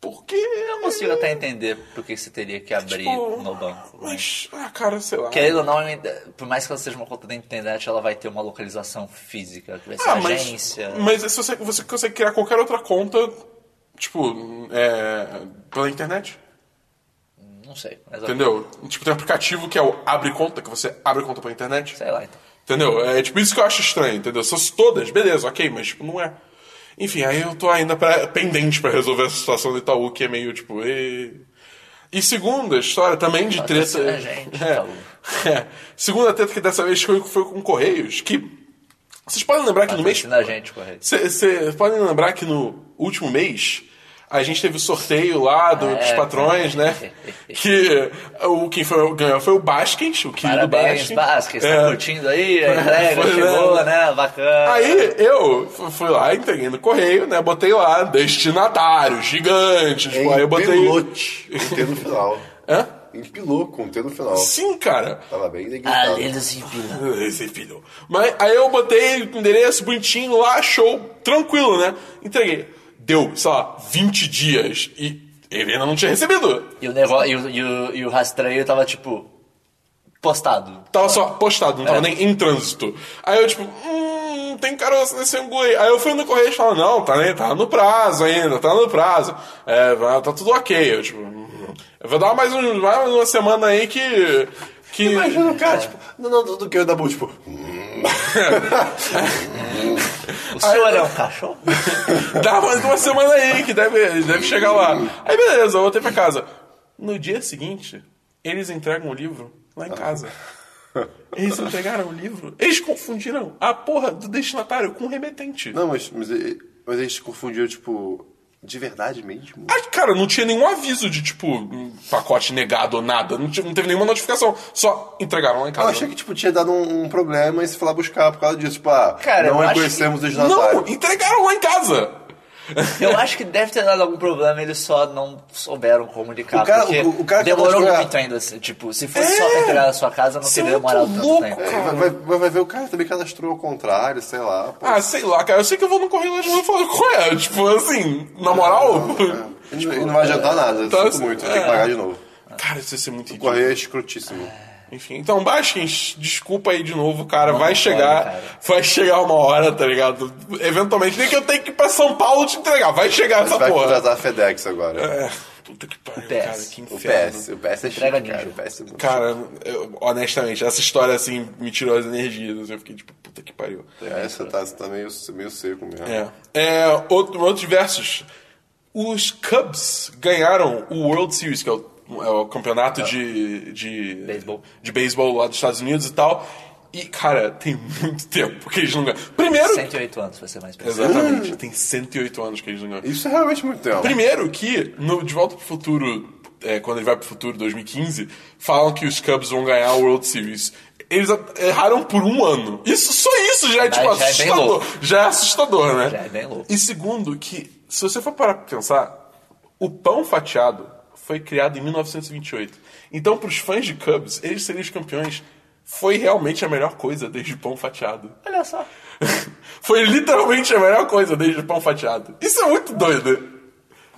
Speaker 1: Por quê?
Speaker 2: Eu consigo até entender por que você teria que assim, abrir
Speaker 1: Tipo,
Speaker 2: no banco. né? é
Speaker 1: Mas, ah, cara, sei lá.
Speaker 2: Querendo ou não, eu ainda- por mais que ela seja uma conta da internet, ela vai ter uma localização física, que vai ser
Speaker 1: Ah,
Speaker 2: uma
Speaker 1: mas,
Speaker 2: agência.
Speaker 1: mas se você, você consegue criar qualquer outra conta, tipo, é, pela internet.
Speaker 2: Não sei. Mas
Speaker 1: Entendeu? Tipo, tem um aplicativo que é o Abre Conta, que você abre conta pela internet.
Speaker 2: Sei lá, então.
Speaker 1: Entendeu? É tipo isso que eu acho estranho, entendeu? Se fosse todas, beleza, ok, mas tipo, não é. Enfim, aí eu tô ainda pra- pendente pra resolver essa situação do Itaú, que é meio tipo. E, e segunda história também de treta.
Speaker 2: Patrocina Tá, a gente, Itaú.
Speaker 1: é, é. Segunda treta que dessa vez foi, foi com Correios, que. Vocês podem lembrar que no mês.
Speaker 2: Patrocina Tá a gente, Correios.
Speaker 1: Vocês podem lembrar que no último mês a gente teve o sorteio lá do- dos
Speaker 2: É.
Speaker 1: patrões, né?
Speaker 2: [LAUGHS]
Speaker 1: que o quem foi, ganhou foi o Basquens, o querido
Speaker 2: Parabéns,
Speaker 1: Basquens.
Speaker 2: Basques, tá
Speaker 1: É.
Speaker 2: curtindo aí? A entrega
Speaker 1: Foi,
Speaker 2: chegou,
Speaker 1: né?
Speaker 2: né? Bacana.
Speaker 1: Aí eu fu- fui lá, entreguei no correio, né? Botei lá, destinatário, gigante. Tipo, aí eu botei.
Speaker 3: Empilote. Com T no final.
Speaker 1: Hã?
Speaker 3: Empilou com T no final.
Speaker 1: Sim, cara.
Speaker 3: Tava bem
Speaker 2: Ah,
Speaker 1: então. Ah,
Speaker 2: Aleluia,
Speaker 3: neguitado.
Speaker 2: empilha.
Speaker 1: Esse filho. Mas aí eu botei o endereço bonitinho lá, show, tranquilo, né? Entreguei. Deu, sei lá, 20 dias e ele ainda não tinha recebido.
Speaker 2: E o, negócio, e, o, e, o, e o rastreio tava tipo. postado.
Speaker 1: Tava só postado, não
Speaker 3: É.
Speaker 1: tava nem em trânsito. Aí eu, tipo, hum, tem caroço nesse angu aí. Aí eu fui no correio e falei, não, tá, nem, tá no prazo ainda, tá no prazo. É, vai- tá tudo ok. Eu, tipo, hum, eu vou dar mais, um, mais uma semana aí que. que...
Speaker 3: Imagina o cara, tipo, não, não, tudo que eu da boa, tipo, hum,
Speaker 2: O senhor
Speaker 1: então.
Speaker 2: é um cachorro?
Speaker 1: Dá mais uma semana aí que deve, deve chegar lá. Aí beleza, eu voltei pra casa. No dia seguinte, eles entregam o livro lá em
Speaker 3: [LAUGHS]
Speaker 1: casa. Eles entregaram o livro. Eles confundiram a porra do destinatário com o remetente.
Speaker 3: Não, mas, mas, e- mas eles se confundiram, tipo, de verdade mesmo?
Speaker 1: Ah, cara, não tinha nenhum aviso de, tipo, um pacote negado ou nada. Não, tinha- não teve nenhuma notificação. Só entregaram lá em
Speaker 3: Eu
Speaker 1: casa.
Speaker 3: achei que, tipo, tinha dado um, um problema e se foi lá buscar por causa disso. Tipo, ah,
Speaker 2: Cara,
Speaker 3: não
Speaker 2: eu acho
Speaker 3: reconhecemos os
Speaker 1: Não,
Speaker 3: destinatários.
Speaker 1: entregaram lá em casa.
Speaker 2: Eu acho que deve ter dado algum problema, eles só não souberam comunicar.
Speaker 3: O cara-
Speaker 2: porque
Speaker 3: o- o cara que
Speaker 2: demorou
Speaker 3: vai jogar-
Speaker 2: muito ainda. assim, Tipo, se fosse só pra entregar na sua casa, não
Speaker 1: Isso é
Speaker 2: teria
Speaker 1: muito
Speaker 2: demorado tanto
Speaker 1: louco,
Speaker 2: tempo.
Speaker 1: cara.
Speaker 3: É, vai, vai- vai- vai ver o cara também cadastrou ao contrário, sei lá. pô.
Speaker 1: Ah, sei lá, cara. Eu sei que eu vou no correio lá de novo e falo, qual é? Tipo, assim, na moral...
Speaker 3: E não- e não vai adiantar nada,
Speaker 1: tá-
Speaker 3: sinto muito, tem que pagar de
Speaker 1: [LAUGHS]
Speaker 3: novo.
Speaker 1: Cara, isso ia ser muito
Speaker 3: O
Speaker 1: ridículo.
Speaker 3: correio é escrotíssimo.
Speaker 1: Enfim, então, Basquins, desculpa aí de novo, cara. vai chegar.
Speaker 2: pode, cara.
Speaker 1: Vai chegar uma hora, tá ligado? Eventualmente, nem que eu tenha que ir pra São Paulo te entregar. Vai chegar
Speaker 3: Você
Speaker 1: essa
Speaker 3: vai
Speaker 1: porra.
Speaker 3: contratar a FedEx agora.
Speaker 1: É, puta que pariu,
Speaker 2: PS.
Speaker 1: cara. Que
Speaker 3: O
Speaker 1: inferno.
Speaker 3: PS, o PS é chique,
Speaker 2: Entrega
Speaker 3: cara.
Speaker 2: ninja.
Speaker 3: O PS é muito
Speaker 1: Cara, eu- honestamente, essa história assim me tirou as energias. assim, Eu fiquei tipo, puta que pariu.
Speaker 3: chique. É, você tá, você tá meio, meio seco mesmo.
Speaker 1: É. É, outro, outros versos. Os Cubs ganharam o World Series, que é o, é o campeonato de. de.
Speaker 2: Beisebol.
Speaker 1: de beisebol lá dos Estados Unidos e tal. E, cara, tem muito tempo que eles não ganham. Primeiro.
Speaker 2: 108 anos, vai ser mais preciso.
Speaker 1: Exatamente, tem 108 anos que eles não ganham.
Speaker 3: Isso é realmente muito tempo.
Speaker 1: Primeiro que, no De Volta pro Futuro, é, quando ele vai pro futuro 2015, falam que os Cubs vão ganhar a World Series. Eles a- erraram por um ano. Isso, só isso já é,
Speaker 2: Mas
Speaker 1: tipo,
Speaker 2: já é bem
Speaker 1: assustador.
Speaker 2: louco.
Speaker 1: Já é assustador, né?
Speaker 2: Já é bem louco.
Speaker 1: E segundo que, se você for parar pra pensar, o pão fatiado foi criado em 1928. Então, pros fãs de Cubs, eles seriam os campeões foi realmente a melhor coisa desde o pão fatiado. [LAUGHS]
Speaker 2: Olha só.
Speaker 1: foi literalmente a melhor coisa desde o pão fatiado. Isso é muito doido.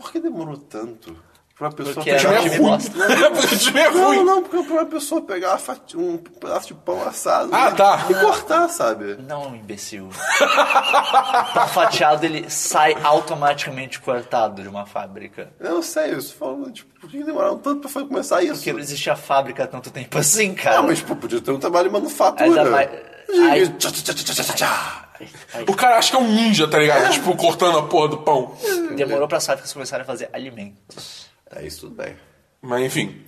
Speaker 3: Por que demorou tanto? Pra uma pessoa um
Speaker 2: Porque
Speaker 1: O
Speaker 2: era
Speaker 1: time
Speaker 2: Não,
Speaker 1: é
Speaker 2: que
Speaker 1: ruim.
Speaker 2: bosta.
Speaker 1: Porque [LAUGHS] o time é
Speaker 3: Não,
Speaker 1: ruim.
Speaker 3: não, porque pra uma pessoa pegar uma fati- um pedaço de pão assado
Speaker 1: Ah,
Speaker 3: e,
Speaker 1: tá.
Speaker 3: e cortar, sabe?
Speaker 2: Não, imbecil. [LAUGHS] O pão fatiado, ele sai automaticamente cortado de uma fábrica.
Speaker 3: Eu não sei, eu só falo, tipo, por que demoraram tanto pra foi começar isso?
Speaker 2: Porque não existia fábrica há tanto tempo assim, cara.
Speaker 3: Ah, mas pô, podia ter um trabalho de manufatura.
Speaker 2: Ainda mais-
Speaker 3: E-
Speaker 2: Ai.
Speaker 3: tchá, tchá, tchá, tchá, tchá, tchá.
Speaker 1: O cara acha que é um ninja, tá ligado? Tipo, cortando a porra do pão.
Speaker 2: Demorou para as fábricas começarem a fazer alimentos.
Speaker 3: É isso, tudo bem.
Speaker 1: Mas enfim.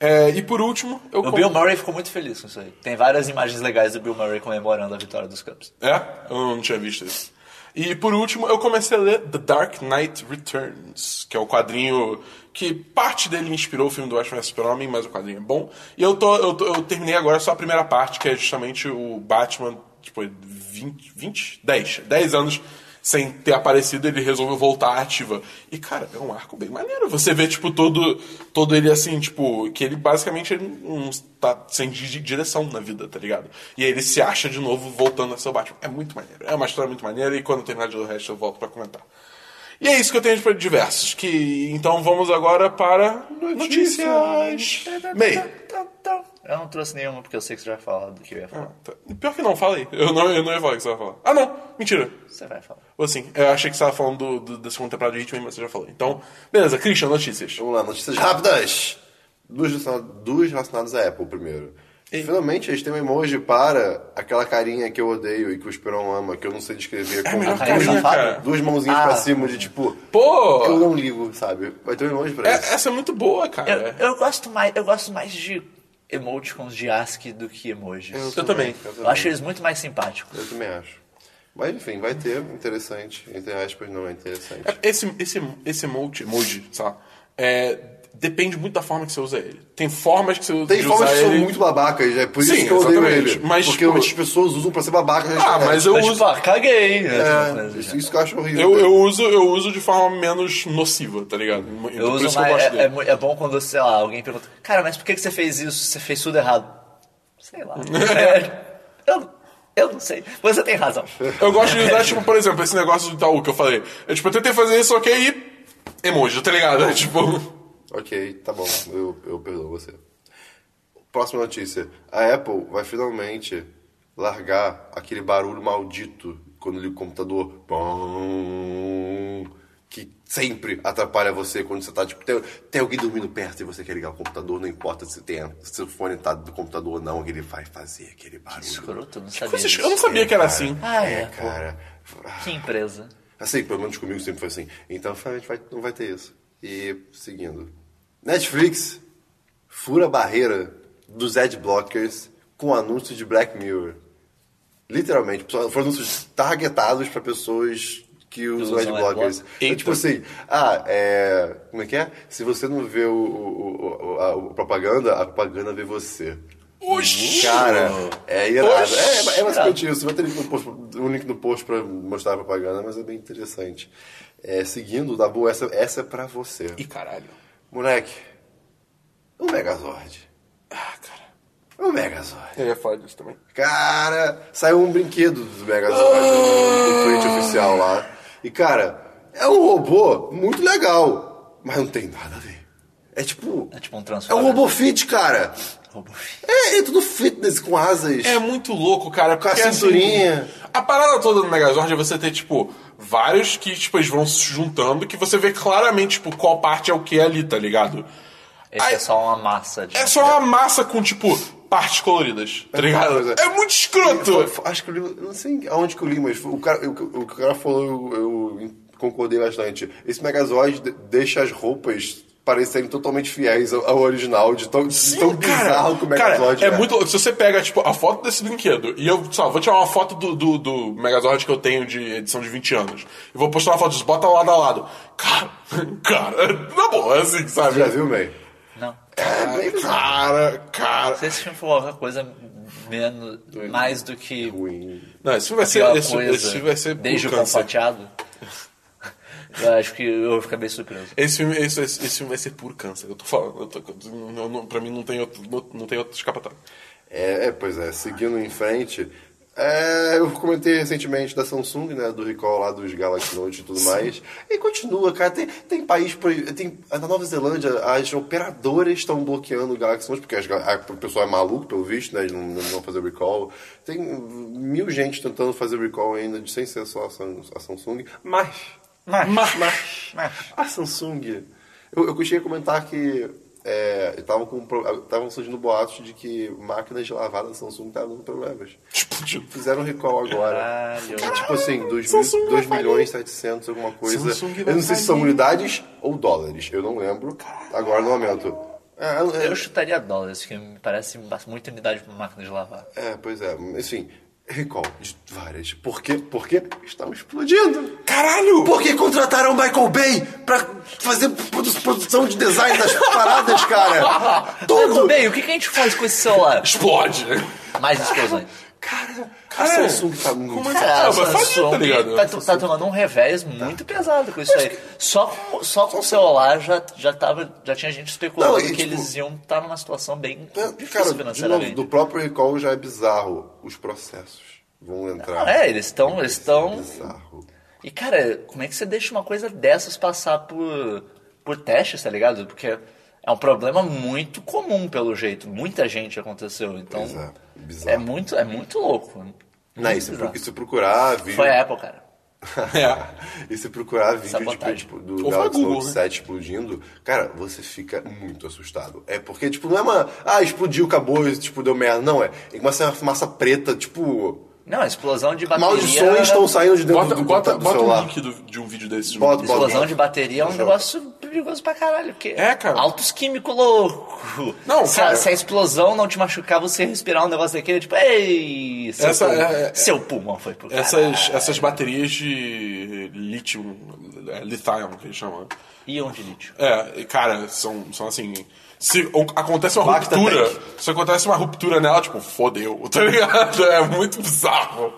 Speaker 1: É, e por último, eu
Speaker 2: O Bill Murray ficou muito feliz com isso aí. Tem várias imagens legais do Bill Murray comemorando a vitória dos Cubs.
Speaker 1: É? Eu não tinha visto isso. E por último, eu comecei a ler The Dark Knight Returns, que é o quadrinho que parte dele inspirou o filme do Batman vs Superman, mas o quadrinho é bom. E eu, tô, eu, tô- eu terminei agora só a primeira parte, que é justamente o Batman, tipo, 20, 20? 10. 10 anos sem ter aparecido, ele resolveu voltar à ativa. E, cara, é um arco bem maneiro. Você vê, tipo, todo, todo ele assim, tipo, que ele basicamente ele não tá sem di- di- direção na vida, tá ligado? E aí ele se acha de novo voltando a ser o Batman. É muito maneiro. É uma história muito maneira e quando eu terminar de ler o resto eu volto pra comentar. E é isso que eu tenho para diversos. Que, então vamos agora para notícias. Meio.
Speaker 2: Eu não trouxe nenhuma porque eu sei que você já falou do que eu ia falar.
Speaker 1: Tá. Pior que não, fala aí. Eu não, eu não ia falar o que você vai falar. Ah, não! Mentira!
Speaker 2: Você vai falar.
Speaker 1: Ou assim, eu achei que você estava falando do, do, da segunda temporada de Hitman, mas você já falou. Então, beleza, Christian, notícias.
Speaker 3: Vamos lá, notícias rápidas. Duas relacionadas, duas relacionadas à Apple primeiro. Finalmente eles têm um emoji para aquela carinha que eu odeio e que o Esperão ama, que eu não sei descrever. com
Speaker 1: É melhor
Speaker 3: duas-
Speaker 2: carinha,
Speaker 1: cara.
Speaker 3: duas mãozinhas
Speaker 2: Ah.
Speaker 3: pra cima de tipo, eu
Speaker 1: Pô!
Speaker 3: não ligo, sabe? Vai ter um emoji pra
Speaker 1: é-
Speaker 3: isso.
Speaker 1: essa é muito boa,
Speaker 2: Eu,
Speaker 1: cara.
Speaker 2: eu gosto mais, eu gosto mais de emoticons de ASCII do que emojis.
Speaker 1: Eu,
Speaker 2: Eu,
Speaker 1: também.
Speaker 2: acho eles muito mais simpáticos.
Speaker 3: Eu também acho. Mas enfim, vai ter interessante. Entre aspas, não é interessante.
Speaker 1: É, Esse, esse, esse emoji, emoji sei lá, é, depende muito da forma que você usa ele. Tem formas que você usa
Speaker 3: Tem
Speaker 1: de
Speaker 3: formas
Speaker 1: usar
Speaker 3: que são
Speaker 1: ele-
Speaker 3: muito babacas, é por isso
Speaker 1: Sim,
Speaker 3: que eu odeio
Speaker 1: exatamente.
Speaker 3: ele.
Speaker 1: Mas,
Speaker 3: porque
Speaker 1: tipo-
Speaker 3: as pessoas usam pra ser babacas. na
Speaker 1: Ah,
Speaker 3: internet.
Speaker 1: mas eu
Speaker 2: Mas,
Speaker 1: uso.
Speaker 2: tipo, ah, caguei. né?
Speaker 3: É, isso, isso que eu acho horrível.
Speaker 1: Eu, eu uso, eu uso de forma menos nociva, tá ligado? Por
Speaker 2: Eu
Speaker 1: isso que
Speaker 2: uso
Speaker 1: eu
Speaker 2: mais.
Speaker 1: gosto
Speaker 2: É, é
Speaker 1: dele.
Speaker 2: mu- é bom quando, sei lá, alguém pergunta: Cara, mas por que que você fez isso? Você fez tudo errado. Sei [LAUGHS] lá. É, eu, eu não sei. Você tem razão.
Speaker 1: Eu gosto de usar, tipo, por exemplo, esse negócio do Itaú que eu falei. Eu, tipo, eu tentei fazer isso, ok, e. Emoji, tá ligado? É, tipo.
Speaker 3: Ok, tá bom, eu, eu perdoo você. Próxima notícia. A Apple vai finalmente largar aquele barulho maldito quando liga o computador. Pum, Que sempre atrapalha você quando você tá, tipo, tem, tem alguém dormindo perto e você quer ligar o computador, não importa se tem se o fone tá do computador ou não, ele vai fazer aquele
Speaker 2: [LAUGHS]
Speaker 3: barulho.
Speaker 2: Escroto, não sabia.
Speaker 1: Vocês-
Speaker 2: disso.
Speaker 1: Eu não sabia que era assim.
Speaker 2: Ah,
Speaker 3: é,
Speaker 2: é, pô.
Speaker 3: cara. Ah,
Speaker 2: Que empresa.
Speaker 3: Assim, pelo menos comigo sempre foi assim. Então, finalmente vai- não vai ter isso. E seguindo. Netflix fura a barreira dos adblockers com anúncios de Black Mirror. Literalmente, pessoal, foram anúncios targetados para pessoas que usam,
Speaker 2: usam
Speaker 3: adblockers.
Speaker 2: adblock.
Speaker 3: É tipo assim, ah, é. Como é que é? Se você não vê o, o- o- a, o propaganda, a propaganda vê você.
Speaker 1: Oxi!
Speaker 3: Cara, é irado.
Speaker 1: Oxi.
Speaker 3: É, é, é basicamente isso. Vai ter link no post, um link no post pra mostrar a propaganda, mas é bem interessante. É, seguindo, Dabu, essa, essa é pra você.
Speaker 1: Ih, caralho.
Speaker 3: Moleque, um Megazord.
Speaker 1: Ah, cara.
Speaker 3: Um Megazord.
Speaker 1: Eu ia falar disso também.
Speaker 3: Cara, saiu um brinquedo do Megazord, do, do print oficial lá. E, cara, é um robô muito legal, mas não tem nada a ver. É tipo...
Speaker 2: É tipo um
Speaker 3: É um
Speaker 2: transformador.
Speaker 3: robô fit, cara.
Speaker 2: Robô.
Speaker 3: É, é tudo fitness, com asas.
Speaker 1: É muito louco, cara.
Speaker 3: Com a
Speaker 1: porque,
Speaker 3: cinturinha.
Speaker 1: assim, a parada toda do Megazord é você ter, tipo, vários que, tipo, eles vão se juntando que você vê claramente, tipo, qual parte é o que ali, tá ligado?
Speaker 2: Esse
Speaker 1: Ai,
Speaker 2: é só uma massa de.
Speaker 1: É só uma massa com, tipo, partes coloridas, tá ligado? É muito
Speaker 3: Foi-
Speaker 1: escroto!
Speaker 3: foi- Acho que eu li, eu não sei aonde que eu li, mas foi- o, cara, o, que- o que o cara falou, eu, eu concordei bastante. Esse Megazord de- deixa as roupas parecerem totalmente fiéis ao, ao original, de tão, de tão bizarro que o Megazord
Speaker 1: cara, é,
Speaker 3: é.
Speaker 1: muito louco. Se você pega, tipo, a foto desse brinquedo, e eu, só vou tirar uma foto do, do, do Megazord que eu tenho de edição de 20 anos, e vou postar uma foto disso, bota lado a lado. Cara, [LAUGHS] cara, na boa, assim, sabe?
Speaker 3: Já viu, May?
Speaker 2: Não.
Speaker 3: É bem bizarro.
Speaker 1: Cara, cara.
Speaker 2: Se esse filme for qualquer coisa menos. mais do que.
Speaker 3: Ruim.
Speaker 1: Não, esse vai ser.
Speaker 2: pior
Speaker 1: Esse,
Speaker 2: coisa
Speaker 1: esse vai ser por
Speaker 2: desde o pão
Speaker 1: câncer.
Speaker 2: fatiado. Eu acho que eu fiquei bem surpreso.
Speaker 1: Esse filme, esse, esse, esse filme vai ser puro câncer, eu tô falando. Eu tô- não, não, pra mim não tem outro, não, não tem outro escapatório.
Speaker 3: É, é, pois é, seguindo em frente. é, eu comentei recentemente da Samsung, né? Do recall lá dos Galaxy Note e tudo mais. E continua, cara. Tem, tem país. por aí- Tem, na Nova Zelândia, as operadoras estão bloqueando o Galaxy Note, porque as, ga- a, o pessoal é maluco, pelo visto, né? De não, não vão fazer recall. Tem mil gente tentando fazer recall ainda, de- sem ser só a, Sam- a Samsung. Mas.
Speaker 2: Mas,
Speaker 3: Mas [LAUGHS] a Samsung. Eu, eu cheguei a comentar que é, estavam com um pro- tavam surgindo boatos de que máquinas de lavar da Samsung estavam dando problemas.
Speaker 1: Explodiu.
Speaker 3: Fizeram um recall agora.
Speaker 2: Caralho.
Speaker 3: Tipo assim, 2
Speaker 1: Samsung vai falir.
Speaker 3: milhões 700, alguma coisa.
Speaker 1: Samsung vai
Speaker 3: Eu não sei se são
Speaker 1: falir.
Speaker 3: unidades ou dólares, eu não lembro. Agora no momento. É, eu-
Speaker 2: Eu chutaria dólares, que me parece muita unidade pra máquina de lavar.
Speaker 3: é, pois é, enfim, recall de várias. Por quê? Porque estão explodindo!
Speaker 1: Caralho!
Speaker 3: Porque contrataram o Michael Bay pra fazer produ- produção de design
Speaker 2: [LAUGHS]
Speaker 3: das paradas, cara?
Speaker 2: Tudo
Speaker 3: [LAUGHS] Tudo!
Speaker 2: bem, o que, que a gente faz com esse celular?
Speaker 1: Explode!
Speaker 2: Mais explosões.
Speaker 3: Cara, a
Speaker 2: é.
Speaker 1: Cara,
Speaker 3: Samsung tá muito...
Speaker 1: Cara,
Speaker 2: Cara,
Speaker 1: mas falia,
Speaker 2: Samsung
Speaker 1: tá ligado?
Speaker 2: tá, tá tomando um revés muito
Speaker 3: tá.
Speaker 2: pesado com isso aí. Só com, só com o celular já, já, tava, já tinha gente especulando
Speaker 3: Não, e,
Speaker 2: que
Speaker 3: tipo,
Speaker 2: eles iam estar numa situação bem difícil
Speaker 3: né? Cara, de novo,
Speaker 2: financeiramente.
Speaker 3: do próprio recall já é bizarro. Os processos vão entrar.
Speaker 2: Não, é, eles estão. Eles estão.
Speaker 3: Bizarro.
Speaker 2: E cara, como é que você deixa uma coisa dessas passar por, por testes, tá ligado? Porque é um problema muito comum, pelo jeito. Muita gente aconteceu. Então.
Speaker 3: Pois é, bizarro.
Speaker 2: É muito, é muito louco.
Speaker 3: Não, e se, pro- e se procurar vídeo...
Speaker 2: Foi a Apple, cara.
Speaker 3: [LAUGHS]
Speaker 1: É.
Speaker 3: e se procurar vídeo tipo,
Speaker 2: Sabotagem.
Speaker 3: tipo,
Speaker 1: Ou
Speaker 3: do
Speaker 1: foi
Speaker 3: Galaxy
Speaker 1: Google,
Speaker 3: Note
Speaker 1: né?
Speaker 3: 7 explodindo, cara, você fica muito assustado. É porque, tipo, não é uma... Ah, explodiu, acabou, e, tipo, deu merda. Não, é começa uma fumaça preta, tipo...
Speaker 2: Não, a explosão de bateria.
Speaker 3: Maldições estão saindo de dentro
Speaker 1: Bota,
Speaker 3: do,
Speaker 1: bota,
Speaker 3: um do
Speaker 1: bota
Speaker 3: celular.
Speaker 1: um link do- de um vídeo desses.
Speaker 3: Bota, bota.
Speaker 2: Explosão de bateria é um
Speaker 3: Exato.
Speaker 2: negócio perigoso pra caralho. Porque
Speaker 1: É, cara.
Speaker 2: Altos químicos louco.
Speaker 1: Não,
Speaker 2: se,
Speaker 1: cara.
Speaker 2: A, se a explosão não te machucar, você respirar um negócio daquele, tipo, ei, seu,
Speaker 1: Essa-
Speaker 2: pulmão,
Speaker 1: é- é-
Speaker 2: seu pulmão foi pro caralho.
Speaker 1: Essas, essas baterias de lítio, é, lithium, que eles chamam.
Speaker 2: Íon um de lítio.
Speaker 1: É, e, cara, são, são assim. Se o- acontece uma
Speaker 3: Bacta
Speaker 1: ruptura, se acontece uma ruptura nela, tipo, fodeu, [LAUGHS] tá ligado? É muito bizarro.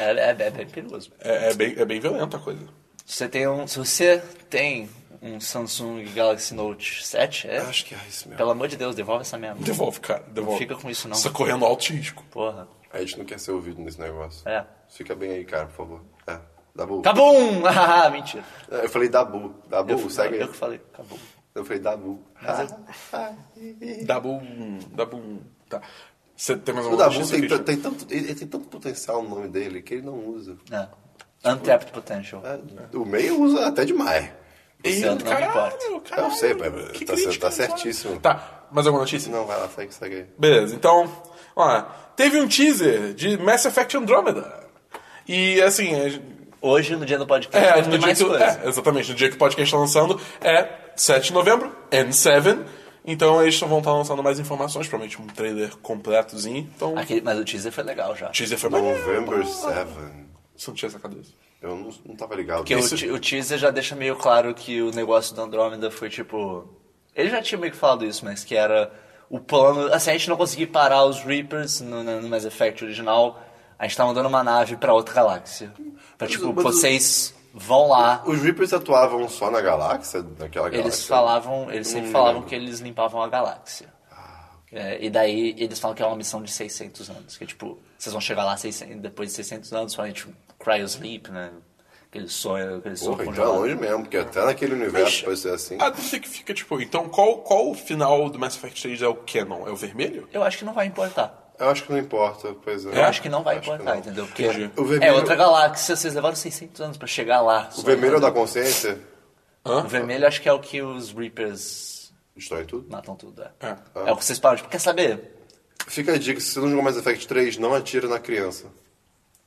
Speaker 2: É, é- é bem perigoso.
Speaker 1: É, é bem, é bem violenta a coisa.
Speaker 2: Você tem um, se você tem um Samsung Galaxy Note 7, é?
Speaker 3: Acho que é isso mesmo.
Speaker 2: Pelo amor de Deus, devolve essa merda.
Speaker 1: Devolve, cara, devolve.
Speaker 2: fica com isso, não.
Speaker 1: Você tá correndo alto risco.
Speaker 2: Porra.
Speaker 3: A gente não quer ser ouvido nesse negócio.
Speaker 2: É.
Speaker 3: Fica bem aí, cara, por favor. É. Dabu.
Speaker 1: Tá.
Speaker 2: Cabum! [LAUGHS] Ah, mentira.
Speaker 3: É, Eu falei Dabu. Dabu,
Speaker 2: eu,
Speaker 3: segue aí.
Speaker 2: eu que falei, cabum.
Speaker 3: Eu falei Dabu.
Speaker 1: Ah. Dá bum, dá bum. Tá. Você tem mais
Speaker 3: O
Speaker 1: uma
Speaker 3: Dabu
Speaker 1: notícia,
Speaker 3: tem,
Speaker 1: Christian?
Speaker 3: tan- tem tanto, ele, ele tem tanto potencial no nome dele que ele não usa.
Speaker 2: É. Untapped potential.
Speaker 3: É, O meio usa até demais.
Speaker 1: Ih,
Speaker 2: Luciano, não me importa.
Speaker 1: caralho,
Speaker 3: Eu sei, mas
Speaker 1: que
Speaker 3: tá cer-
Speaker 1: crítica,
Speaker 3: tá certíssimo.
Speaker 1: Tá, mais alguma notícia?
Speaker 3: Não, vai lá, segue, segue aí.
Speaker 1: Beleza, então, ó, teve um teaser de Mass Effect Andromeda. E assim, é,
Speaker 2: Hoje, no dia do podcast,
Speaker 1: é,
Speaker 2: vai
Speaker 1: no
Speaker 2: ter
Speaker 1: dia
Speaker 2: mais
Speaker 1: que,
Speaker 2: coisa.
Speaker 1: é, exatamente, no dia que o podcast tá lançando é 7 de novembro, N7. Então eles só vão estar lançando mais informações, provavelmente um trailer completozinho.
Speaker 3: é.
Speaker 1: Então,
Speaker 2: Aquele, mas o teaser foi legal já.
Speaker 1: o teaser foi maneiro.
Speaker 3: November 7.
Speaker 1: Você não tinha essa cabeça.
Speaker 3: Eu não, não tava ligado.
Speaker 2: Porque é o, te- o teaser já deixa meio claro que o negócio do Andrômeda foi tipo. Ele já tinha meio que falado isso, mas que era o plano. Assim, a gente não conseguia parar os Reapers no, no, no Mass Effect original. A gente tá mandando uma nave pra outra galáxia. Pra
Speaker 3: Mas
Speaker 2: tipo,
Speaker 3: o- mas o-
Speaker 2: vocês vão lá.
Speaker 3: Os Reapers atuavam só na galáxia? Naquela galáxia?
Speaker 2: Eles falavam. Eles sempre
Speaker 3: É Hum,
Speaker 2: falavam
Speaker 3: lembro. Ah,
Speaker 2: que eles limpavam a galáxia. É, e daí eles falam que é uma missão de 600 anos. Que tipo, vocês vão chegar lá 600 depois de 600 anos, falando tipo, cryosleep, né? Aquele sonho, aquele sonho
Speaker 3: Porra, então é
Speaker 2: congelado.
Speaker 3: longe mesmo, porque até naquele universo pode ser assim.
Speaker 2: Ah.
Speaker 1: A dúvida que fica, tipo, então qual, qual o final do Mass Effect 3 é o canon? É o vermelho?
Speaker 2: Eu acho que não vai importar.
Speaker 3: Eu acho que não importa, pois é.
Speaker 2: Eu acho que não vai
Speaker 3: Acho que
Speaker 2: importar,
Speaker 3: não.
Speaker 2: entendeu? Porque
Speaker 1: Entendi.
Speaker 3: O vermelho-
Speaker 2: é outra galáxia, vocês levaram 600 anos pra chegar lá.
Speaker 3: O vermelho é o da consciência?
Speaker 2: O vermelho acho que é o que os Reapers
Speaker 3: Destrói tudo.
Speaker 2: matam tudo, é.
Speaker 1: É.
Speaker 2: É o que vocês param, tipo, quer saber?
Speaker 3: Fica a dica, se você não jogou mais Effect 3, não atira na criança.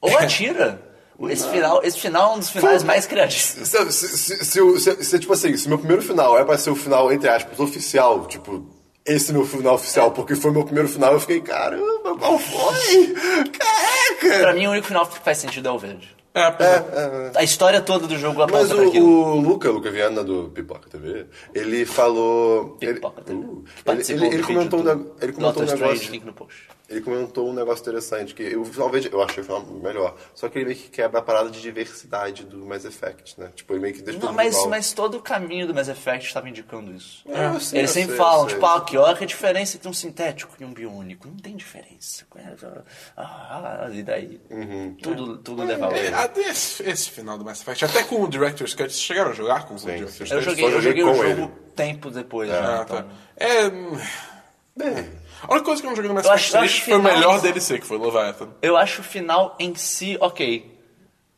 Speaker 2: Ou
Speaker 3: [LAUGHS]
Speaker 2: atira! Esse final, esse final é um dos finais mais criativos.
Speaker 3: Se, se, se, se, o- se- se, tipo assim, se meu primeiro final é pra ser o final, entre aspas, oficial, tipo, esse meu final oficial, porque foi meu primeiro final, eu fiquei, caramba, qual foi?
Speaker 2: Pra
Speaker 3: Caraca!
Speaker 2: mim, o único final que faz sentido é o verde.
Speaker 1: É, pois é.
Speaker 2: A história toda do jogo
Speaker 3: Mas
Speaker 2: aponta pra
Speaker 3: o,
Speaker 2: aquilo.
Speaker 3: o Luca, Luca Viana do Pipoca TV, ele falou. Ele,
Speaker 2: Pipoca, tá?
Speaker 3: Uh,
Speaker 2: Que
Speaker 3: ele,
Speaker 2: participou
Speaker 3: ele, ele
Speaker 2: do né? vídeo
Speaker 3: comentou um
Speaker 2: do
Speaker 3: neg- ele comentou
Speaker 2: Doctor
Speaker 3: um
Speaker 2: Strange,
Speaker 3: negócio.
Speaker 2: link no post.
Speaker 3: ele comentou um negócio interessante, que eu, talvez, eu achei o final melhor. Só que ele meio que quebra a parada de diversidade do Mass Effect, né? Tipo, ele meio que deixa todo
Speaker 2: Não,
Speaker 3: mundo
Speaker 2: mas,
Speaker 3: igual.
Speaker 2: mas todo o caminho do Mass Effect estava indicando isso.
Speaker 3: É, eu sei,
Speaker 2: Eles
Speaker 3: eu
Speaker 2: sempre
Speaker 3: sei, eu
Speaker 2: falam,
Speaker 3: sei.
Speaker 2: tipo, ah, que hora que a diferença entre um sintético e um biônico? Não tem diferença. é Ah, ah, e daí?
Speaker 3: Uhum.
Speaker 2: Tudo, tudo leva a
Speaker 1: É,
Speaker 2: outro.
Speaker 1: até esse, esse final do Mass Effect, até com o Director's Cut, vocês chegaram a jogar com o
Speaker 3: Sim,
Speaker 1: Director's Cut?
Speaker 3: sim.
Speaker 2: Eu
Speaker 3: só
Speaker 2: joguei, eu
Speaker 3: joguei
Speaker 2: joguei o
Speaker 3: com
Speaker 2: jogo
Speaker 3: ele.
Speaker 2: tempo depois, né?
Speaker 1: Ah, tá.
Speaker 2: então.
Speaker 1: É. hum,
Speaker 3: Bem,
Speaker 1: A única coisa que eu não joguei no Mass
Speaker 2: Eu
Speaker 1: Effect
Speaker 2: acho- eu
Speaker 1: 3
Speaker 2: acho
Speaker 1: foi o
Speaker 2: final-
Speaker 1: melhor DLC, que foi Leviathan.
Speaker 2: Eu acho o final em si ok.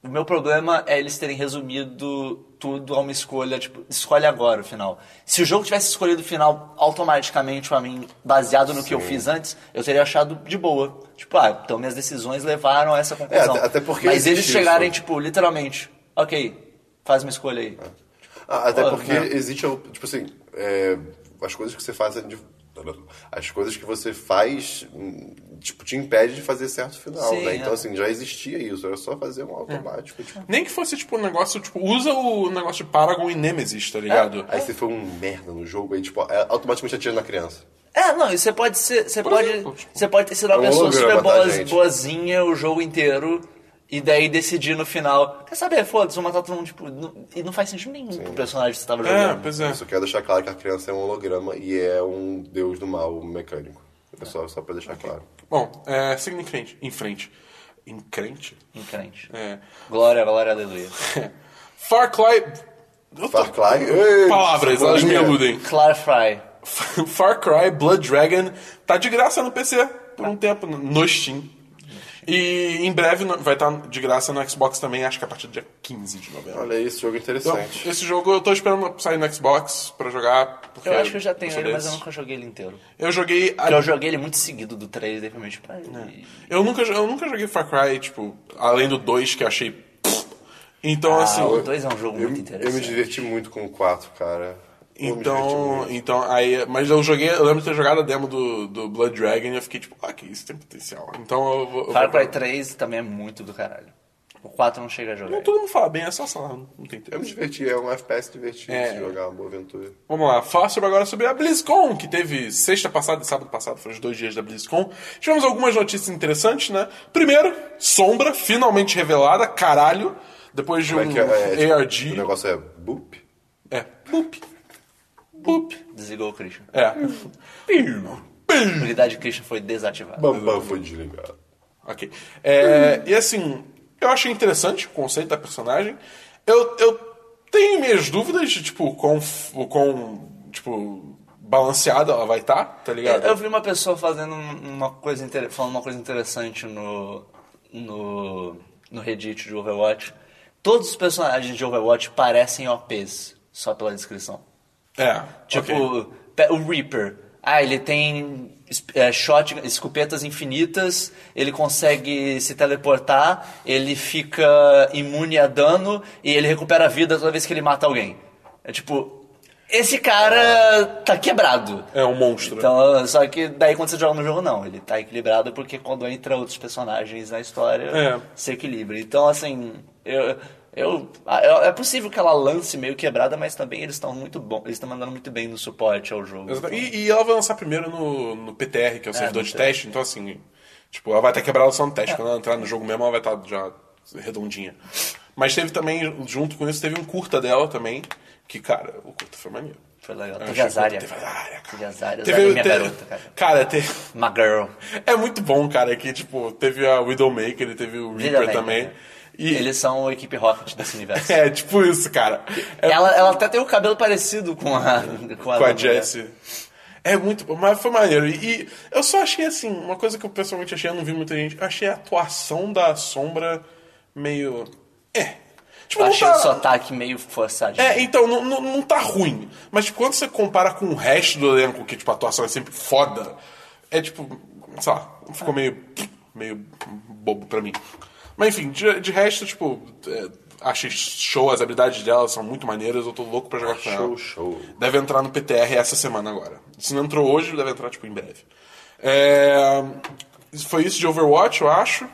Speaker 2: O meu problema é eles terem resumido tudo a uma escolha, tipo, escolhe agora o final. Se o jogo tivesse escolhido o final automaticamente pra mim, baseado no que eu fiz antes, eu teria achado de boa. Tipo, ah, então minhas decisões levaram a essa conclusão.
Speaker 3: É, até- até porque
Speaker 2: Mas eles
Speaker 3: existe
Speaker 2: chegarem,
Speaker 3: isso.
Speaker 2: tipo, literalmente, ok, faz uma escolha aí.
Speaker 3: Ah, até
Speaker 2: Ah,
Speaker 3: porque
Speaker 2: né?
Speaker 3: existe, a op- tipo assim, é, as coisas que você faz, é de- as coisas que você faz, hum, tipo, te impede de fazer certo final,
Speaker 2: Sim,
Speaker 3: né?
Speaker 2: é.
Speaker 3: Então, assim, já existia isso, era só fazer
Speaker 1: É.
Speaker 3: um automático, tipo...
Speaker 1: Nem que fosse tipo um negócio, tipo, usa o negócio de Paragon e Nemesis, tá ligado?
Speaker 3: Aí você foi um merda no jogo, aí, tipo, é, automaticamente atira na criança.
Speaker 2: É, não, e você pode ser. Você pode,
Speaker 1: exemplo, tipo,
Speaker 2: você pode ter sido uma
Speaker 3: um
Speaker 2: pessoa
Speaker 3: holograma,
Speaker 2: super
Speaker 3: tá,
Speaker 2: boas-
Speaker 3: gente?
Speaker 2: boazinha o jogo inteiro. E daí decidir no final. Quer saber? Foda-se, vou matar todo mundo. Tipo, não- e não faz sentido nenhum pro personagem que você tava
Speaker 1: É,
Speaker 2: jogando.
Speaker 1: pois é.
Speaker 3: Eu só quero deixar claro que a criança é um holograma e é um deus do mal mecânico. É só, só pra deixar claro.
Speaker 1: Bom, é, seguindo em frente. Em frente. Em crente?
Speaker 2: Incrente.
Speaker 1: É. [LAUGHS]
Speaker 2: Glória, glória, aleluia.
Speaker 1: Far Cry. Eu tô-
Speaker 3: Far Cry... Ei,
Speaker 1: Palavras, elas me
Speaker 3: bolinha.
Speaker 1: iludem. [LAUGHS]
Speaker 2: Clarify.
Speaker 1: Far Cry Blood Dragon tá de graça no PC por um tempo, no Steam. E em breve no- vai estar de graça no Xbox também, acho que a partir do dia 15 de novembro.
Speaker 3: Olha aí, esse jogo é
Speaker 1: Então,
Speaker 3: interessante.
Speaker 1: esse jogo eu tô esperando sair no Xbox pra jogar. porque
Speaker 2: Eu acho que eu já tenho
Speaker 1: sou
Speaker 2: ele, mas eu
Speaker 1: desse.
Speaker 2: nunca joguei ele inteiro.
Speaker 1: Eu joguei. a-
Speaker 2: Porque eu joguei ele muito seguido do trailer, daí foi meio tipo. ah, e-
Speaker 1: Eu nunca, eu nunca joguei Far Cry, tipo, além do 2 que eu achei. Então,
Speaker 2: Ah,
Speaker 1: assim.
Speaker 2: o 2 é um jogo muito
Speaker 3: Eu, eu me
Speaker 2: interessante.
Speaker 3: diverti muito com o 4, cara. Eu me diverti
Speaker 1: Então,
Speaker 3: muito.
Speaker 1: então, aí. Mas eu joguei. Eu lembro de ter jogado a demo do, do Blood Dragon e eu fiquei tipo, ah, que isso tem potencial. Então eu vou. eu
Speaker 2: Far
Speaker 1: vou-
Speaker 2: Cry 3 também é muito do caralho. O 4 não chega a jogar.
Speaker 1: Não, todo mundo fala bem, é só sei lá, não tem
Speaker 3: Eu
Speaker 1: tempo.
Speaker 3: me diverti, é um FPS divertido
Speaker 1: É.
Speaker 3: de jogar, uma boa
Speaker 2: Hum,
Speaker 3: aventura.
Speaker 1: Vamos lá, falar sobre agora sobre a BlizzCon, que teve sexta passada e sábado passado, foram os dois dias da BlizzCon. Tivemos algumas notícias interessantes, né? Primeiro, Sombra, finalmente revelada, caralho. Depois de um
Speaker 3: Como é que é? É, tipo,
Speaker 1: ARG.
Speaker 3: O negócio é boop?
Speaker 1: É. Boop. Boop.
Speaker 2: Desligou o Christian.
Speaker 1: É. [LAUGHS]
Speaker 2: A habilidade Christian foi desativada.
Speaker 3: Bambam foi desligado.
Speaker 1: ok. É, e assim, eu achei interessante o conceito da personagem. Eu, eu tenho minhas dúvidas de, tipo, quão, f- o quão tipo, balanceada ela vai estar, tá, ligado?
Speaker 2: É,
Speaker 3: É,
Speaker 2: Eu, eu vi uma pessoa fazendo um- uma coisa inter- falando uma coisa interessante no, no, no Reddit de Overwatch. Todos os personagens de Overwatch parecem OPs, só pela descrição.
Speaker 1: É.
Speaker 2: Tipo,
Speaker 1: ok.
Speaker 2: pe- o Reaper. Ah, ele tem es- é, shot, escopetas infinitas, ele consegue se teleportar, ele fica imune a dano e ele recupera a vida toda vez que ele mata alguém. É tipo, esse cara tá quebrado.
Speaker 1: É um monstro.
Speaker 2: Então, só que daí quando você joga no jogo, não. Ele tá equilibrado porque quando entra outros personagens na história,
Speaker 1: É.
Speaker 2: se equilibra. Então, assim, eu, eu, ah, eu- É possível que ela lance meio quebrada, mas também eles estão muito bom Eles estão mandando muito bem no suporte ao jogo.
Speaker 1: Exata-
Speaker 2: Então,
Speaker 1: E, e ela vai lançar primeiro no, no PTR, que é o servidor
Speaker 2: no
Speaker 1: de
Speaker 2: PTR.
Speaker 1: teste, então assim, tipo, ela vai ter quebrado só no teste. Quando ela entrar no jogo mesmo, ela vai estar já redondinha. Mas teve também, junto com isso, teve um curta dela também, que, cara, o curta foi maneiro.
Speaker 2: foi legal.
Speaker 1: Eu
Speaker 2: Teve
Speaker 1: achei
Speaker 2: a Zarya.
Speaker 1: que Teve Azaria, cara.
Speaker 2: Teve a Zarya.
Speaker 1: Teve-
Speaker 2: Zarya é minha
Speaker 1: teve-
Speaker 2: garota, cara.
Speaker 1: Cara, teve-
Speaker 2: Uma girl.
Speaker 1: [LAUGHS] é muito bom, cara, que, tipo, teve a Widowmaker, ele teve o Reaper
Speaker 2: Widowmaker,
Speaker 1: também.
Speaker 2: né?
Speaker 1: E,
Speaker 2: Eles são a equipe Rocket desse
Speaker 1: [LAUGHS]
Speaker 2: universo.
Speaker 1: É, tipo isso, cara. [LAUGHS] É
Speaker 2: Ela, ela até tem o cabelo parecido com a... [LAUGHS] Com a,
Speaker 1: com a
Speaker 2: da-
Speaker 1: Jessie. É muito bom, mas foi maneiro. E, e eu só achei assim, uma coisa que eu pessoalmente achei, eu não vi muita gente, eu achei a atuação da sombra meio. É. Tipo,
Speaker 2: Eu
Speaker 1: não
Speaker 2: achei
Speaker 1: tá.
Speaker 2: o sotaque meio forçadinho.
Speaker 1: É, então, não, não, não tá ruim. Mas tipo, quando você compara com o resto do elenco, que tipo, a atuação é sempre foda, é tipo, sei lá, ficou meio. meio bobo pra mim. Mas enfim, de, de resto, tipo, é, achei show, as habilidades dela são muito maneiras, eu tô louco pra jogar com ela.
Speaker 3: Show, show.
Speaker 1: Deve entrar no PTR essa semana agora. Se não entrou hoje, deve entrar, tipo, em breve. É, Foi isso de Overwatch, eu acho.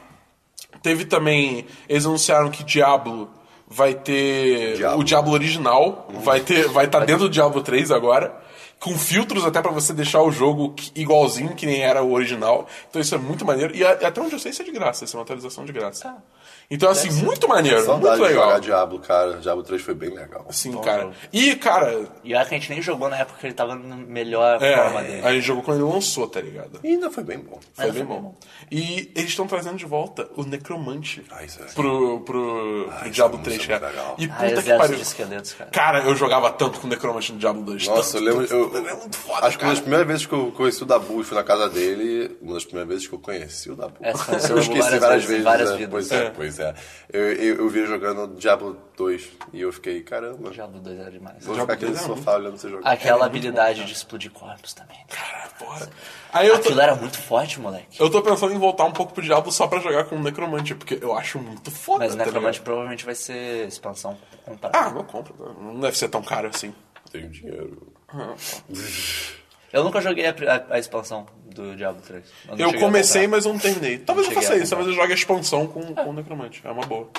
Speaker 1: Teve também... Eles anunciaram que Diablo vai ter...
Speaker 3: Diablo. Uhum.
Speaker 1: tá O Diablo original vai ter vai estar dentro do Diablo 3 agora. com filtros até pra você deixar o jogo que- igualzinho que nem era o original. Então isso é muito maneiro. E a- até onde eu sei, isso é de graça, isso é uma atualização de
Speaker 2: Tá.
Speaker 1: graça. Então, assim, muito maneiro,
Speaker 3: Saudade
Speaker 1: muito
Speaker 3: de jogar
Speaker 1: legal.
Speaker 3: Diablo, cara. Diablo 3 foi bem legal.
Speaker 1: Sim, cara. E, cara,
Speaker 2: E olha que a gente nem jogou na época que ele tava na melhor
Speaker 1: é,
Speaker 2: forma dele.
Speaker 1: a gente jogou quando ele lançou, tá ligado?
Speaker 3: E ainda foi bem bom.
Speaker 1: Foi
Speaker 2: É,
Speaker 1: bem
Speaker 2: foi
Speaker 1: bom. E eles estão trazendo de volta o Necromante
Speaker 3: Ah, isso é-
Speaker 1: pro, pro, pro
Speaker 3: isso
Speaker 1: Diablo
Speaker 3: é
Speaker 1: 3,
Speaker 3: muito
Speaker 1: cara.
Speaker 3: legal.
Speaker 1: E
Speaker 2: Ah,
Speaker 1: puta que
Speaker 2: exército
Speaker 1: pariu.
Speaker 2: de esqueletos, cara.
Speaker 1: eu jogava tanto com o Necromante no Diablo 2.
Speaker 3: Nossa, eu
Speaker 1: tanto,
Speaker 3: lembro. Eu,
Speaker 1: tanto, é muito foda,
Speaker 3: acho que uma das
Speaker 1: cara.
Speaker 3: primeiras vezes que eu conheci o Dabu e fui na casa dele, uma das primeiras vezes que eu conheci o Dabu.
Speaker 2: Essa foi
Speaker 3: [LAUGHS] eu esqueci várias,
Speaker 2: várias vezes,
Speaker 3: vezes.
Speaker 2: várias
Speaker 3: né?
Speaker 2: vidas.
Speaker 3: Pois é,
Speaker 1: É.
Speaker 3: pois é. Eu, eu, eu vi ele jogando Diablo 2 e eu fiquei, caramba,
Speaker 2: Diablo 2 era demais.
Speaker 3: vou ficar aqui no
Speaker 1: dois é muito-
Speaker 3: sofá olhando você jogar.
Speaker 2: Aquela habilidade de explodir corpos também.
Speaker 1: Cara, porra. é- Aí eu tô,
Speaker 2: Aquilo era muito forte, moleque.
Speaker 1: eu tô pensando em voltar um pouco pro Diablo só pra jogar com o Necromante, porque eu acho muito foda.
Speaker 2: Mas o
Speaker 1: tá
Speaker 2: Necromante
Speaker 1: ligado?
Speaker 2: provavelmente vai ser expansão comparada.
Speaker 1: Ah, não compra. Não deve ser tão caro assim.
Speaker 3: Tenho dinheiro.
Speaker 2: Eu nunca joguei a, a- a expansão do Diablo 3. não
Speaker 1: Eu
Speaker 2: cheguei a
Speaker 1: comecei,
Speaker 2: comprar.
Speaker 1: mas eu não terminei. Talvez eu
Speaker 2: cheguei
Speaker 1: faça
Speaker 2: a
Speaker 1: isso,
Speaker 2: comprar.
Speaker 1: talvez eu jogue a expansão com, com o Necromante. É uma boa.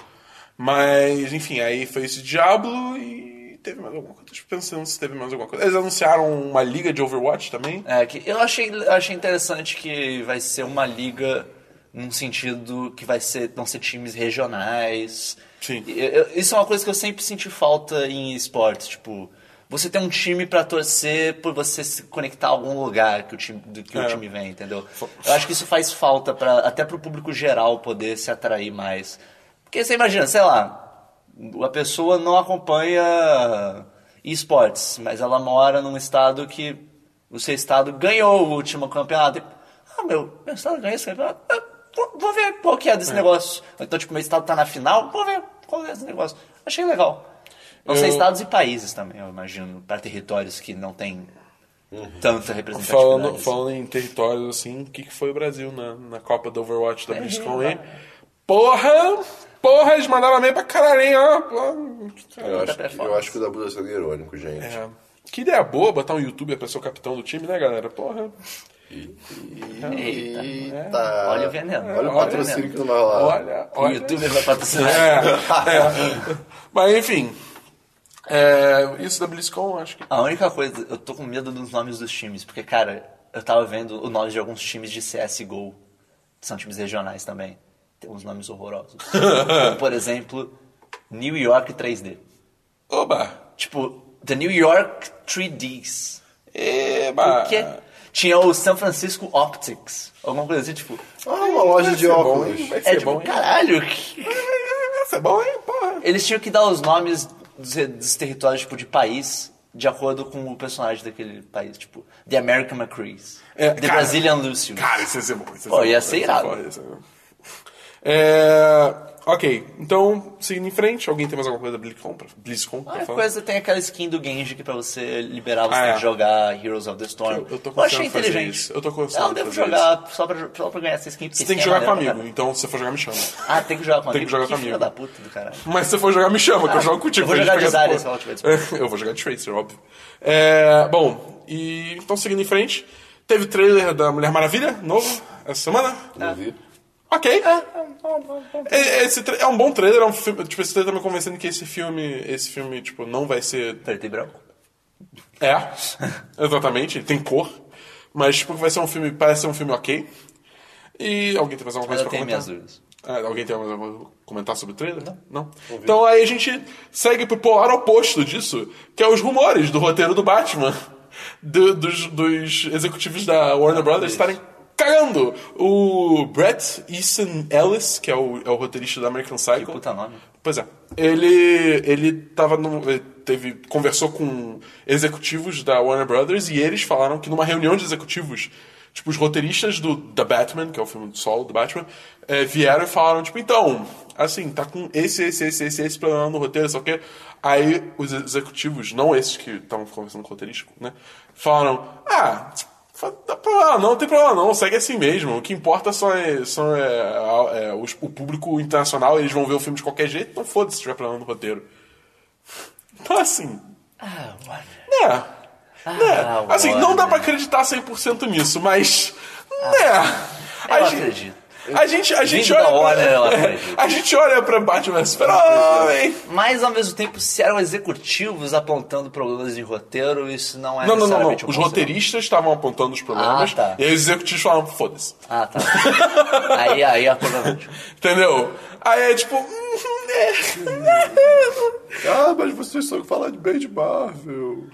Speaker 1: Mas, enfim, aí foi esse Diablo e teve mais alguma coisa. Tô pensando se teve mais alguma coisa. Eles anunciaram uma liga de Overwatch também.
Speaker 2: É, que eu achei, eu achei interessante que vai ser uma liga num sentido que vai ser, vão ser times regionais.
Speaker 1: Sim.
Speaker 2: E- eu- isso é uma coisa que eu sempre senti falta em esportes, tipo, você tem um time pra torcer por você se conectar a algum lugar que o time, do que
Speaker 1: É.
Speaker 2: o time vem, entendeu? Eu acho que isso faz falta para até pro público geral poder se atrair mais. Porque você imagina, sei lá, a pessoa não acompanha esportes, mas ela mora num estado que o seu estado ganhou o último campeonato. E, Ah, meu, meu estado ganhou esse campeonato. Eu "Ah, Vou, vou ver qual que é desse negócio. Ou Então, tipo, meu estado tá na final, vou ver qual é desse negócio. Achei legal. Vão ser
Speaker 1: Eu-
Speaker 2: estados e países também, eu imagino, para territórios que não tem tanta representatividade.
Speaker 1: Uhum. Falando,
Speaker 2: assim.
Speaker 1: falando em territórios assim, o que, que foi o Brasil na, na Copa do Overwatch da BlizzCon
Speaker 2: é.
Speaker 1: aí? um, Porra! Porra, eles mandaram a meia pra caralho, hein? ó. Ó.
Speaker 3: Eu acho, que, eu
Speaker 2: performance.
Speaker 3: acho que o Dabu tá sendo irônico, gente.
Speaker 1: É. Que ideia boa botar um youtuber pra ser o capitão do time, né, galera? Porra.
Speaker 2: Eita.
Speaker 3: Eita.
Speaker 2: Olha o veneno.
Speaker 3: Olha Um o
Speaker 1: Olha o
Speaker 3: patrocínio
Speaker 2: veneno.
Speaker 3: que tá não vai rolar.
Speaker 1: Olha,
Speaker 2: O
Speaker 1: olha.
Speaker 2: youtuber vai patrocinar.
Speaker 1: É, [LAUGHS] é. Mas enfim. É, isso da BlizzCon, acho que.
Speaker 2: A única coisa, eu tô com medo dos nomes dos times, porque, cara, eu tava vendo o nome de alguns times de CSGO, que são times regionais também. Tem uns nomes
Speaker 1: [LAUGHS]
Speaker 2: horrorosos. Como, por exemplo, New York 3D.
Speaker 1: Oba!
Speaker 2: Tipo, The New York 3Ds.
Speaker 1: Eba!
Speaker 2: O quê? Tinha o San Francisco Optics, alguma coisa assim, tipo...
Speaker 3: Ah, uma loja de óculos.
Speaker 1: Vai ser
Speaker 2: É tipo,
Speaker 1: bom, hein?
Speaker 2: caralho, que-
Speaker 1: Vai ser bom, hein? Porra!
Speaker 2: Eles tinham que dar os nomes dos, dos territórios, tipo, de país, de acordo com o personagem daquele país. Tipo, The American McCrees.
Speaker 1: É,
Speaker 2: The
Speaker 1: cara.
Speaker 2: Brazilian Lucius.
Speaker 1: Cara, isso ia ser bom. Isso
Speaker 2: Pô, ia
Speaker 1: bom,
Speaker 2: ser
Speaker 1: isso
Speaker 2: irado.
Speaker 1: foda, isso é bom. É, ok, então, seguindo em frente, alguém tem mais alguma coisa da BlizzCon pra, BlizzCon tá pra
Speaker 2: Ah,
Speaker 1: falar?
Speaker 2: coisa tem aquela skin do Genji que pra você liberar, você
Speaker 1: é Ah,
Speaker 2: tem
Speaker 1: é.
Speaker 2: que jogar Heroes of the Storm.
Speaker 1: Eu- eu tô
Speaker 2: achei
Speaker 1: considerando fazer
Speaker 2: inteligente.
Speaker 1: isso. Eu tô
Speaker 2: Não,
Speaker 1: considerando
Speaker 2: eu devo
Speaker 1: fazer
Speaker 2: jogar só pra, só pra ganhar essa skin. porque
Speaker 1: Você tem que
Speaker 2: skin é
Speaker 1: jogar com
Speaker 2: maneira
Speaker 1: amigo,
Speaker 2: pra
Speaker 1: então se você for jogar, me chama.
Speaker 2: caralho. Ah, tem que jogar com amigo?
Speaker 1: Tem que jogar com
Speaker 2: filho
Speaker 1: amigo.
Speaker 2: da puta do caralho.
Speaker 1: Mas se você for jogar, me chama, que eu
Speaker 2: Ah,
Speaker 1: jogo contigo.
Speaker 2: eu
Speaker 1: pra
Speaker 2: vou
Speaker 1: gente
Speaker 2: jogar de
Speaker 1: pegar essa
Speaker 2: Zarya,
Speaker 1: porra.
Speaker 2: se
Speaker 1: [LAUGHS]
Speaker 2: ela
Speaker 1: Eu vou jogar de Tracer, óbvio. É, bom, e então seguindo em frente, teve trailer da Mulher Maravilha, novo, essa semana.
Speaker 3: Não vi.
Speaker 1: Ok. É, Esse tra- é um bom trailer, é um filme. Tipo, esse trailer tá me convencendo que esse filme. Esse filme, tipo, não vai ser.
Speaker 2: Preto e branco.
Speaker 1: É. [LAUGHS] Exatamente, tem cor. Mas, tipo, vai ser um filme. Parece ser um filme ok. E alguém tem mais alguma coisa
Speaker 2: Mas
Speaker 1: pra
Speaker 2: eu tenho
Speaker 1: comentar?
Speaker 2: minhas dúvidas.
Speaker 1: Ah, alguém tem mais alguma coisa a comentar sobre o trailer? Não. Não? Então aí a gente segue pro polar oposto disso, que é os rumores do roteiro do Batman, [LAUGHS] do- dos, dos executivos da Warner Brothers estarem cagando. O Brett Easton Ellis, que é o, é o roteirista da American Psycho.
Speaker 2: Que puta nome.
Speaker 1: Pois é. Ele, ele tava no, ele teve, conversou com executivos da Warner Brothers e eles falaram que numa reunião de executivos, tipo, os roteiristas do da Batman, que é o filme do solo do Batman, eh, vieram e falaram, tipo, então, assim, tá com esse, esse, esse, esse, esse problema no roteiro, só que aí os executivos, não esses que estavam conversando com o roteirista, né, falaram, ah... Fala, Dá problema não, não tem problema não, segue assim mesmo. O que importa só é, só é, a- é, os- o público internacional, eles vão ver o filme de qualquer jeito, então foda-se se tiver problema no roteiro. Então assim,
Speaker 2: Ah, what?
Speaker 1: né? né?
Speaker 2: Ah,
Speaker 1: assim, não dá
Speaker 2: Warner.
Speaker 1: pra acreditar 100% nisso, mas. né?
Speaker 2: Ah, Eu
Speaker 1: A gente-
Speaker 2: acredito.
Speaker 1: A gente, a gente
Speaker 2: Vindo da
Speaker 1: olha.
Speaker 2: hora lá
Speaker 1: Pra,
Speaker 2: atrás.
Speaker 1: [LAUGHS] a gente olha pra Batman vs Super-Homem.
Speaker 2: Mas ao mesmo tempo, se eram executivos apontando problemas de roteiro, isso não é
Speaker 1: Não, não, não, não.
Speaker 2: necessariamente um
Speaker 1: Os
Speaker 2: bom
Speaker 1: roteiristas estavam apontando os problemas.
Speaker 2: Ah, tá.
Speaker 1: E aí os executivos falavam, foda-se.
Speaker 2: sinal. Ah, tá. aí, aí, é
Speaker 1: [LAUGHS]
Speaker 2: provavelmente.
Speaker 1: Entendeu? Aí é tipo. hum, é.
Speaker 3: Ah, mas vocês só falam de bem de Marvel.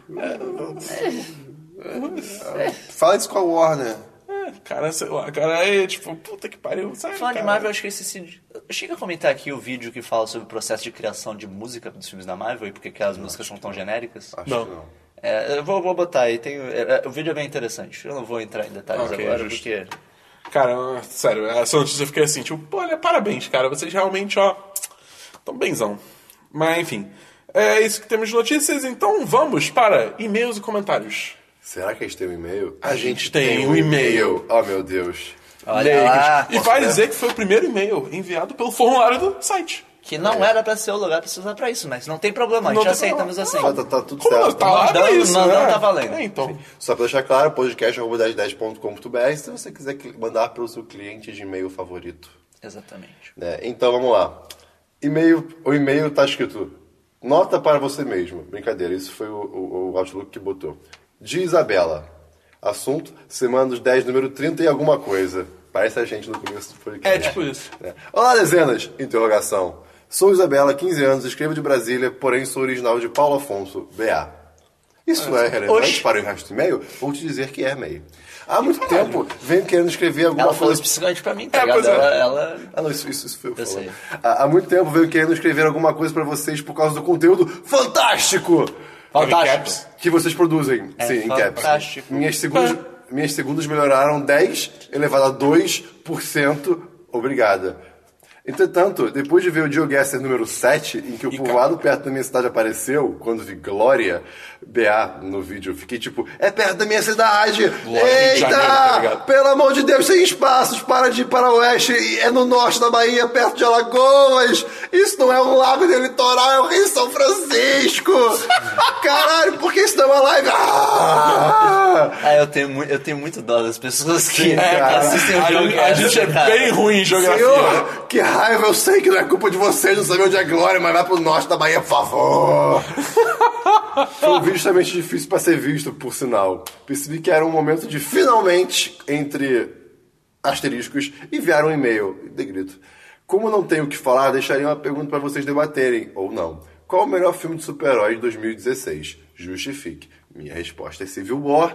Speaker 3: Fala isso com a Warner.
Speaker 1: é." Cara, sei lá, cara, aí é tipo, puta que pariu. Sabe,
Speaker 2: Falando de
Speaker 1: cara?
Speaker 2: Marvel, eu acho que esse... se- Eu cheguei a comentar aqui o vídeo que fala sobre o processo de criação de música dos filmes da Marvel e porque que as músicas são tão genéricas.
Speaker 3: Acho
Speaker 1: Não.
Speaker 3: que não.
Speaker 2: É, eu vou, vou botar aí. Tem, é, é, o vídeo é bem interessante. Eu não vou entrar em detalhes
Speaker 1: Ok,
Speaker 2: agora,
Speaker 1: justo.
Speaker 2: porque...
Speaker 1: Cara, sério, essa notícia eu fiquei assim, tipo, pô, olha, parabéns, cara, vocês realmente, ó, tão benzão. Mas, enfim, é isso que temos de notícias, então vamos para e-mails e comentários.
Speaker 3: Será que a gente tem um e-mail? A
Speaker 1: gente tem um e-mail.
Speaker 3: Oh, meu Deus.
Speaker 2: Olha lá.
Speaker 1: e vai dizer que foi o primeiro e-mail enviado pelo formulário do site.
Speaker 2: Que não era pra ser o lugar pra se usar pra isso, mas não tem problema, a
Speaker 1: É. Não
Speaker 2: gente
Speaker 1: tem
Speaker 2: aceitamos
Speaker 1: problema.
Speaker 2: assim.
Speaker 3: Ah, tá, tá tudo
Speaker 1: Como não?
Speaker 3: certo.
Speaker 1: Tá lá pra
Speaker 2: Mandando-
Speaker 1: isso,
Speaker 2: mandando
Speaker 1: né?
Speaker 2: tá valendo.
Speaker 1: É, então.
Speaker 3: Só pra deixar claro, podcast.com.br se você quiser cli- mandar para o seu cliente de e-mail favorito.
Speaker 2: Exatamente.
Speaker 3: né? Então vamos lá. E-mail, o e-mail tá escrito Nota para você mesmo. Brincadeira, isso foi o, o, o Outlook que botou. De Isabela. Assunto: Semana dos 10, número 30 e alguma coisa. Parece a gente no começo do podcast.
Speaker 1: É, tipo isso.
Speaker 3: É. Olá, dezenas! Interrogação. Sou Isabela, 15 anos, escrevo de Brasília, porém sou original de Paulo Afonso, BA. Isso é relevante
Speaker 2: Oxi.
Speaker 3: para o resto do e-mail? Vou te dizer que é e-mail. Há muito tempo venho querendo escrever alguma
Speaker 2: Ela falou
Speaker 3: coisa.
Speaker 2: isso psicante pra mim,
Speaker 1: É,
Speaker 2: tá ligado?
Speaker 1: pois é.
Speaker 2: Ela, ela-
Speaker 3: Ah, não, isso, isso, isso foi eu,
Speaker 2: Eu
Speaker 3: falando.
Speaker 2: sei.
Speaker 3: Há, há muito tempo venho querendo escrever alguma coisa pra vocês por causa do conteúdo fantástico
Speaker 2: Fantástico.
Speaker 3: que vocês produzem.
Speaker 2: É
Speaker 3: Sim, em caps.
Speaker 2: fantástico. [LAUGHS]
Speaker 3: Minhas segundas, minhas segundas melhoraram 10 elevado a 2%. Obrigada. Entretanto, depois de ver o GeoGuessr número 7, em que o povoado perto da minha cidade apareceu, quando vi Glória BA no vídeo, eu fiquei tipo, é perto da minha cidade!
Speaker 1: Glória de
Speaker 3: Eita!
Speaker 1: Janeiro, tá ligado?
Speaker 3: Pelo amor de Deus, tem espaços para de ir para o oeste, e é no norte da Bahia, perto de Alagoas. Isso não é um lago de litoral, é o Rio São
Speaker 1: [LAUGHS]
Speaker 3: Francisco. Ah, Caralho, por que isso não é uma live? Ah!
Speaker 2: Ah, eu tenho, mui- eu tenho muito dó das pessoas que
Speaker 3: cara.
Speaker 2: assistem o
Speaker 1: A,
Speaker 2: jogo.
Speaker 1: gente- a gente é né?
Speaker 2: cara.
Speaker 1: bem ruim em geografia.
Speaker 3: Senhor, que raiva, eu sei que não é culpa de vocês não saber onde é glória, mas vai pro norte da Bahia, por favor. Foi um vídeo extremamente difícil para ser visto, por sinal. Percebi que era um momento de finalmente entre asteriscos enviar um e-mail. Degrito. Como não tenho o que falar, deixaria uma pergunta para vocês debaterem, ou não. Qual o melhor filme de super-herói de 2016? Justifique. Minha resposta é Civil War,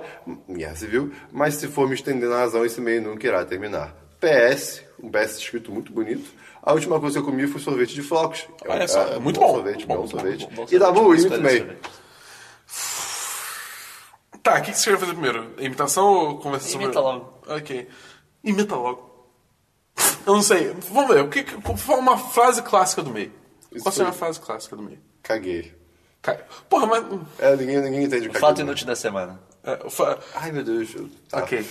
Speaker 3: Guerra Civil, mas se for me estender na razão, esse e-mail nunca irá terminar. PS, um PS escrito muito bonito. A última coisa que eu comi foi sorvete de flocos.
Speaker 1: Olha só,
Speaker 3: um
Speaker 1: muito bom,
Speaker 3: Sorvete,
Speaker 1: bom,
Speaker 3: bom,
Speaker 1: bom,
Speaker 3: sorvete.
Speaker 1: tá bom, bom
Speaker 3: e da boa,
Speaker 2: Escolhe
Speaker 3: muito bem.
Speaker 2: esse jogo.
Speaker 1: Tá, o que, que você quer fazer primeiro? Imitação ou conversa sobre...
Speaker 2: Imita logo.
Speaker 1: Ok. Imita logo. Eu não sei. Vamos ver. O que, que- qual foi uma frase clássica do meio? Qual
Speaker 3: Isso
Speaker 1: seria
Speaker 3: foi-
Speaker 1: a frase clássica do meio?
Speaker 3: Caguei.
Speaker 1: Cara, Porra, mas... hum,
Speaker 3: É, ninguém, ninguém entende o que
Speaker 2: Fato inútil da semana.
Speaker 1: é, fa-
Speaker 3: Ai, meu Deus. eu- Tá.
Speaker 1: Ok.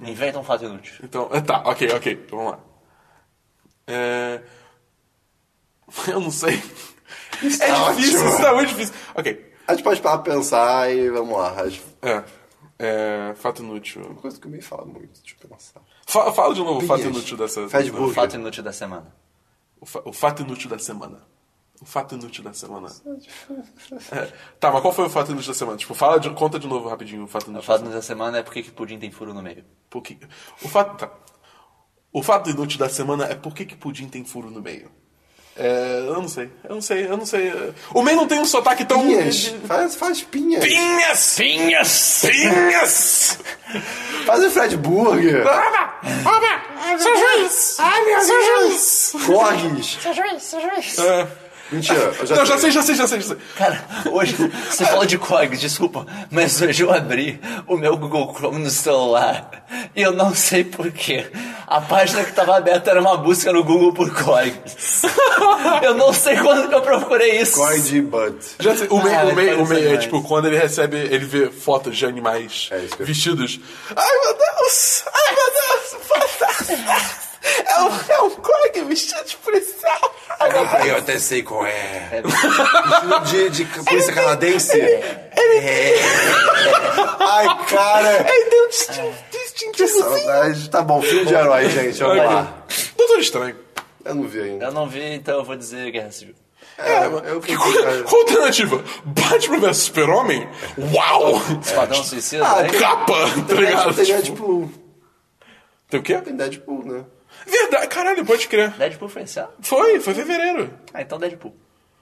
Speaker 2: Inventa um fato inútil.
Speaker 1: Então, é, tá. Ok, ok. Então, vamos lá. É... [LAUGHS] Eu não sei.
Speaker 3: Isso
Speaker 1: É
Speaker 3: tá
Speaker 1: difícil.
Speaker 3: ótimo.
Speaker 1: Isso tá muito difícil. Ok.
Speaker 3: A gente pode parar pra pensar e vamos lá. A gente-
Speaker 1: É. É, fato inútil.
Speaker 3: Uma coisa que eu meio falo muito, deixa eu pensar.
Speaker 1: Fa- Fala de novo o fato
Speaker 3: Pinhas.
Speaker 1: inútil dessa...
Speaker 3: Faz
Speaker 1: da-
Speaker 3: burro.
Speaker 2: Fato inútil da semana.
Speaker 1: O, fa- o fato inútil da semana. O fato inútil da semana. É, tá, mas qual foi o fato inútil da semana? Tipo, fala de, conta de novo rapidinho o fato
Speaker 2: O
Speaker 1: inútil da
Speaker 2: fato
Speaker 1: semana.
Speaker 2: inútil da semana é porque que pudim tem furo no meio.
Speaker 1: Por que- O fato. Tá. O fato inútil da semana é por que, que pudim tem furo no meio. É, eu não sei, eu não sei, eu não sei. O meio não tem um sotaque tão.
Speaker 3: Pinhas. Faz, faz pinhas.
Speaker 1: Pinhas! Pinhas! Pinhas!
Speaker 3: Faz o Fred Burger.
Speaker 4: Seu juiz! Ai, meu Deus! Seu juiz!
Speaker 3: Corgis.
Speaker 4: Seu juiz, seu juiz!
Speaker 1: É.
Speaker 3: Mentira. Eu já
Speaker 1: Não, já sei, já sei, já sei, já sei.
Speaker 2: Cara, hoje você fala de COG, desculpa, mas hoje eu abri o meu Google Chrome no celular e eu não sei porquê. A página que tava aberta era uma busca no Google por COG. Eu não sei quando que eu procurei isso.
Speaker 3: Corgi Butt.
Speaker 1: Já sei, o meio,
Speaker 2: Ah,
Speaker 1: o meio, o
Speaker 2: parece
Speaker 1: meio é
Speaker 2: demais.
Speaker 1: tipo, quando ele recebe, ele vê fotos de animais
Speaker 3: É isso que eu-
Speaker 1: vestidos. Ai meu Deus! Ai meu Deus! Fantástico! É um, é um Korg vestido de
Speaker 2: tipo um
Speaker 1: policial! Ai, meu Deus.
Speaker 3: eu até sei qual é. De, de, [LAUGHS] de polícia canadense. É. Ai, cara.
Speaker 1: Ele tem um distin- distintivozinho.
Speaker 3: É Saudade. Tá bom, filme de herói, gente. Vamos
Speaker 1: Ok.
Speaker 3: lá.
Speaker 1: Doutor Estranho.
Speaker 3: Eu não vi ainda.
Speaker 2: Eu não vi, então eu vou dizer Guerra Civil.
Speaker 3: É, eu
Speaker 1: Que,
Speaker 3: fui
Speaker 1: qual,
Speaker 3: cara.
Speaker 1: qual a alternativa? Batman vs Super-Homem? Uau!
Speaker 2: Esquadrão Suicida?
Speaker 3: Ah,
Speaker 2: né?
Speaker 1: Capa, tá ligado?
Speaker 3: Tem
Speaker 1: Tipo,
Speaker 3: Deadpool.
Speaker 1: Tem o quê?
Speaker 3: Tem Deadpool, né?
Speaker 1: Verdade, caralho, pode crer.
Speaker 2: Deadpool foi esse ano?
Speaker 1: Foi, foi fevereiro.
Speaker 2: Ah, então Deadpool.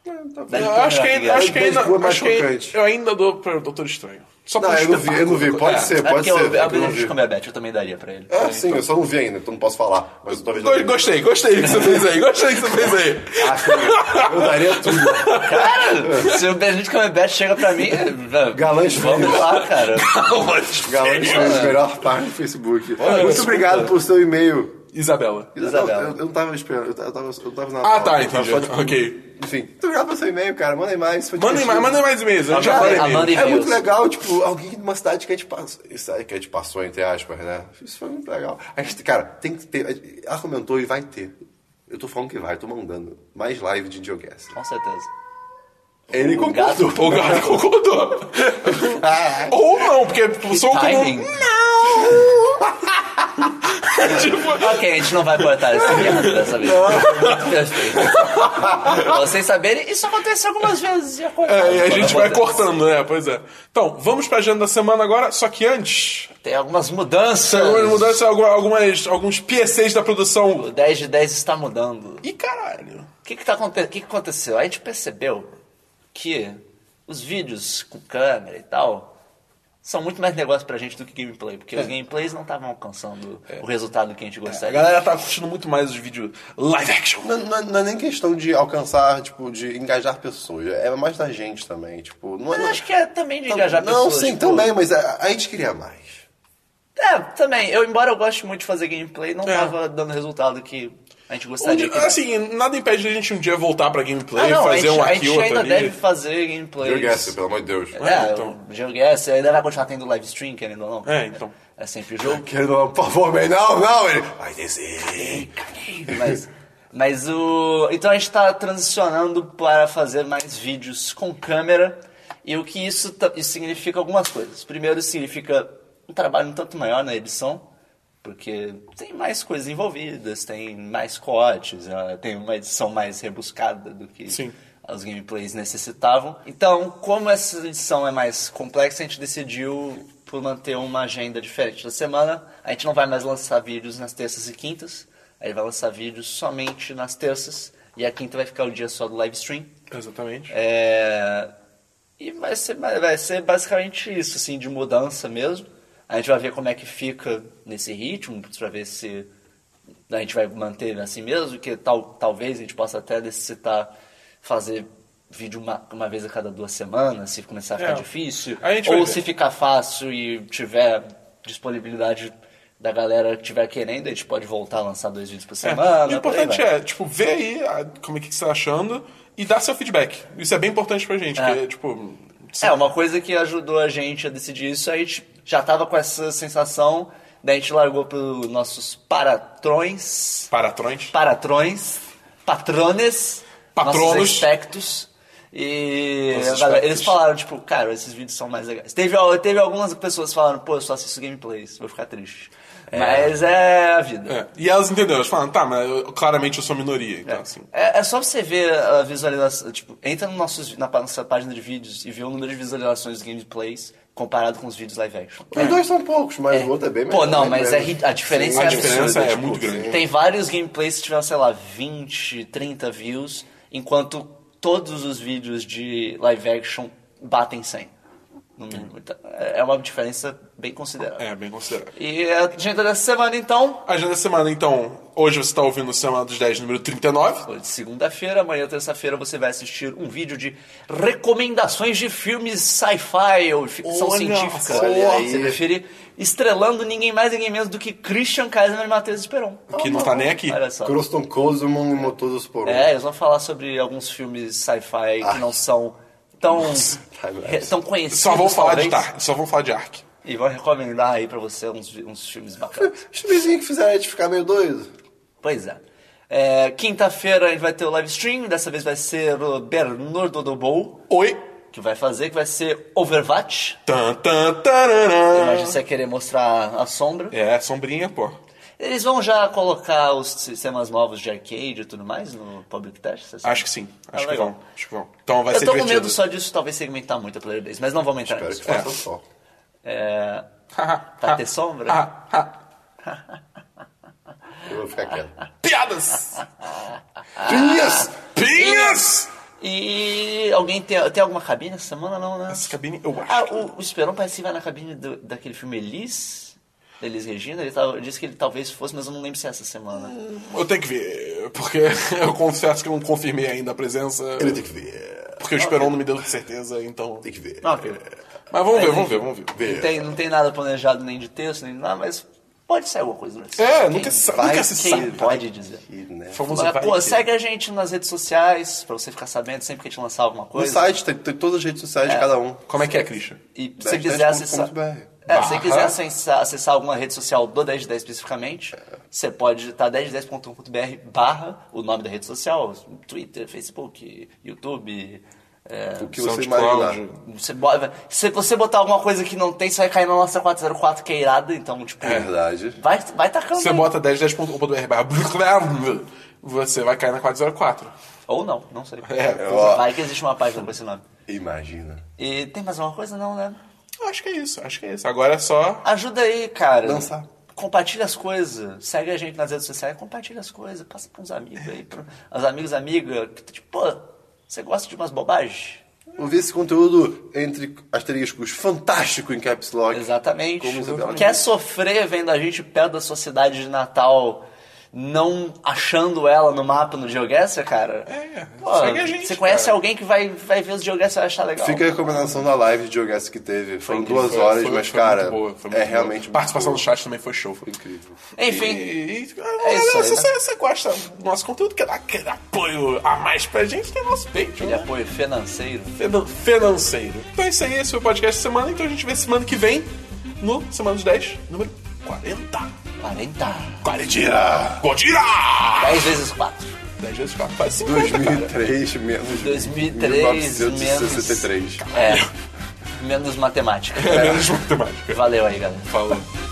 Speaker 3: É, tá bom.
Speaker 1: Eu
Speaker 2: Deadpool
Speaker 1: acho que
Speaker 2: é
Speaker 1: ainda.
Speaker 2: melhor
Speaker 1: Acho que ainda
Speaker 3: Deadpool é mais
Speaker 1: acho que ainda-
Speaker 3: chocante.
Speaker 1: eu ainda dou pra Doutor Estranho. Só
Speaker 3: Não,
Speaker 1: pra
Speaker 3: eu não vi, eu não vi. Pode
Speaker 1: É.
Speaker 3: ser,
Speaker 2: É
Speaker 3: pode
Speaker 2: porque eu,
Speaker 3: ser.
Speaker 2: eu,
Speaker 3: Eu não
Speaker 2: Benedict
Speaker 3: vi.
Speaker 2: Cumberbatch eu também daria pra ele.
Speaker 3: É, sim, eu só não vi ainda, então não posso falar. Mas talvez
Speaker 1: Go- Gostei, gostei do que você fez aí. Gostei do que você fez aí.
Speaker 3: Ah, sim, eu daria tudo. [LAUGHS]
Speaker 2: Cara, se o Benedict Cumberbatch chega pra mim...
Speaker 3: Galãs
Speaker 1: [LAUGHS]
Speaker 2: Vamos
Speaker 3: feios.
Speaker 2: lá, cara.
Speaker 3: Galante
Speaker 1: Sério?
Speaker 3: fez melhor par no Facebook. Muito
Speaker 1: desculpa.
Speaker 3: obrigado por seu e-mail.
Speaker 1: [LAUGHS] Isabela.
Speaker 3: Eu, eu, eu não tava esperando, eu tava, eu tava, eu tava na
Speaker 1: Ah,
Speaker 3: pauta,
Speaker 1: tá,
Speaker 3: eu tava
Speaker 1: entendi.
Speaker 3: só, tipo,
Speaker 1: Ok.
Speaker 3: Enfim, muito obrigado pelo seu e-mail, cara. Mandem mais. foi
Speaker 1: Mandem mais,
Speaker 3: divertido.
Speaker 1: mandem mais e-mails. Eu já
Speaker 2: Amanda-
Speaker 1: falei e-mail.
Speaker 2: Amanda e-
Speaker 3: É muito
Speaker 2: Deus.
Speaker 3: legal, tipo, alguém de uma cidade que a gente passou. Cidade que a gente passou, entre aspas, né? Isso foi muito legal. A gente, cara, tem que ter. a gente Argumentou e vai ter. Eu tô falando que vai, tô mandando. Mais live de Geoguess.
Speaker 2: Com certeza.
Speaker 3: Ele
Speaker 2: O gato-
Speaker 3: concordou.
Speaker 1: O gato concordou.
Speaker 3: [LAUGHS] Ah,
Speaker 1: Ou não, porque o som [LAUGHS]
Speaker 2: timing.
Speaker 1: comum. Tipo,
Speaker 2: Ok, a gente não vai cortar esse viado dessa vez. Muito perfeito. Pra Vocês saberem, isso acontece algumas vezes. e acontece.
Speaker 1: é, e a gente vai
Speaker 2: Acontece.
Speaker 1: cortando, né? Pois é. Então, vamos pra agenda da semana agora, só que antes.
Speaker 2: Tem algumas mudanças.
Speaker 1: Algumas mudanças, alguma- algumas, alguns PCs da produção.
Speaker 2: O 10 de 10 está mudando.
Speaker 1: Ih, caralho.
Speaker 2: O que, que, tá, aconte- o que, que aconteceu? A gente percebeu que os vídeos com câmera e tal são muito mais negócio pra gente do que gameplay, porque os gameplays não estavam alcançando o resultado que a gente
Speaker 1: A
Speaker 2: gostaria.
Speaker 1: galera tá curtindo muito mais os vídeos live action.
Speaker 3: Não, não- não é nem questão de alcançar, tipo, de engajar pessoas. É mais da gente também, tipo. Não, é-
Speaker 2: Eu
Speaker 3: não,
Speaker 2: acho que é também de engajar
Speaker 3: Não,
Speaker 2: pessoas.
Speaker 3: sim,
Speaker 2: tipo,
Speaker 3: também, mas a, a gente queria mais.
Speaker 2: É, também. Eu, embora eu goste muito de fazer gameplay, não
Speaker 1: É.
Speaker 2: tava dando resultado que a gente
Speaker 1: Um
Speaker 2: gostaria.
Speaker 1: dia-
Speaker 2: que desse.
Speaker 1: assim, nada impede da gente um dia voltar pra
Speaker 2: ah,
Speaker 1: gameplay,
Speaker 2: não,
Speaker 1: fazer
Speaker 2: a gente,
Speaker 1: um
Speaker 2: a
Speaker 1: aqui,
Speaker 2: gente
Speaker 1: outro
Speaker 2: ainda
Speaker 1: ali.
Speaker 2: deve fazer gameplay.
Speaker 3: Geoguess, pelo amor de Deus.
Speaker 2: É,
Speaker 1: É, então.
Speaker 2: o GeoGuess ainda vai continuar tendo live stream, querendo ou não.
Speaker 1: É, então.
Speaker 2: É sempre o jogo.
Speaker 3: Querendo, por favor, man, não, não, ele. Vai descer.
Speaker 2: Mas, mas o. Então a gente tá transicionando para fazer mais vídeos com câmera. E o que isso, ta- isso significa algumas coisas. Primeiro, isso significa um trabalho um tanto maior na edição, porque tem mais coisas envolvidas, tem mais cortes, eh, tem uma edição mais rebuscada do que
Speaker 1: Sim.
Speaker 2: os gameplays necessitavam. Então, como essa edição é mais complexa, a gente decidiu por manter uma agenda diferente da semana. A gente não vai mais lançar vídeos nas terças e quintas. A gente vai lançar vídeos somente nas terças. E a quinta vai ficar o dia só do live stream.
Speaker 1: Exatamente.
Speaker 2: É, E vai ser, vai ser basicamente isso, assim, de mudança mesmo. A gente vai ver como é que fica nesse ritmo, pra ver se a gente vai manter assim mesmo, que tal, talvez a gente possa até necessitar fazer vídeo uma, uma vez a cada duas semanas, se começar a ficar
Speaker 1: É.
Speaker 2: difícil.
Speaker 1: A gente vai
Speaker 2: Ou
Speaker 1: ver.
Speaker 2: se ficar fácil e tiver disponibilidade da galera que tiver querendo, a gente pode voltar a lançar dois vídeos por
Speaker 1: É,
Speaker 2: semana.
Speaker 1: o importante
Speaker 2: por aí vai.
Speaker 1: é, tipo, ver aí a- como é que você tá achando e dar seu feedback. Isso é bem importante pra gente,
Speaker 2: É.
Speaker 1: porque, tipo... se-
Speaker 2: É, uma coisa que ajudou a gente a decidir isso, a gente já tava com essa sensação, daí a gente largou pros nossos paratrões,
Speaker 1: Paratrões.
Speaker 2: paratrões, patrones,
Speaker 1: Patronos.
Speaker 2: nossos expectos. E
Speaker 1: Nossos
Speaker 2: galera,
Speaker 1: expectos.
Speaker 2: eles falaram, tipo, cara, esses vídeos são mais legais. Teve, teve algumas pessoas que falaram, pô, eu só assisto gameplays, vou ficar triste. Mas é a vida.
Speaker 1: É, E elas entenderam, elas falaram, tá, mas eu- claramente eu sou minoria, então assim...
Speaker 2: É, é só você ver a visualização. Tipo, entra no nossos, na nossa página de vídeos e vê o número de visualizações dos gameplays comparado com os vídeos live action.
Speaker 3: Os dois são poucos, mas o outro é bem
Speaker 2: Pô, não,
Speaker 3: bem
Speaker 2: mas é,
Speaker 3: menos.
Speaker 2: ri- a diferença
Speaker 1: A
Speaker 2: é
Speaker 1: diferença
Speaker 2: absurda.
Speaker 1: é
Speaker 2: tipo,
Speaker 1: muito grande.
Speaker 2: Tem vários gameplays que tiveram, sei lá, 20, 30 views, enquanto todos os vídeos de live action batem 100. No mínimo. Então, é é uma diferença bem considerável.
Speaker 1: É, bem considerável.
Speaker 2: E a agenda dessa semana, então,
Speaker 1: Agenda da semana, então, hoje você tá ouvindo o Semana dos 10, número 39.
Speaker 2: Hoje, segunda-feira, amanhã, terça-feira, você vai assistir um vídeo de recomendações de filmes sci-fi ou de ficção
Speaker 1: Olha
Speaker 2: científica.
Speaker 1: só.
Speaker 3: Olha aí.
Speaker 2: Você prefere estrelando ninguém mais, ninguém menos do que Christian Kaiser e Matheus Esperon.
Speaker 1: Que não tá nem aqui.
Speaker 2: Olha só.
Speaker 3: Croston Cosmon e Motosos por um.
Speaker 2: É, eles vão falar sobre alguns filmes sci-fi que
Speaker 3: Ai.
Speaker 2: não são tão,
Speaker 3: Ai,
Speaker 2: tão conhecidos.
Speaker 1: tá Só vão falar de
Speaker 2: talvez,
Speaker 1: Dark, só vão falar de Ark.
Speaker 2: E vão recomendar aí pra você uns, vi- uns
Speaker 1: [LAUGHS]
Speaker 2: filmes bacanas.
Speaker 3: Os vizinhos que fizeram a gente ficar meio doido.
Speaker 2: Pois é. É, Quinta-feira a gente vai ter o live stream, dessa vez vai ser o Bernardo Dobou.
Speaker 1: Oi!
Speaker 2: que vai fazer, que vai ser Overwatch.
Speaker 1: Tan, tan, tararã.
Speaker 2: Imagina se você vai querer mostrar a sombra.
Speaker 1: É, sombrinha, pô.
Speaker 2: Eles vão já colocar os sistemas novos de arcade e tudo mais no public test? você sabe?
Speaker 1: Acho que sim. Acho que
Speaker 2: legal.
Speaker 1: vão. Acho que vão. Então vai
Speaker 2: Eu
Speaker 1: ser
Speaker 2: tô com
Speaker 1: divertido.
Speaker 2: medo só disso talvez segmentar muito a player base, mas não vamos entrar
Speaker 3: Espero que
Speaker 2: nisso.
Speaker 3: faça só.
Speaker 2: É, pra ter sombra?
Speaker 1: Ah, ah.
Speaker 3: Eu vou ficar quieto.
Speaker 1: Piadas!
Speaker 3: Pinhas!
Speaker 1: Pinhas!
Speaker 2: E alguém tem, tem alguma cabine essa semana? Não, né?
Speaker 1: Essa cabine, eu acho.
Speaker 2: Ah, o, o Esperão parece que vai na cabine do- daquele filme Elis, da Elis Regina. Ele tal- disse que ele talvez fosse, mas eu não lembro se é essa semana.
Speaker 1: Eu tenho que ver, porque [LAUGHS] eu confesso que eu não confirmei ainda a presença.
Speaker 3: Ele tem que ver.
Speaker 1: Porque o Esperon não me deu certeza, então.
Speaker 3: Tem que ver.
Speaker 2: Não, ok.
Speaker 1: Mas vamos ver,
Speaker 2: Mas,
Speaker 1: vamos ver,
Speaker 2: enfim.
Speaker 1: vamos ver.
Speaker 2: não, tem, não tem nada planejado nem de texto, nem de nada, mas pode sair alguma coisa. né?
Speaker 1: É,
Speaker 2: Quem
Speaker 1: nunca se sabe,
Speaker 2: vai,
Speaker 1: nunca se
Speaker 2: quem
Speaker 1: sabe.
Speaker 2: pode dizer.
Speaker 3: E, né?
Speaker 1: Famoso
Speaker 2: Mas,
Speaker 1: vai
Speaker 2: pô,
Speaker 1: que-
Speaker 2: segue a gente nas redes sociais, pra você ficar sabendo sempre que a gente lançar alguma
Speaker 3: No
Speaker 2: coisa.
Speaker 3: site, tem, tem todas as redes sociais de cada um.
Speaker 1: Como é que é, Christian?
Speaker 2: E se você quiser acessar...
Speaker 3: Dashdash.com.br.
Speaker 2: É, se você
Speaker 1: Barra. É.
Speaker 2: quiser acessar, acessar alguma rede social do 1010 especificamente, você pode digitar 1010.com.br barra o nome da rede social, Twitter, Facebook, YouTube. é,
Speaker 3: O que você
Speaker 1: SoundCloud.
Speaker 3: imaginar.
Speaker 2: você bota- se você botar alguma coisa que não tem, você vai cair na nossa 404 queirada, então, tipo,
Speaker 3: É verdade.
Speaker 2: vai, vai tacando.
Speaker 1: Você
Speaker 2: aí.
Speaker 1: bota 1010.com.br barra você vai cair na 404.
Speaker 2: Ou não, não sei.
Speaker 1: É,
Speaker 3: ó.
Speaker 2: vai que existe uma página com esse nome.
Speaker 3: Imagina.
Speaker 2: E tem mais alguma coisa? Não, né?
Speaker 1: Eu acho que é isso, acho que é isso. Agora é só.
Speaker 2: Ajuda aí, cara.
Speaker 3: Dançar.
Speaker 2: Compartilha as coisas. Segue a gente nas redes sociais, compartilha as coisas. Passa para uns amigos aí, pra as amigos, amiga. que, Tipo, pô, você gosta de umas bobagens?
Speaker 3: Ouvir esse conteúdo entre asteriscos fantástico em Caps Lock.
Speaker 2: Exatamente.
Speaker 3: Como você
Speaker 2: Quer
Speaker 1: tá
Speaker 3: fala.
Speaker 2: sofrer vendo a gente perto da sua cidade de Natal, não achando ela no mapa no GeoGuessr, cara?
Speaker 1: É,
Speaker 2: Pô,
Speaker 1: segue a gente,
Speaker 2: Você conhece
Speaker 1: cara.
Speaker 2: alguém que vai, vai ver os GeoGuessr e vai achar legal?
Speaker 3: Fica a recomendação da live de Geoguess que teve. Foram
Speaker 2: incrível,
Speaker 3: duas horas,
Speaker 1: Foi-
Speaker 3: mas,
Speaker 1: foi
Speaker 3: cara,
Speaker 1: muito boa, foi muito
Speaker 3: é
Speaker 1: boa.
Speaker 3: realmente. muito
Speaker 1: Participação
Speaker 3: boa.
Speaker 1: do chat também foi show. Foi [LAUGHS]
Speaker 3: Incrível.
Speaker 2: Enfim.
Speaker 1: E, e-
Speaker 2: É isso
Speaker 1: olha,
Speaker 2: aí,
Speaker 1: se
Speaker 2: né?
Speaker 1: você, você gosta do nosso conteúdo, quer dar aquele apoio a mais pra gente, tem nosso Patreon.
Speaker 2: Aquele
Speaker 1: Né?
Speaker 2: apoio financeiro.
Speaker 1: Finan- Financeiro. Então é isso aí, esse foi o podcast da semana. Então a gente vê semana que vem no Semana dos 10, número 40.
Speaker 2: 40.
Speaker 1: Quarentira! Godira!
Speaker 2: 10 vezes 4.
Speaker 1: 10 vezes 4 faz 50,
Speaker 3: [LAUGHS]
Speaker 1: cara.
Speaker 3: 2003 menos.
Speaker 2: 2003
Speaker 3: 1963.
Speaker 2: menos. É. Menos matemática.
Speaker 1: É menos matemática.
Speaker 2: Valeu aí, galera.
Speaker 1: Falou.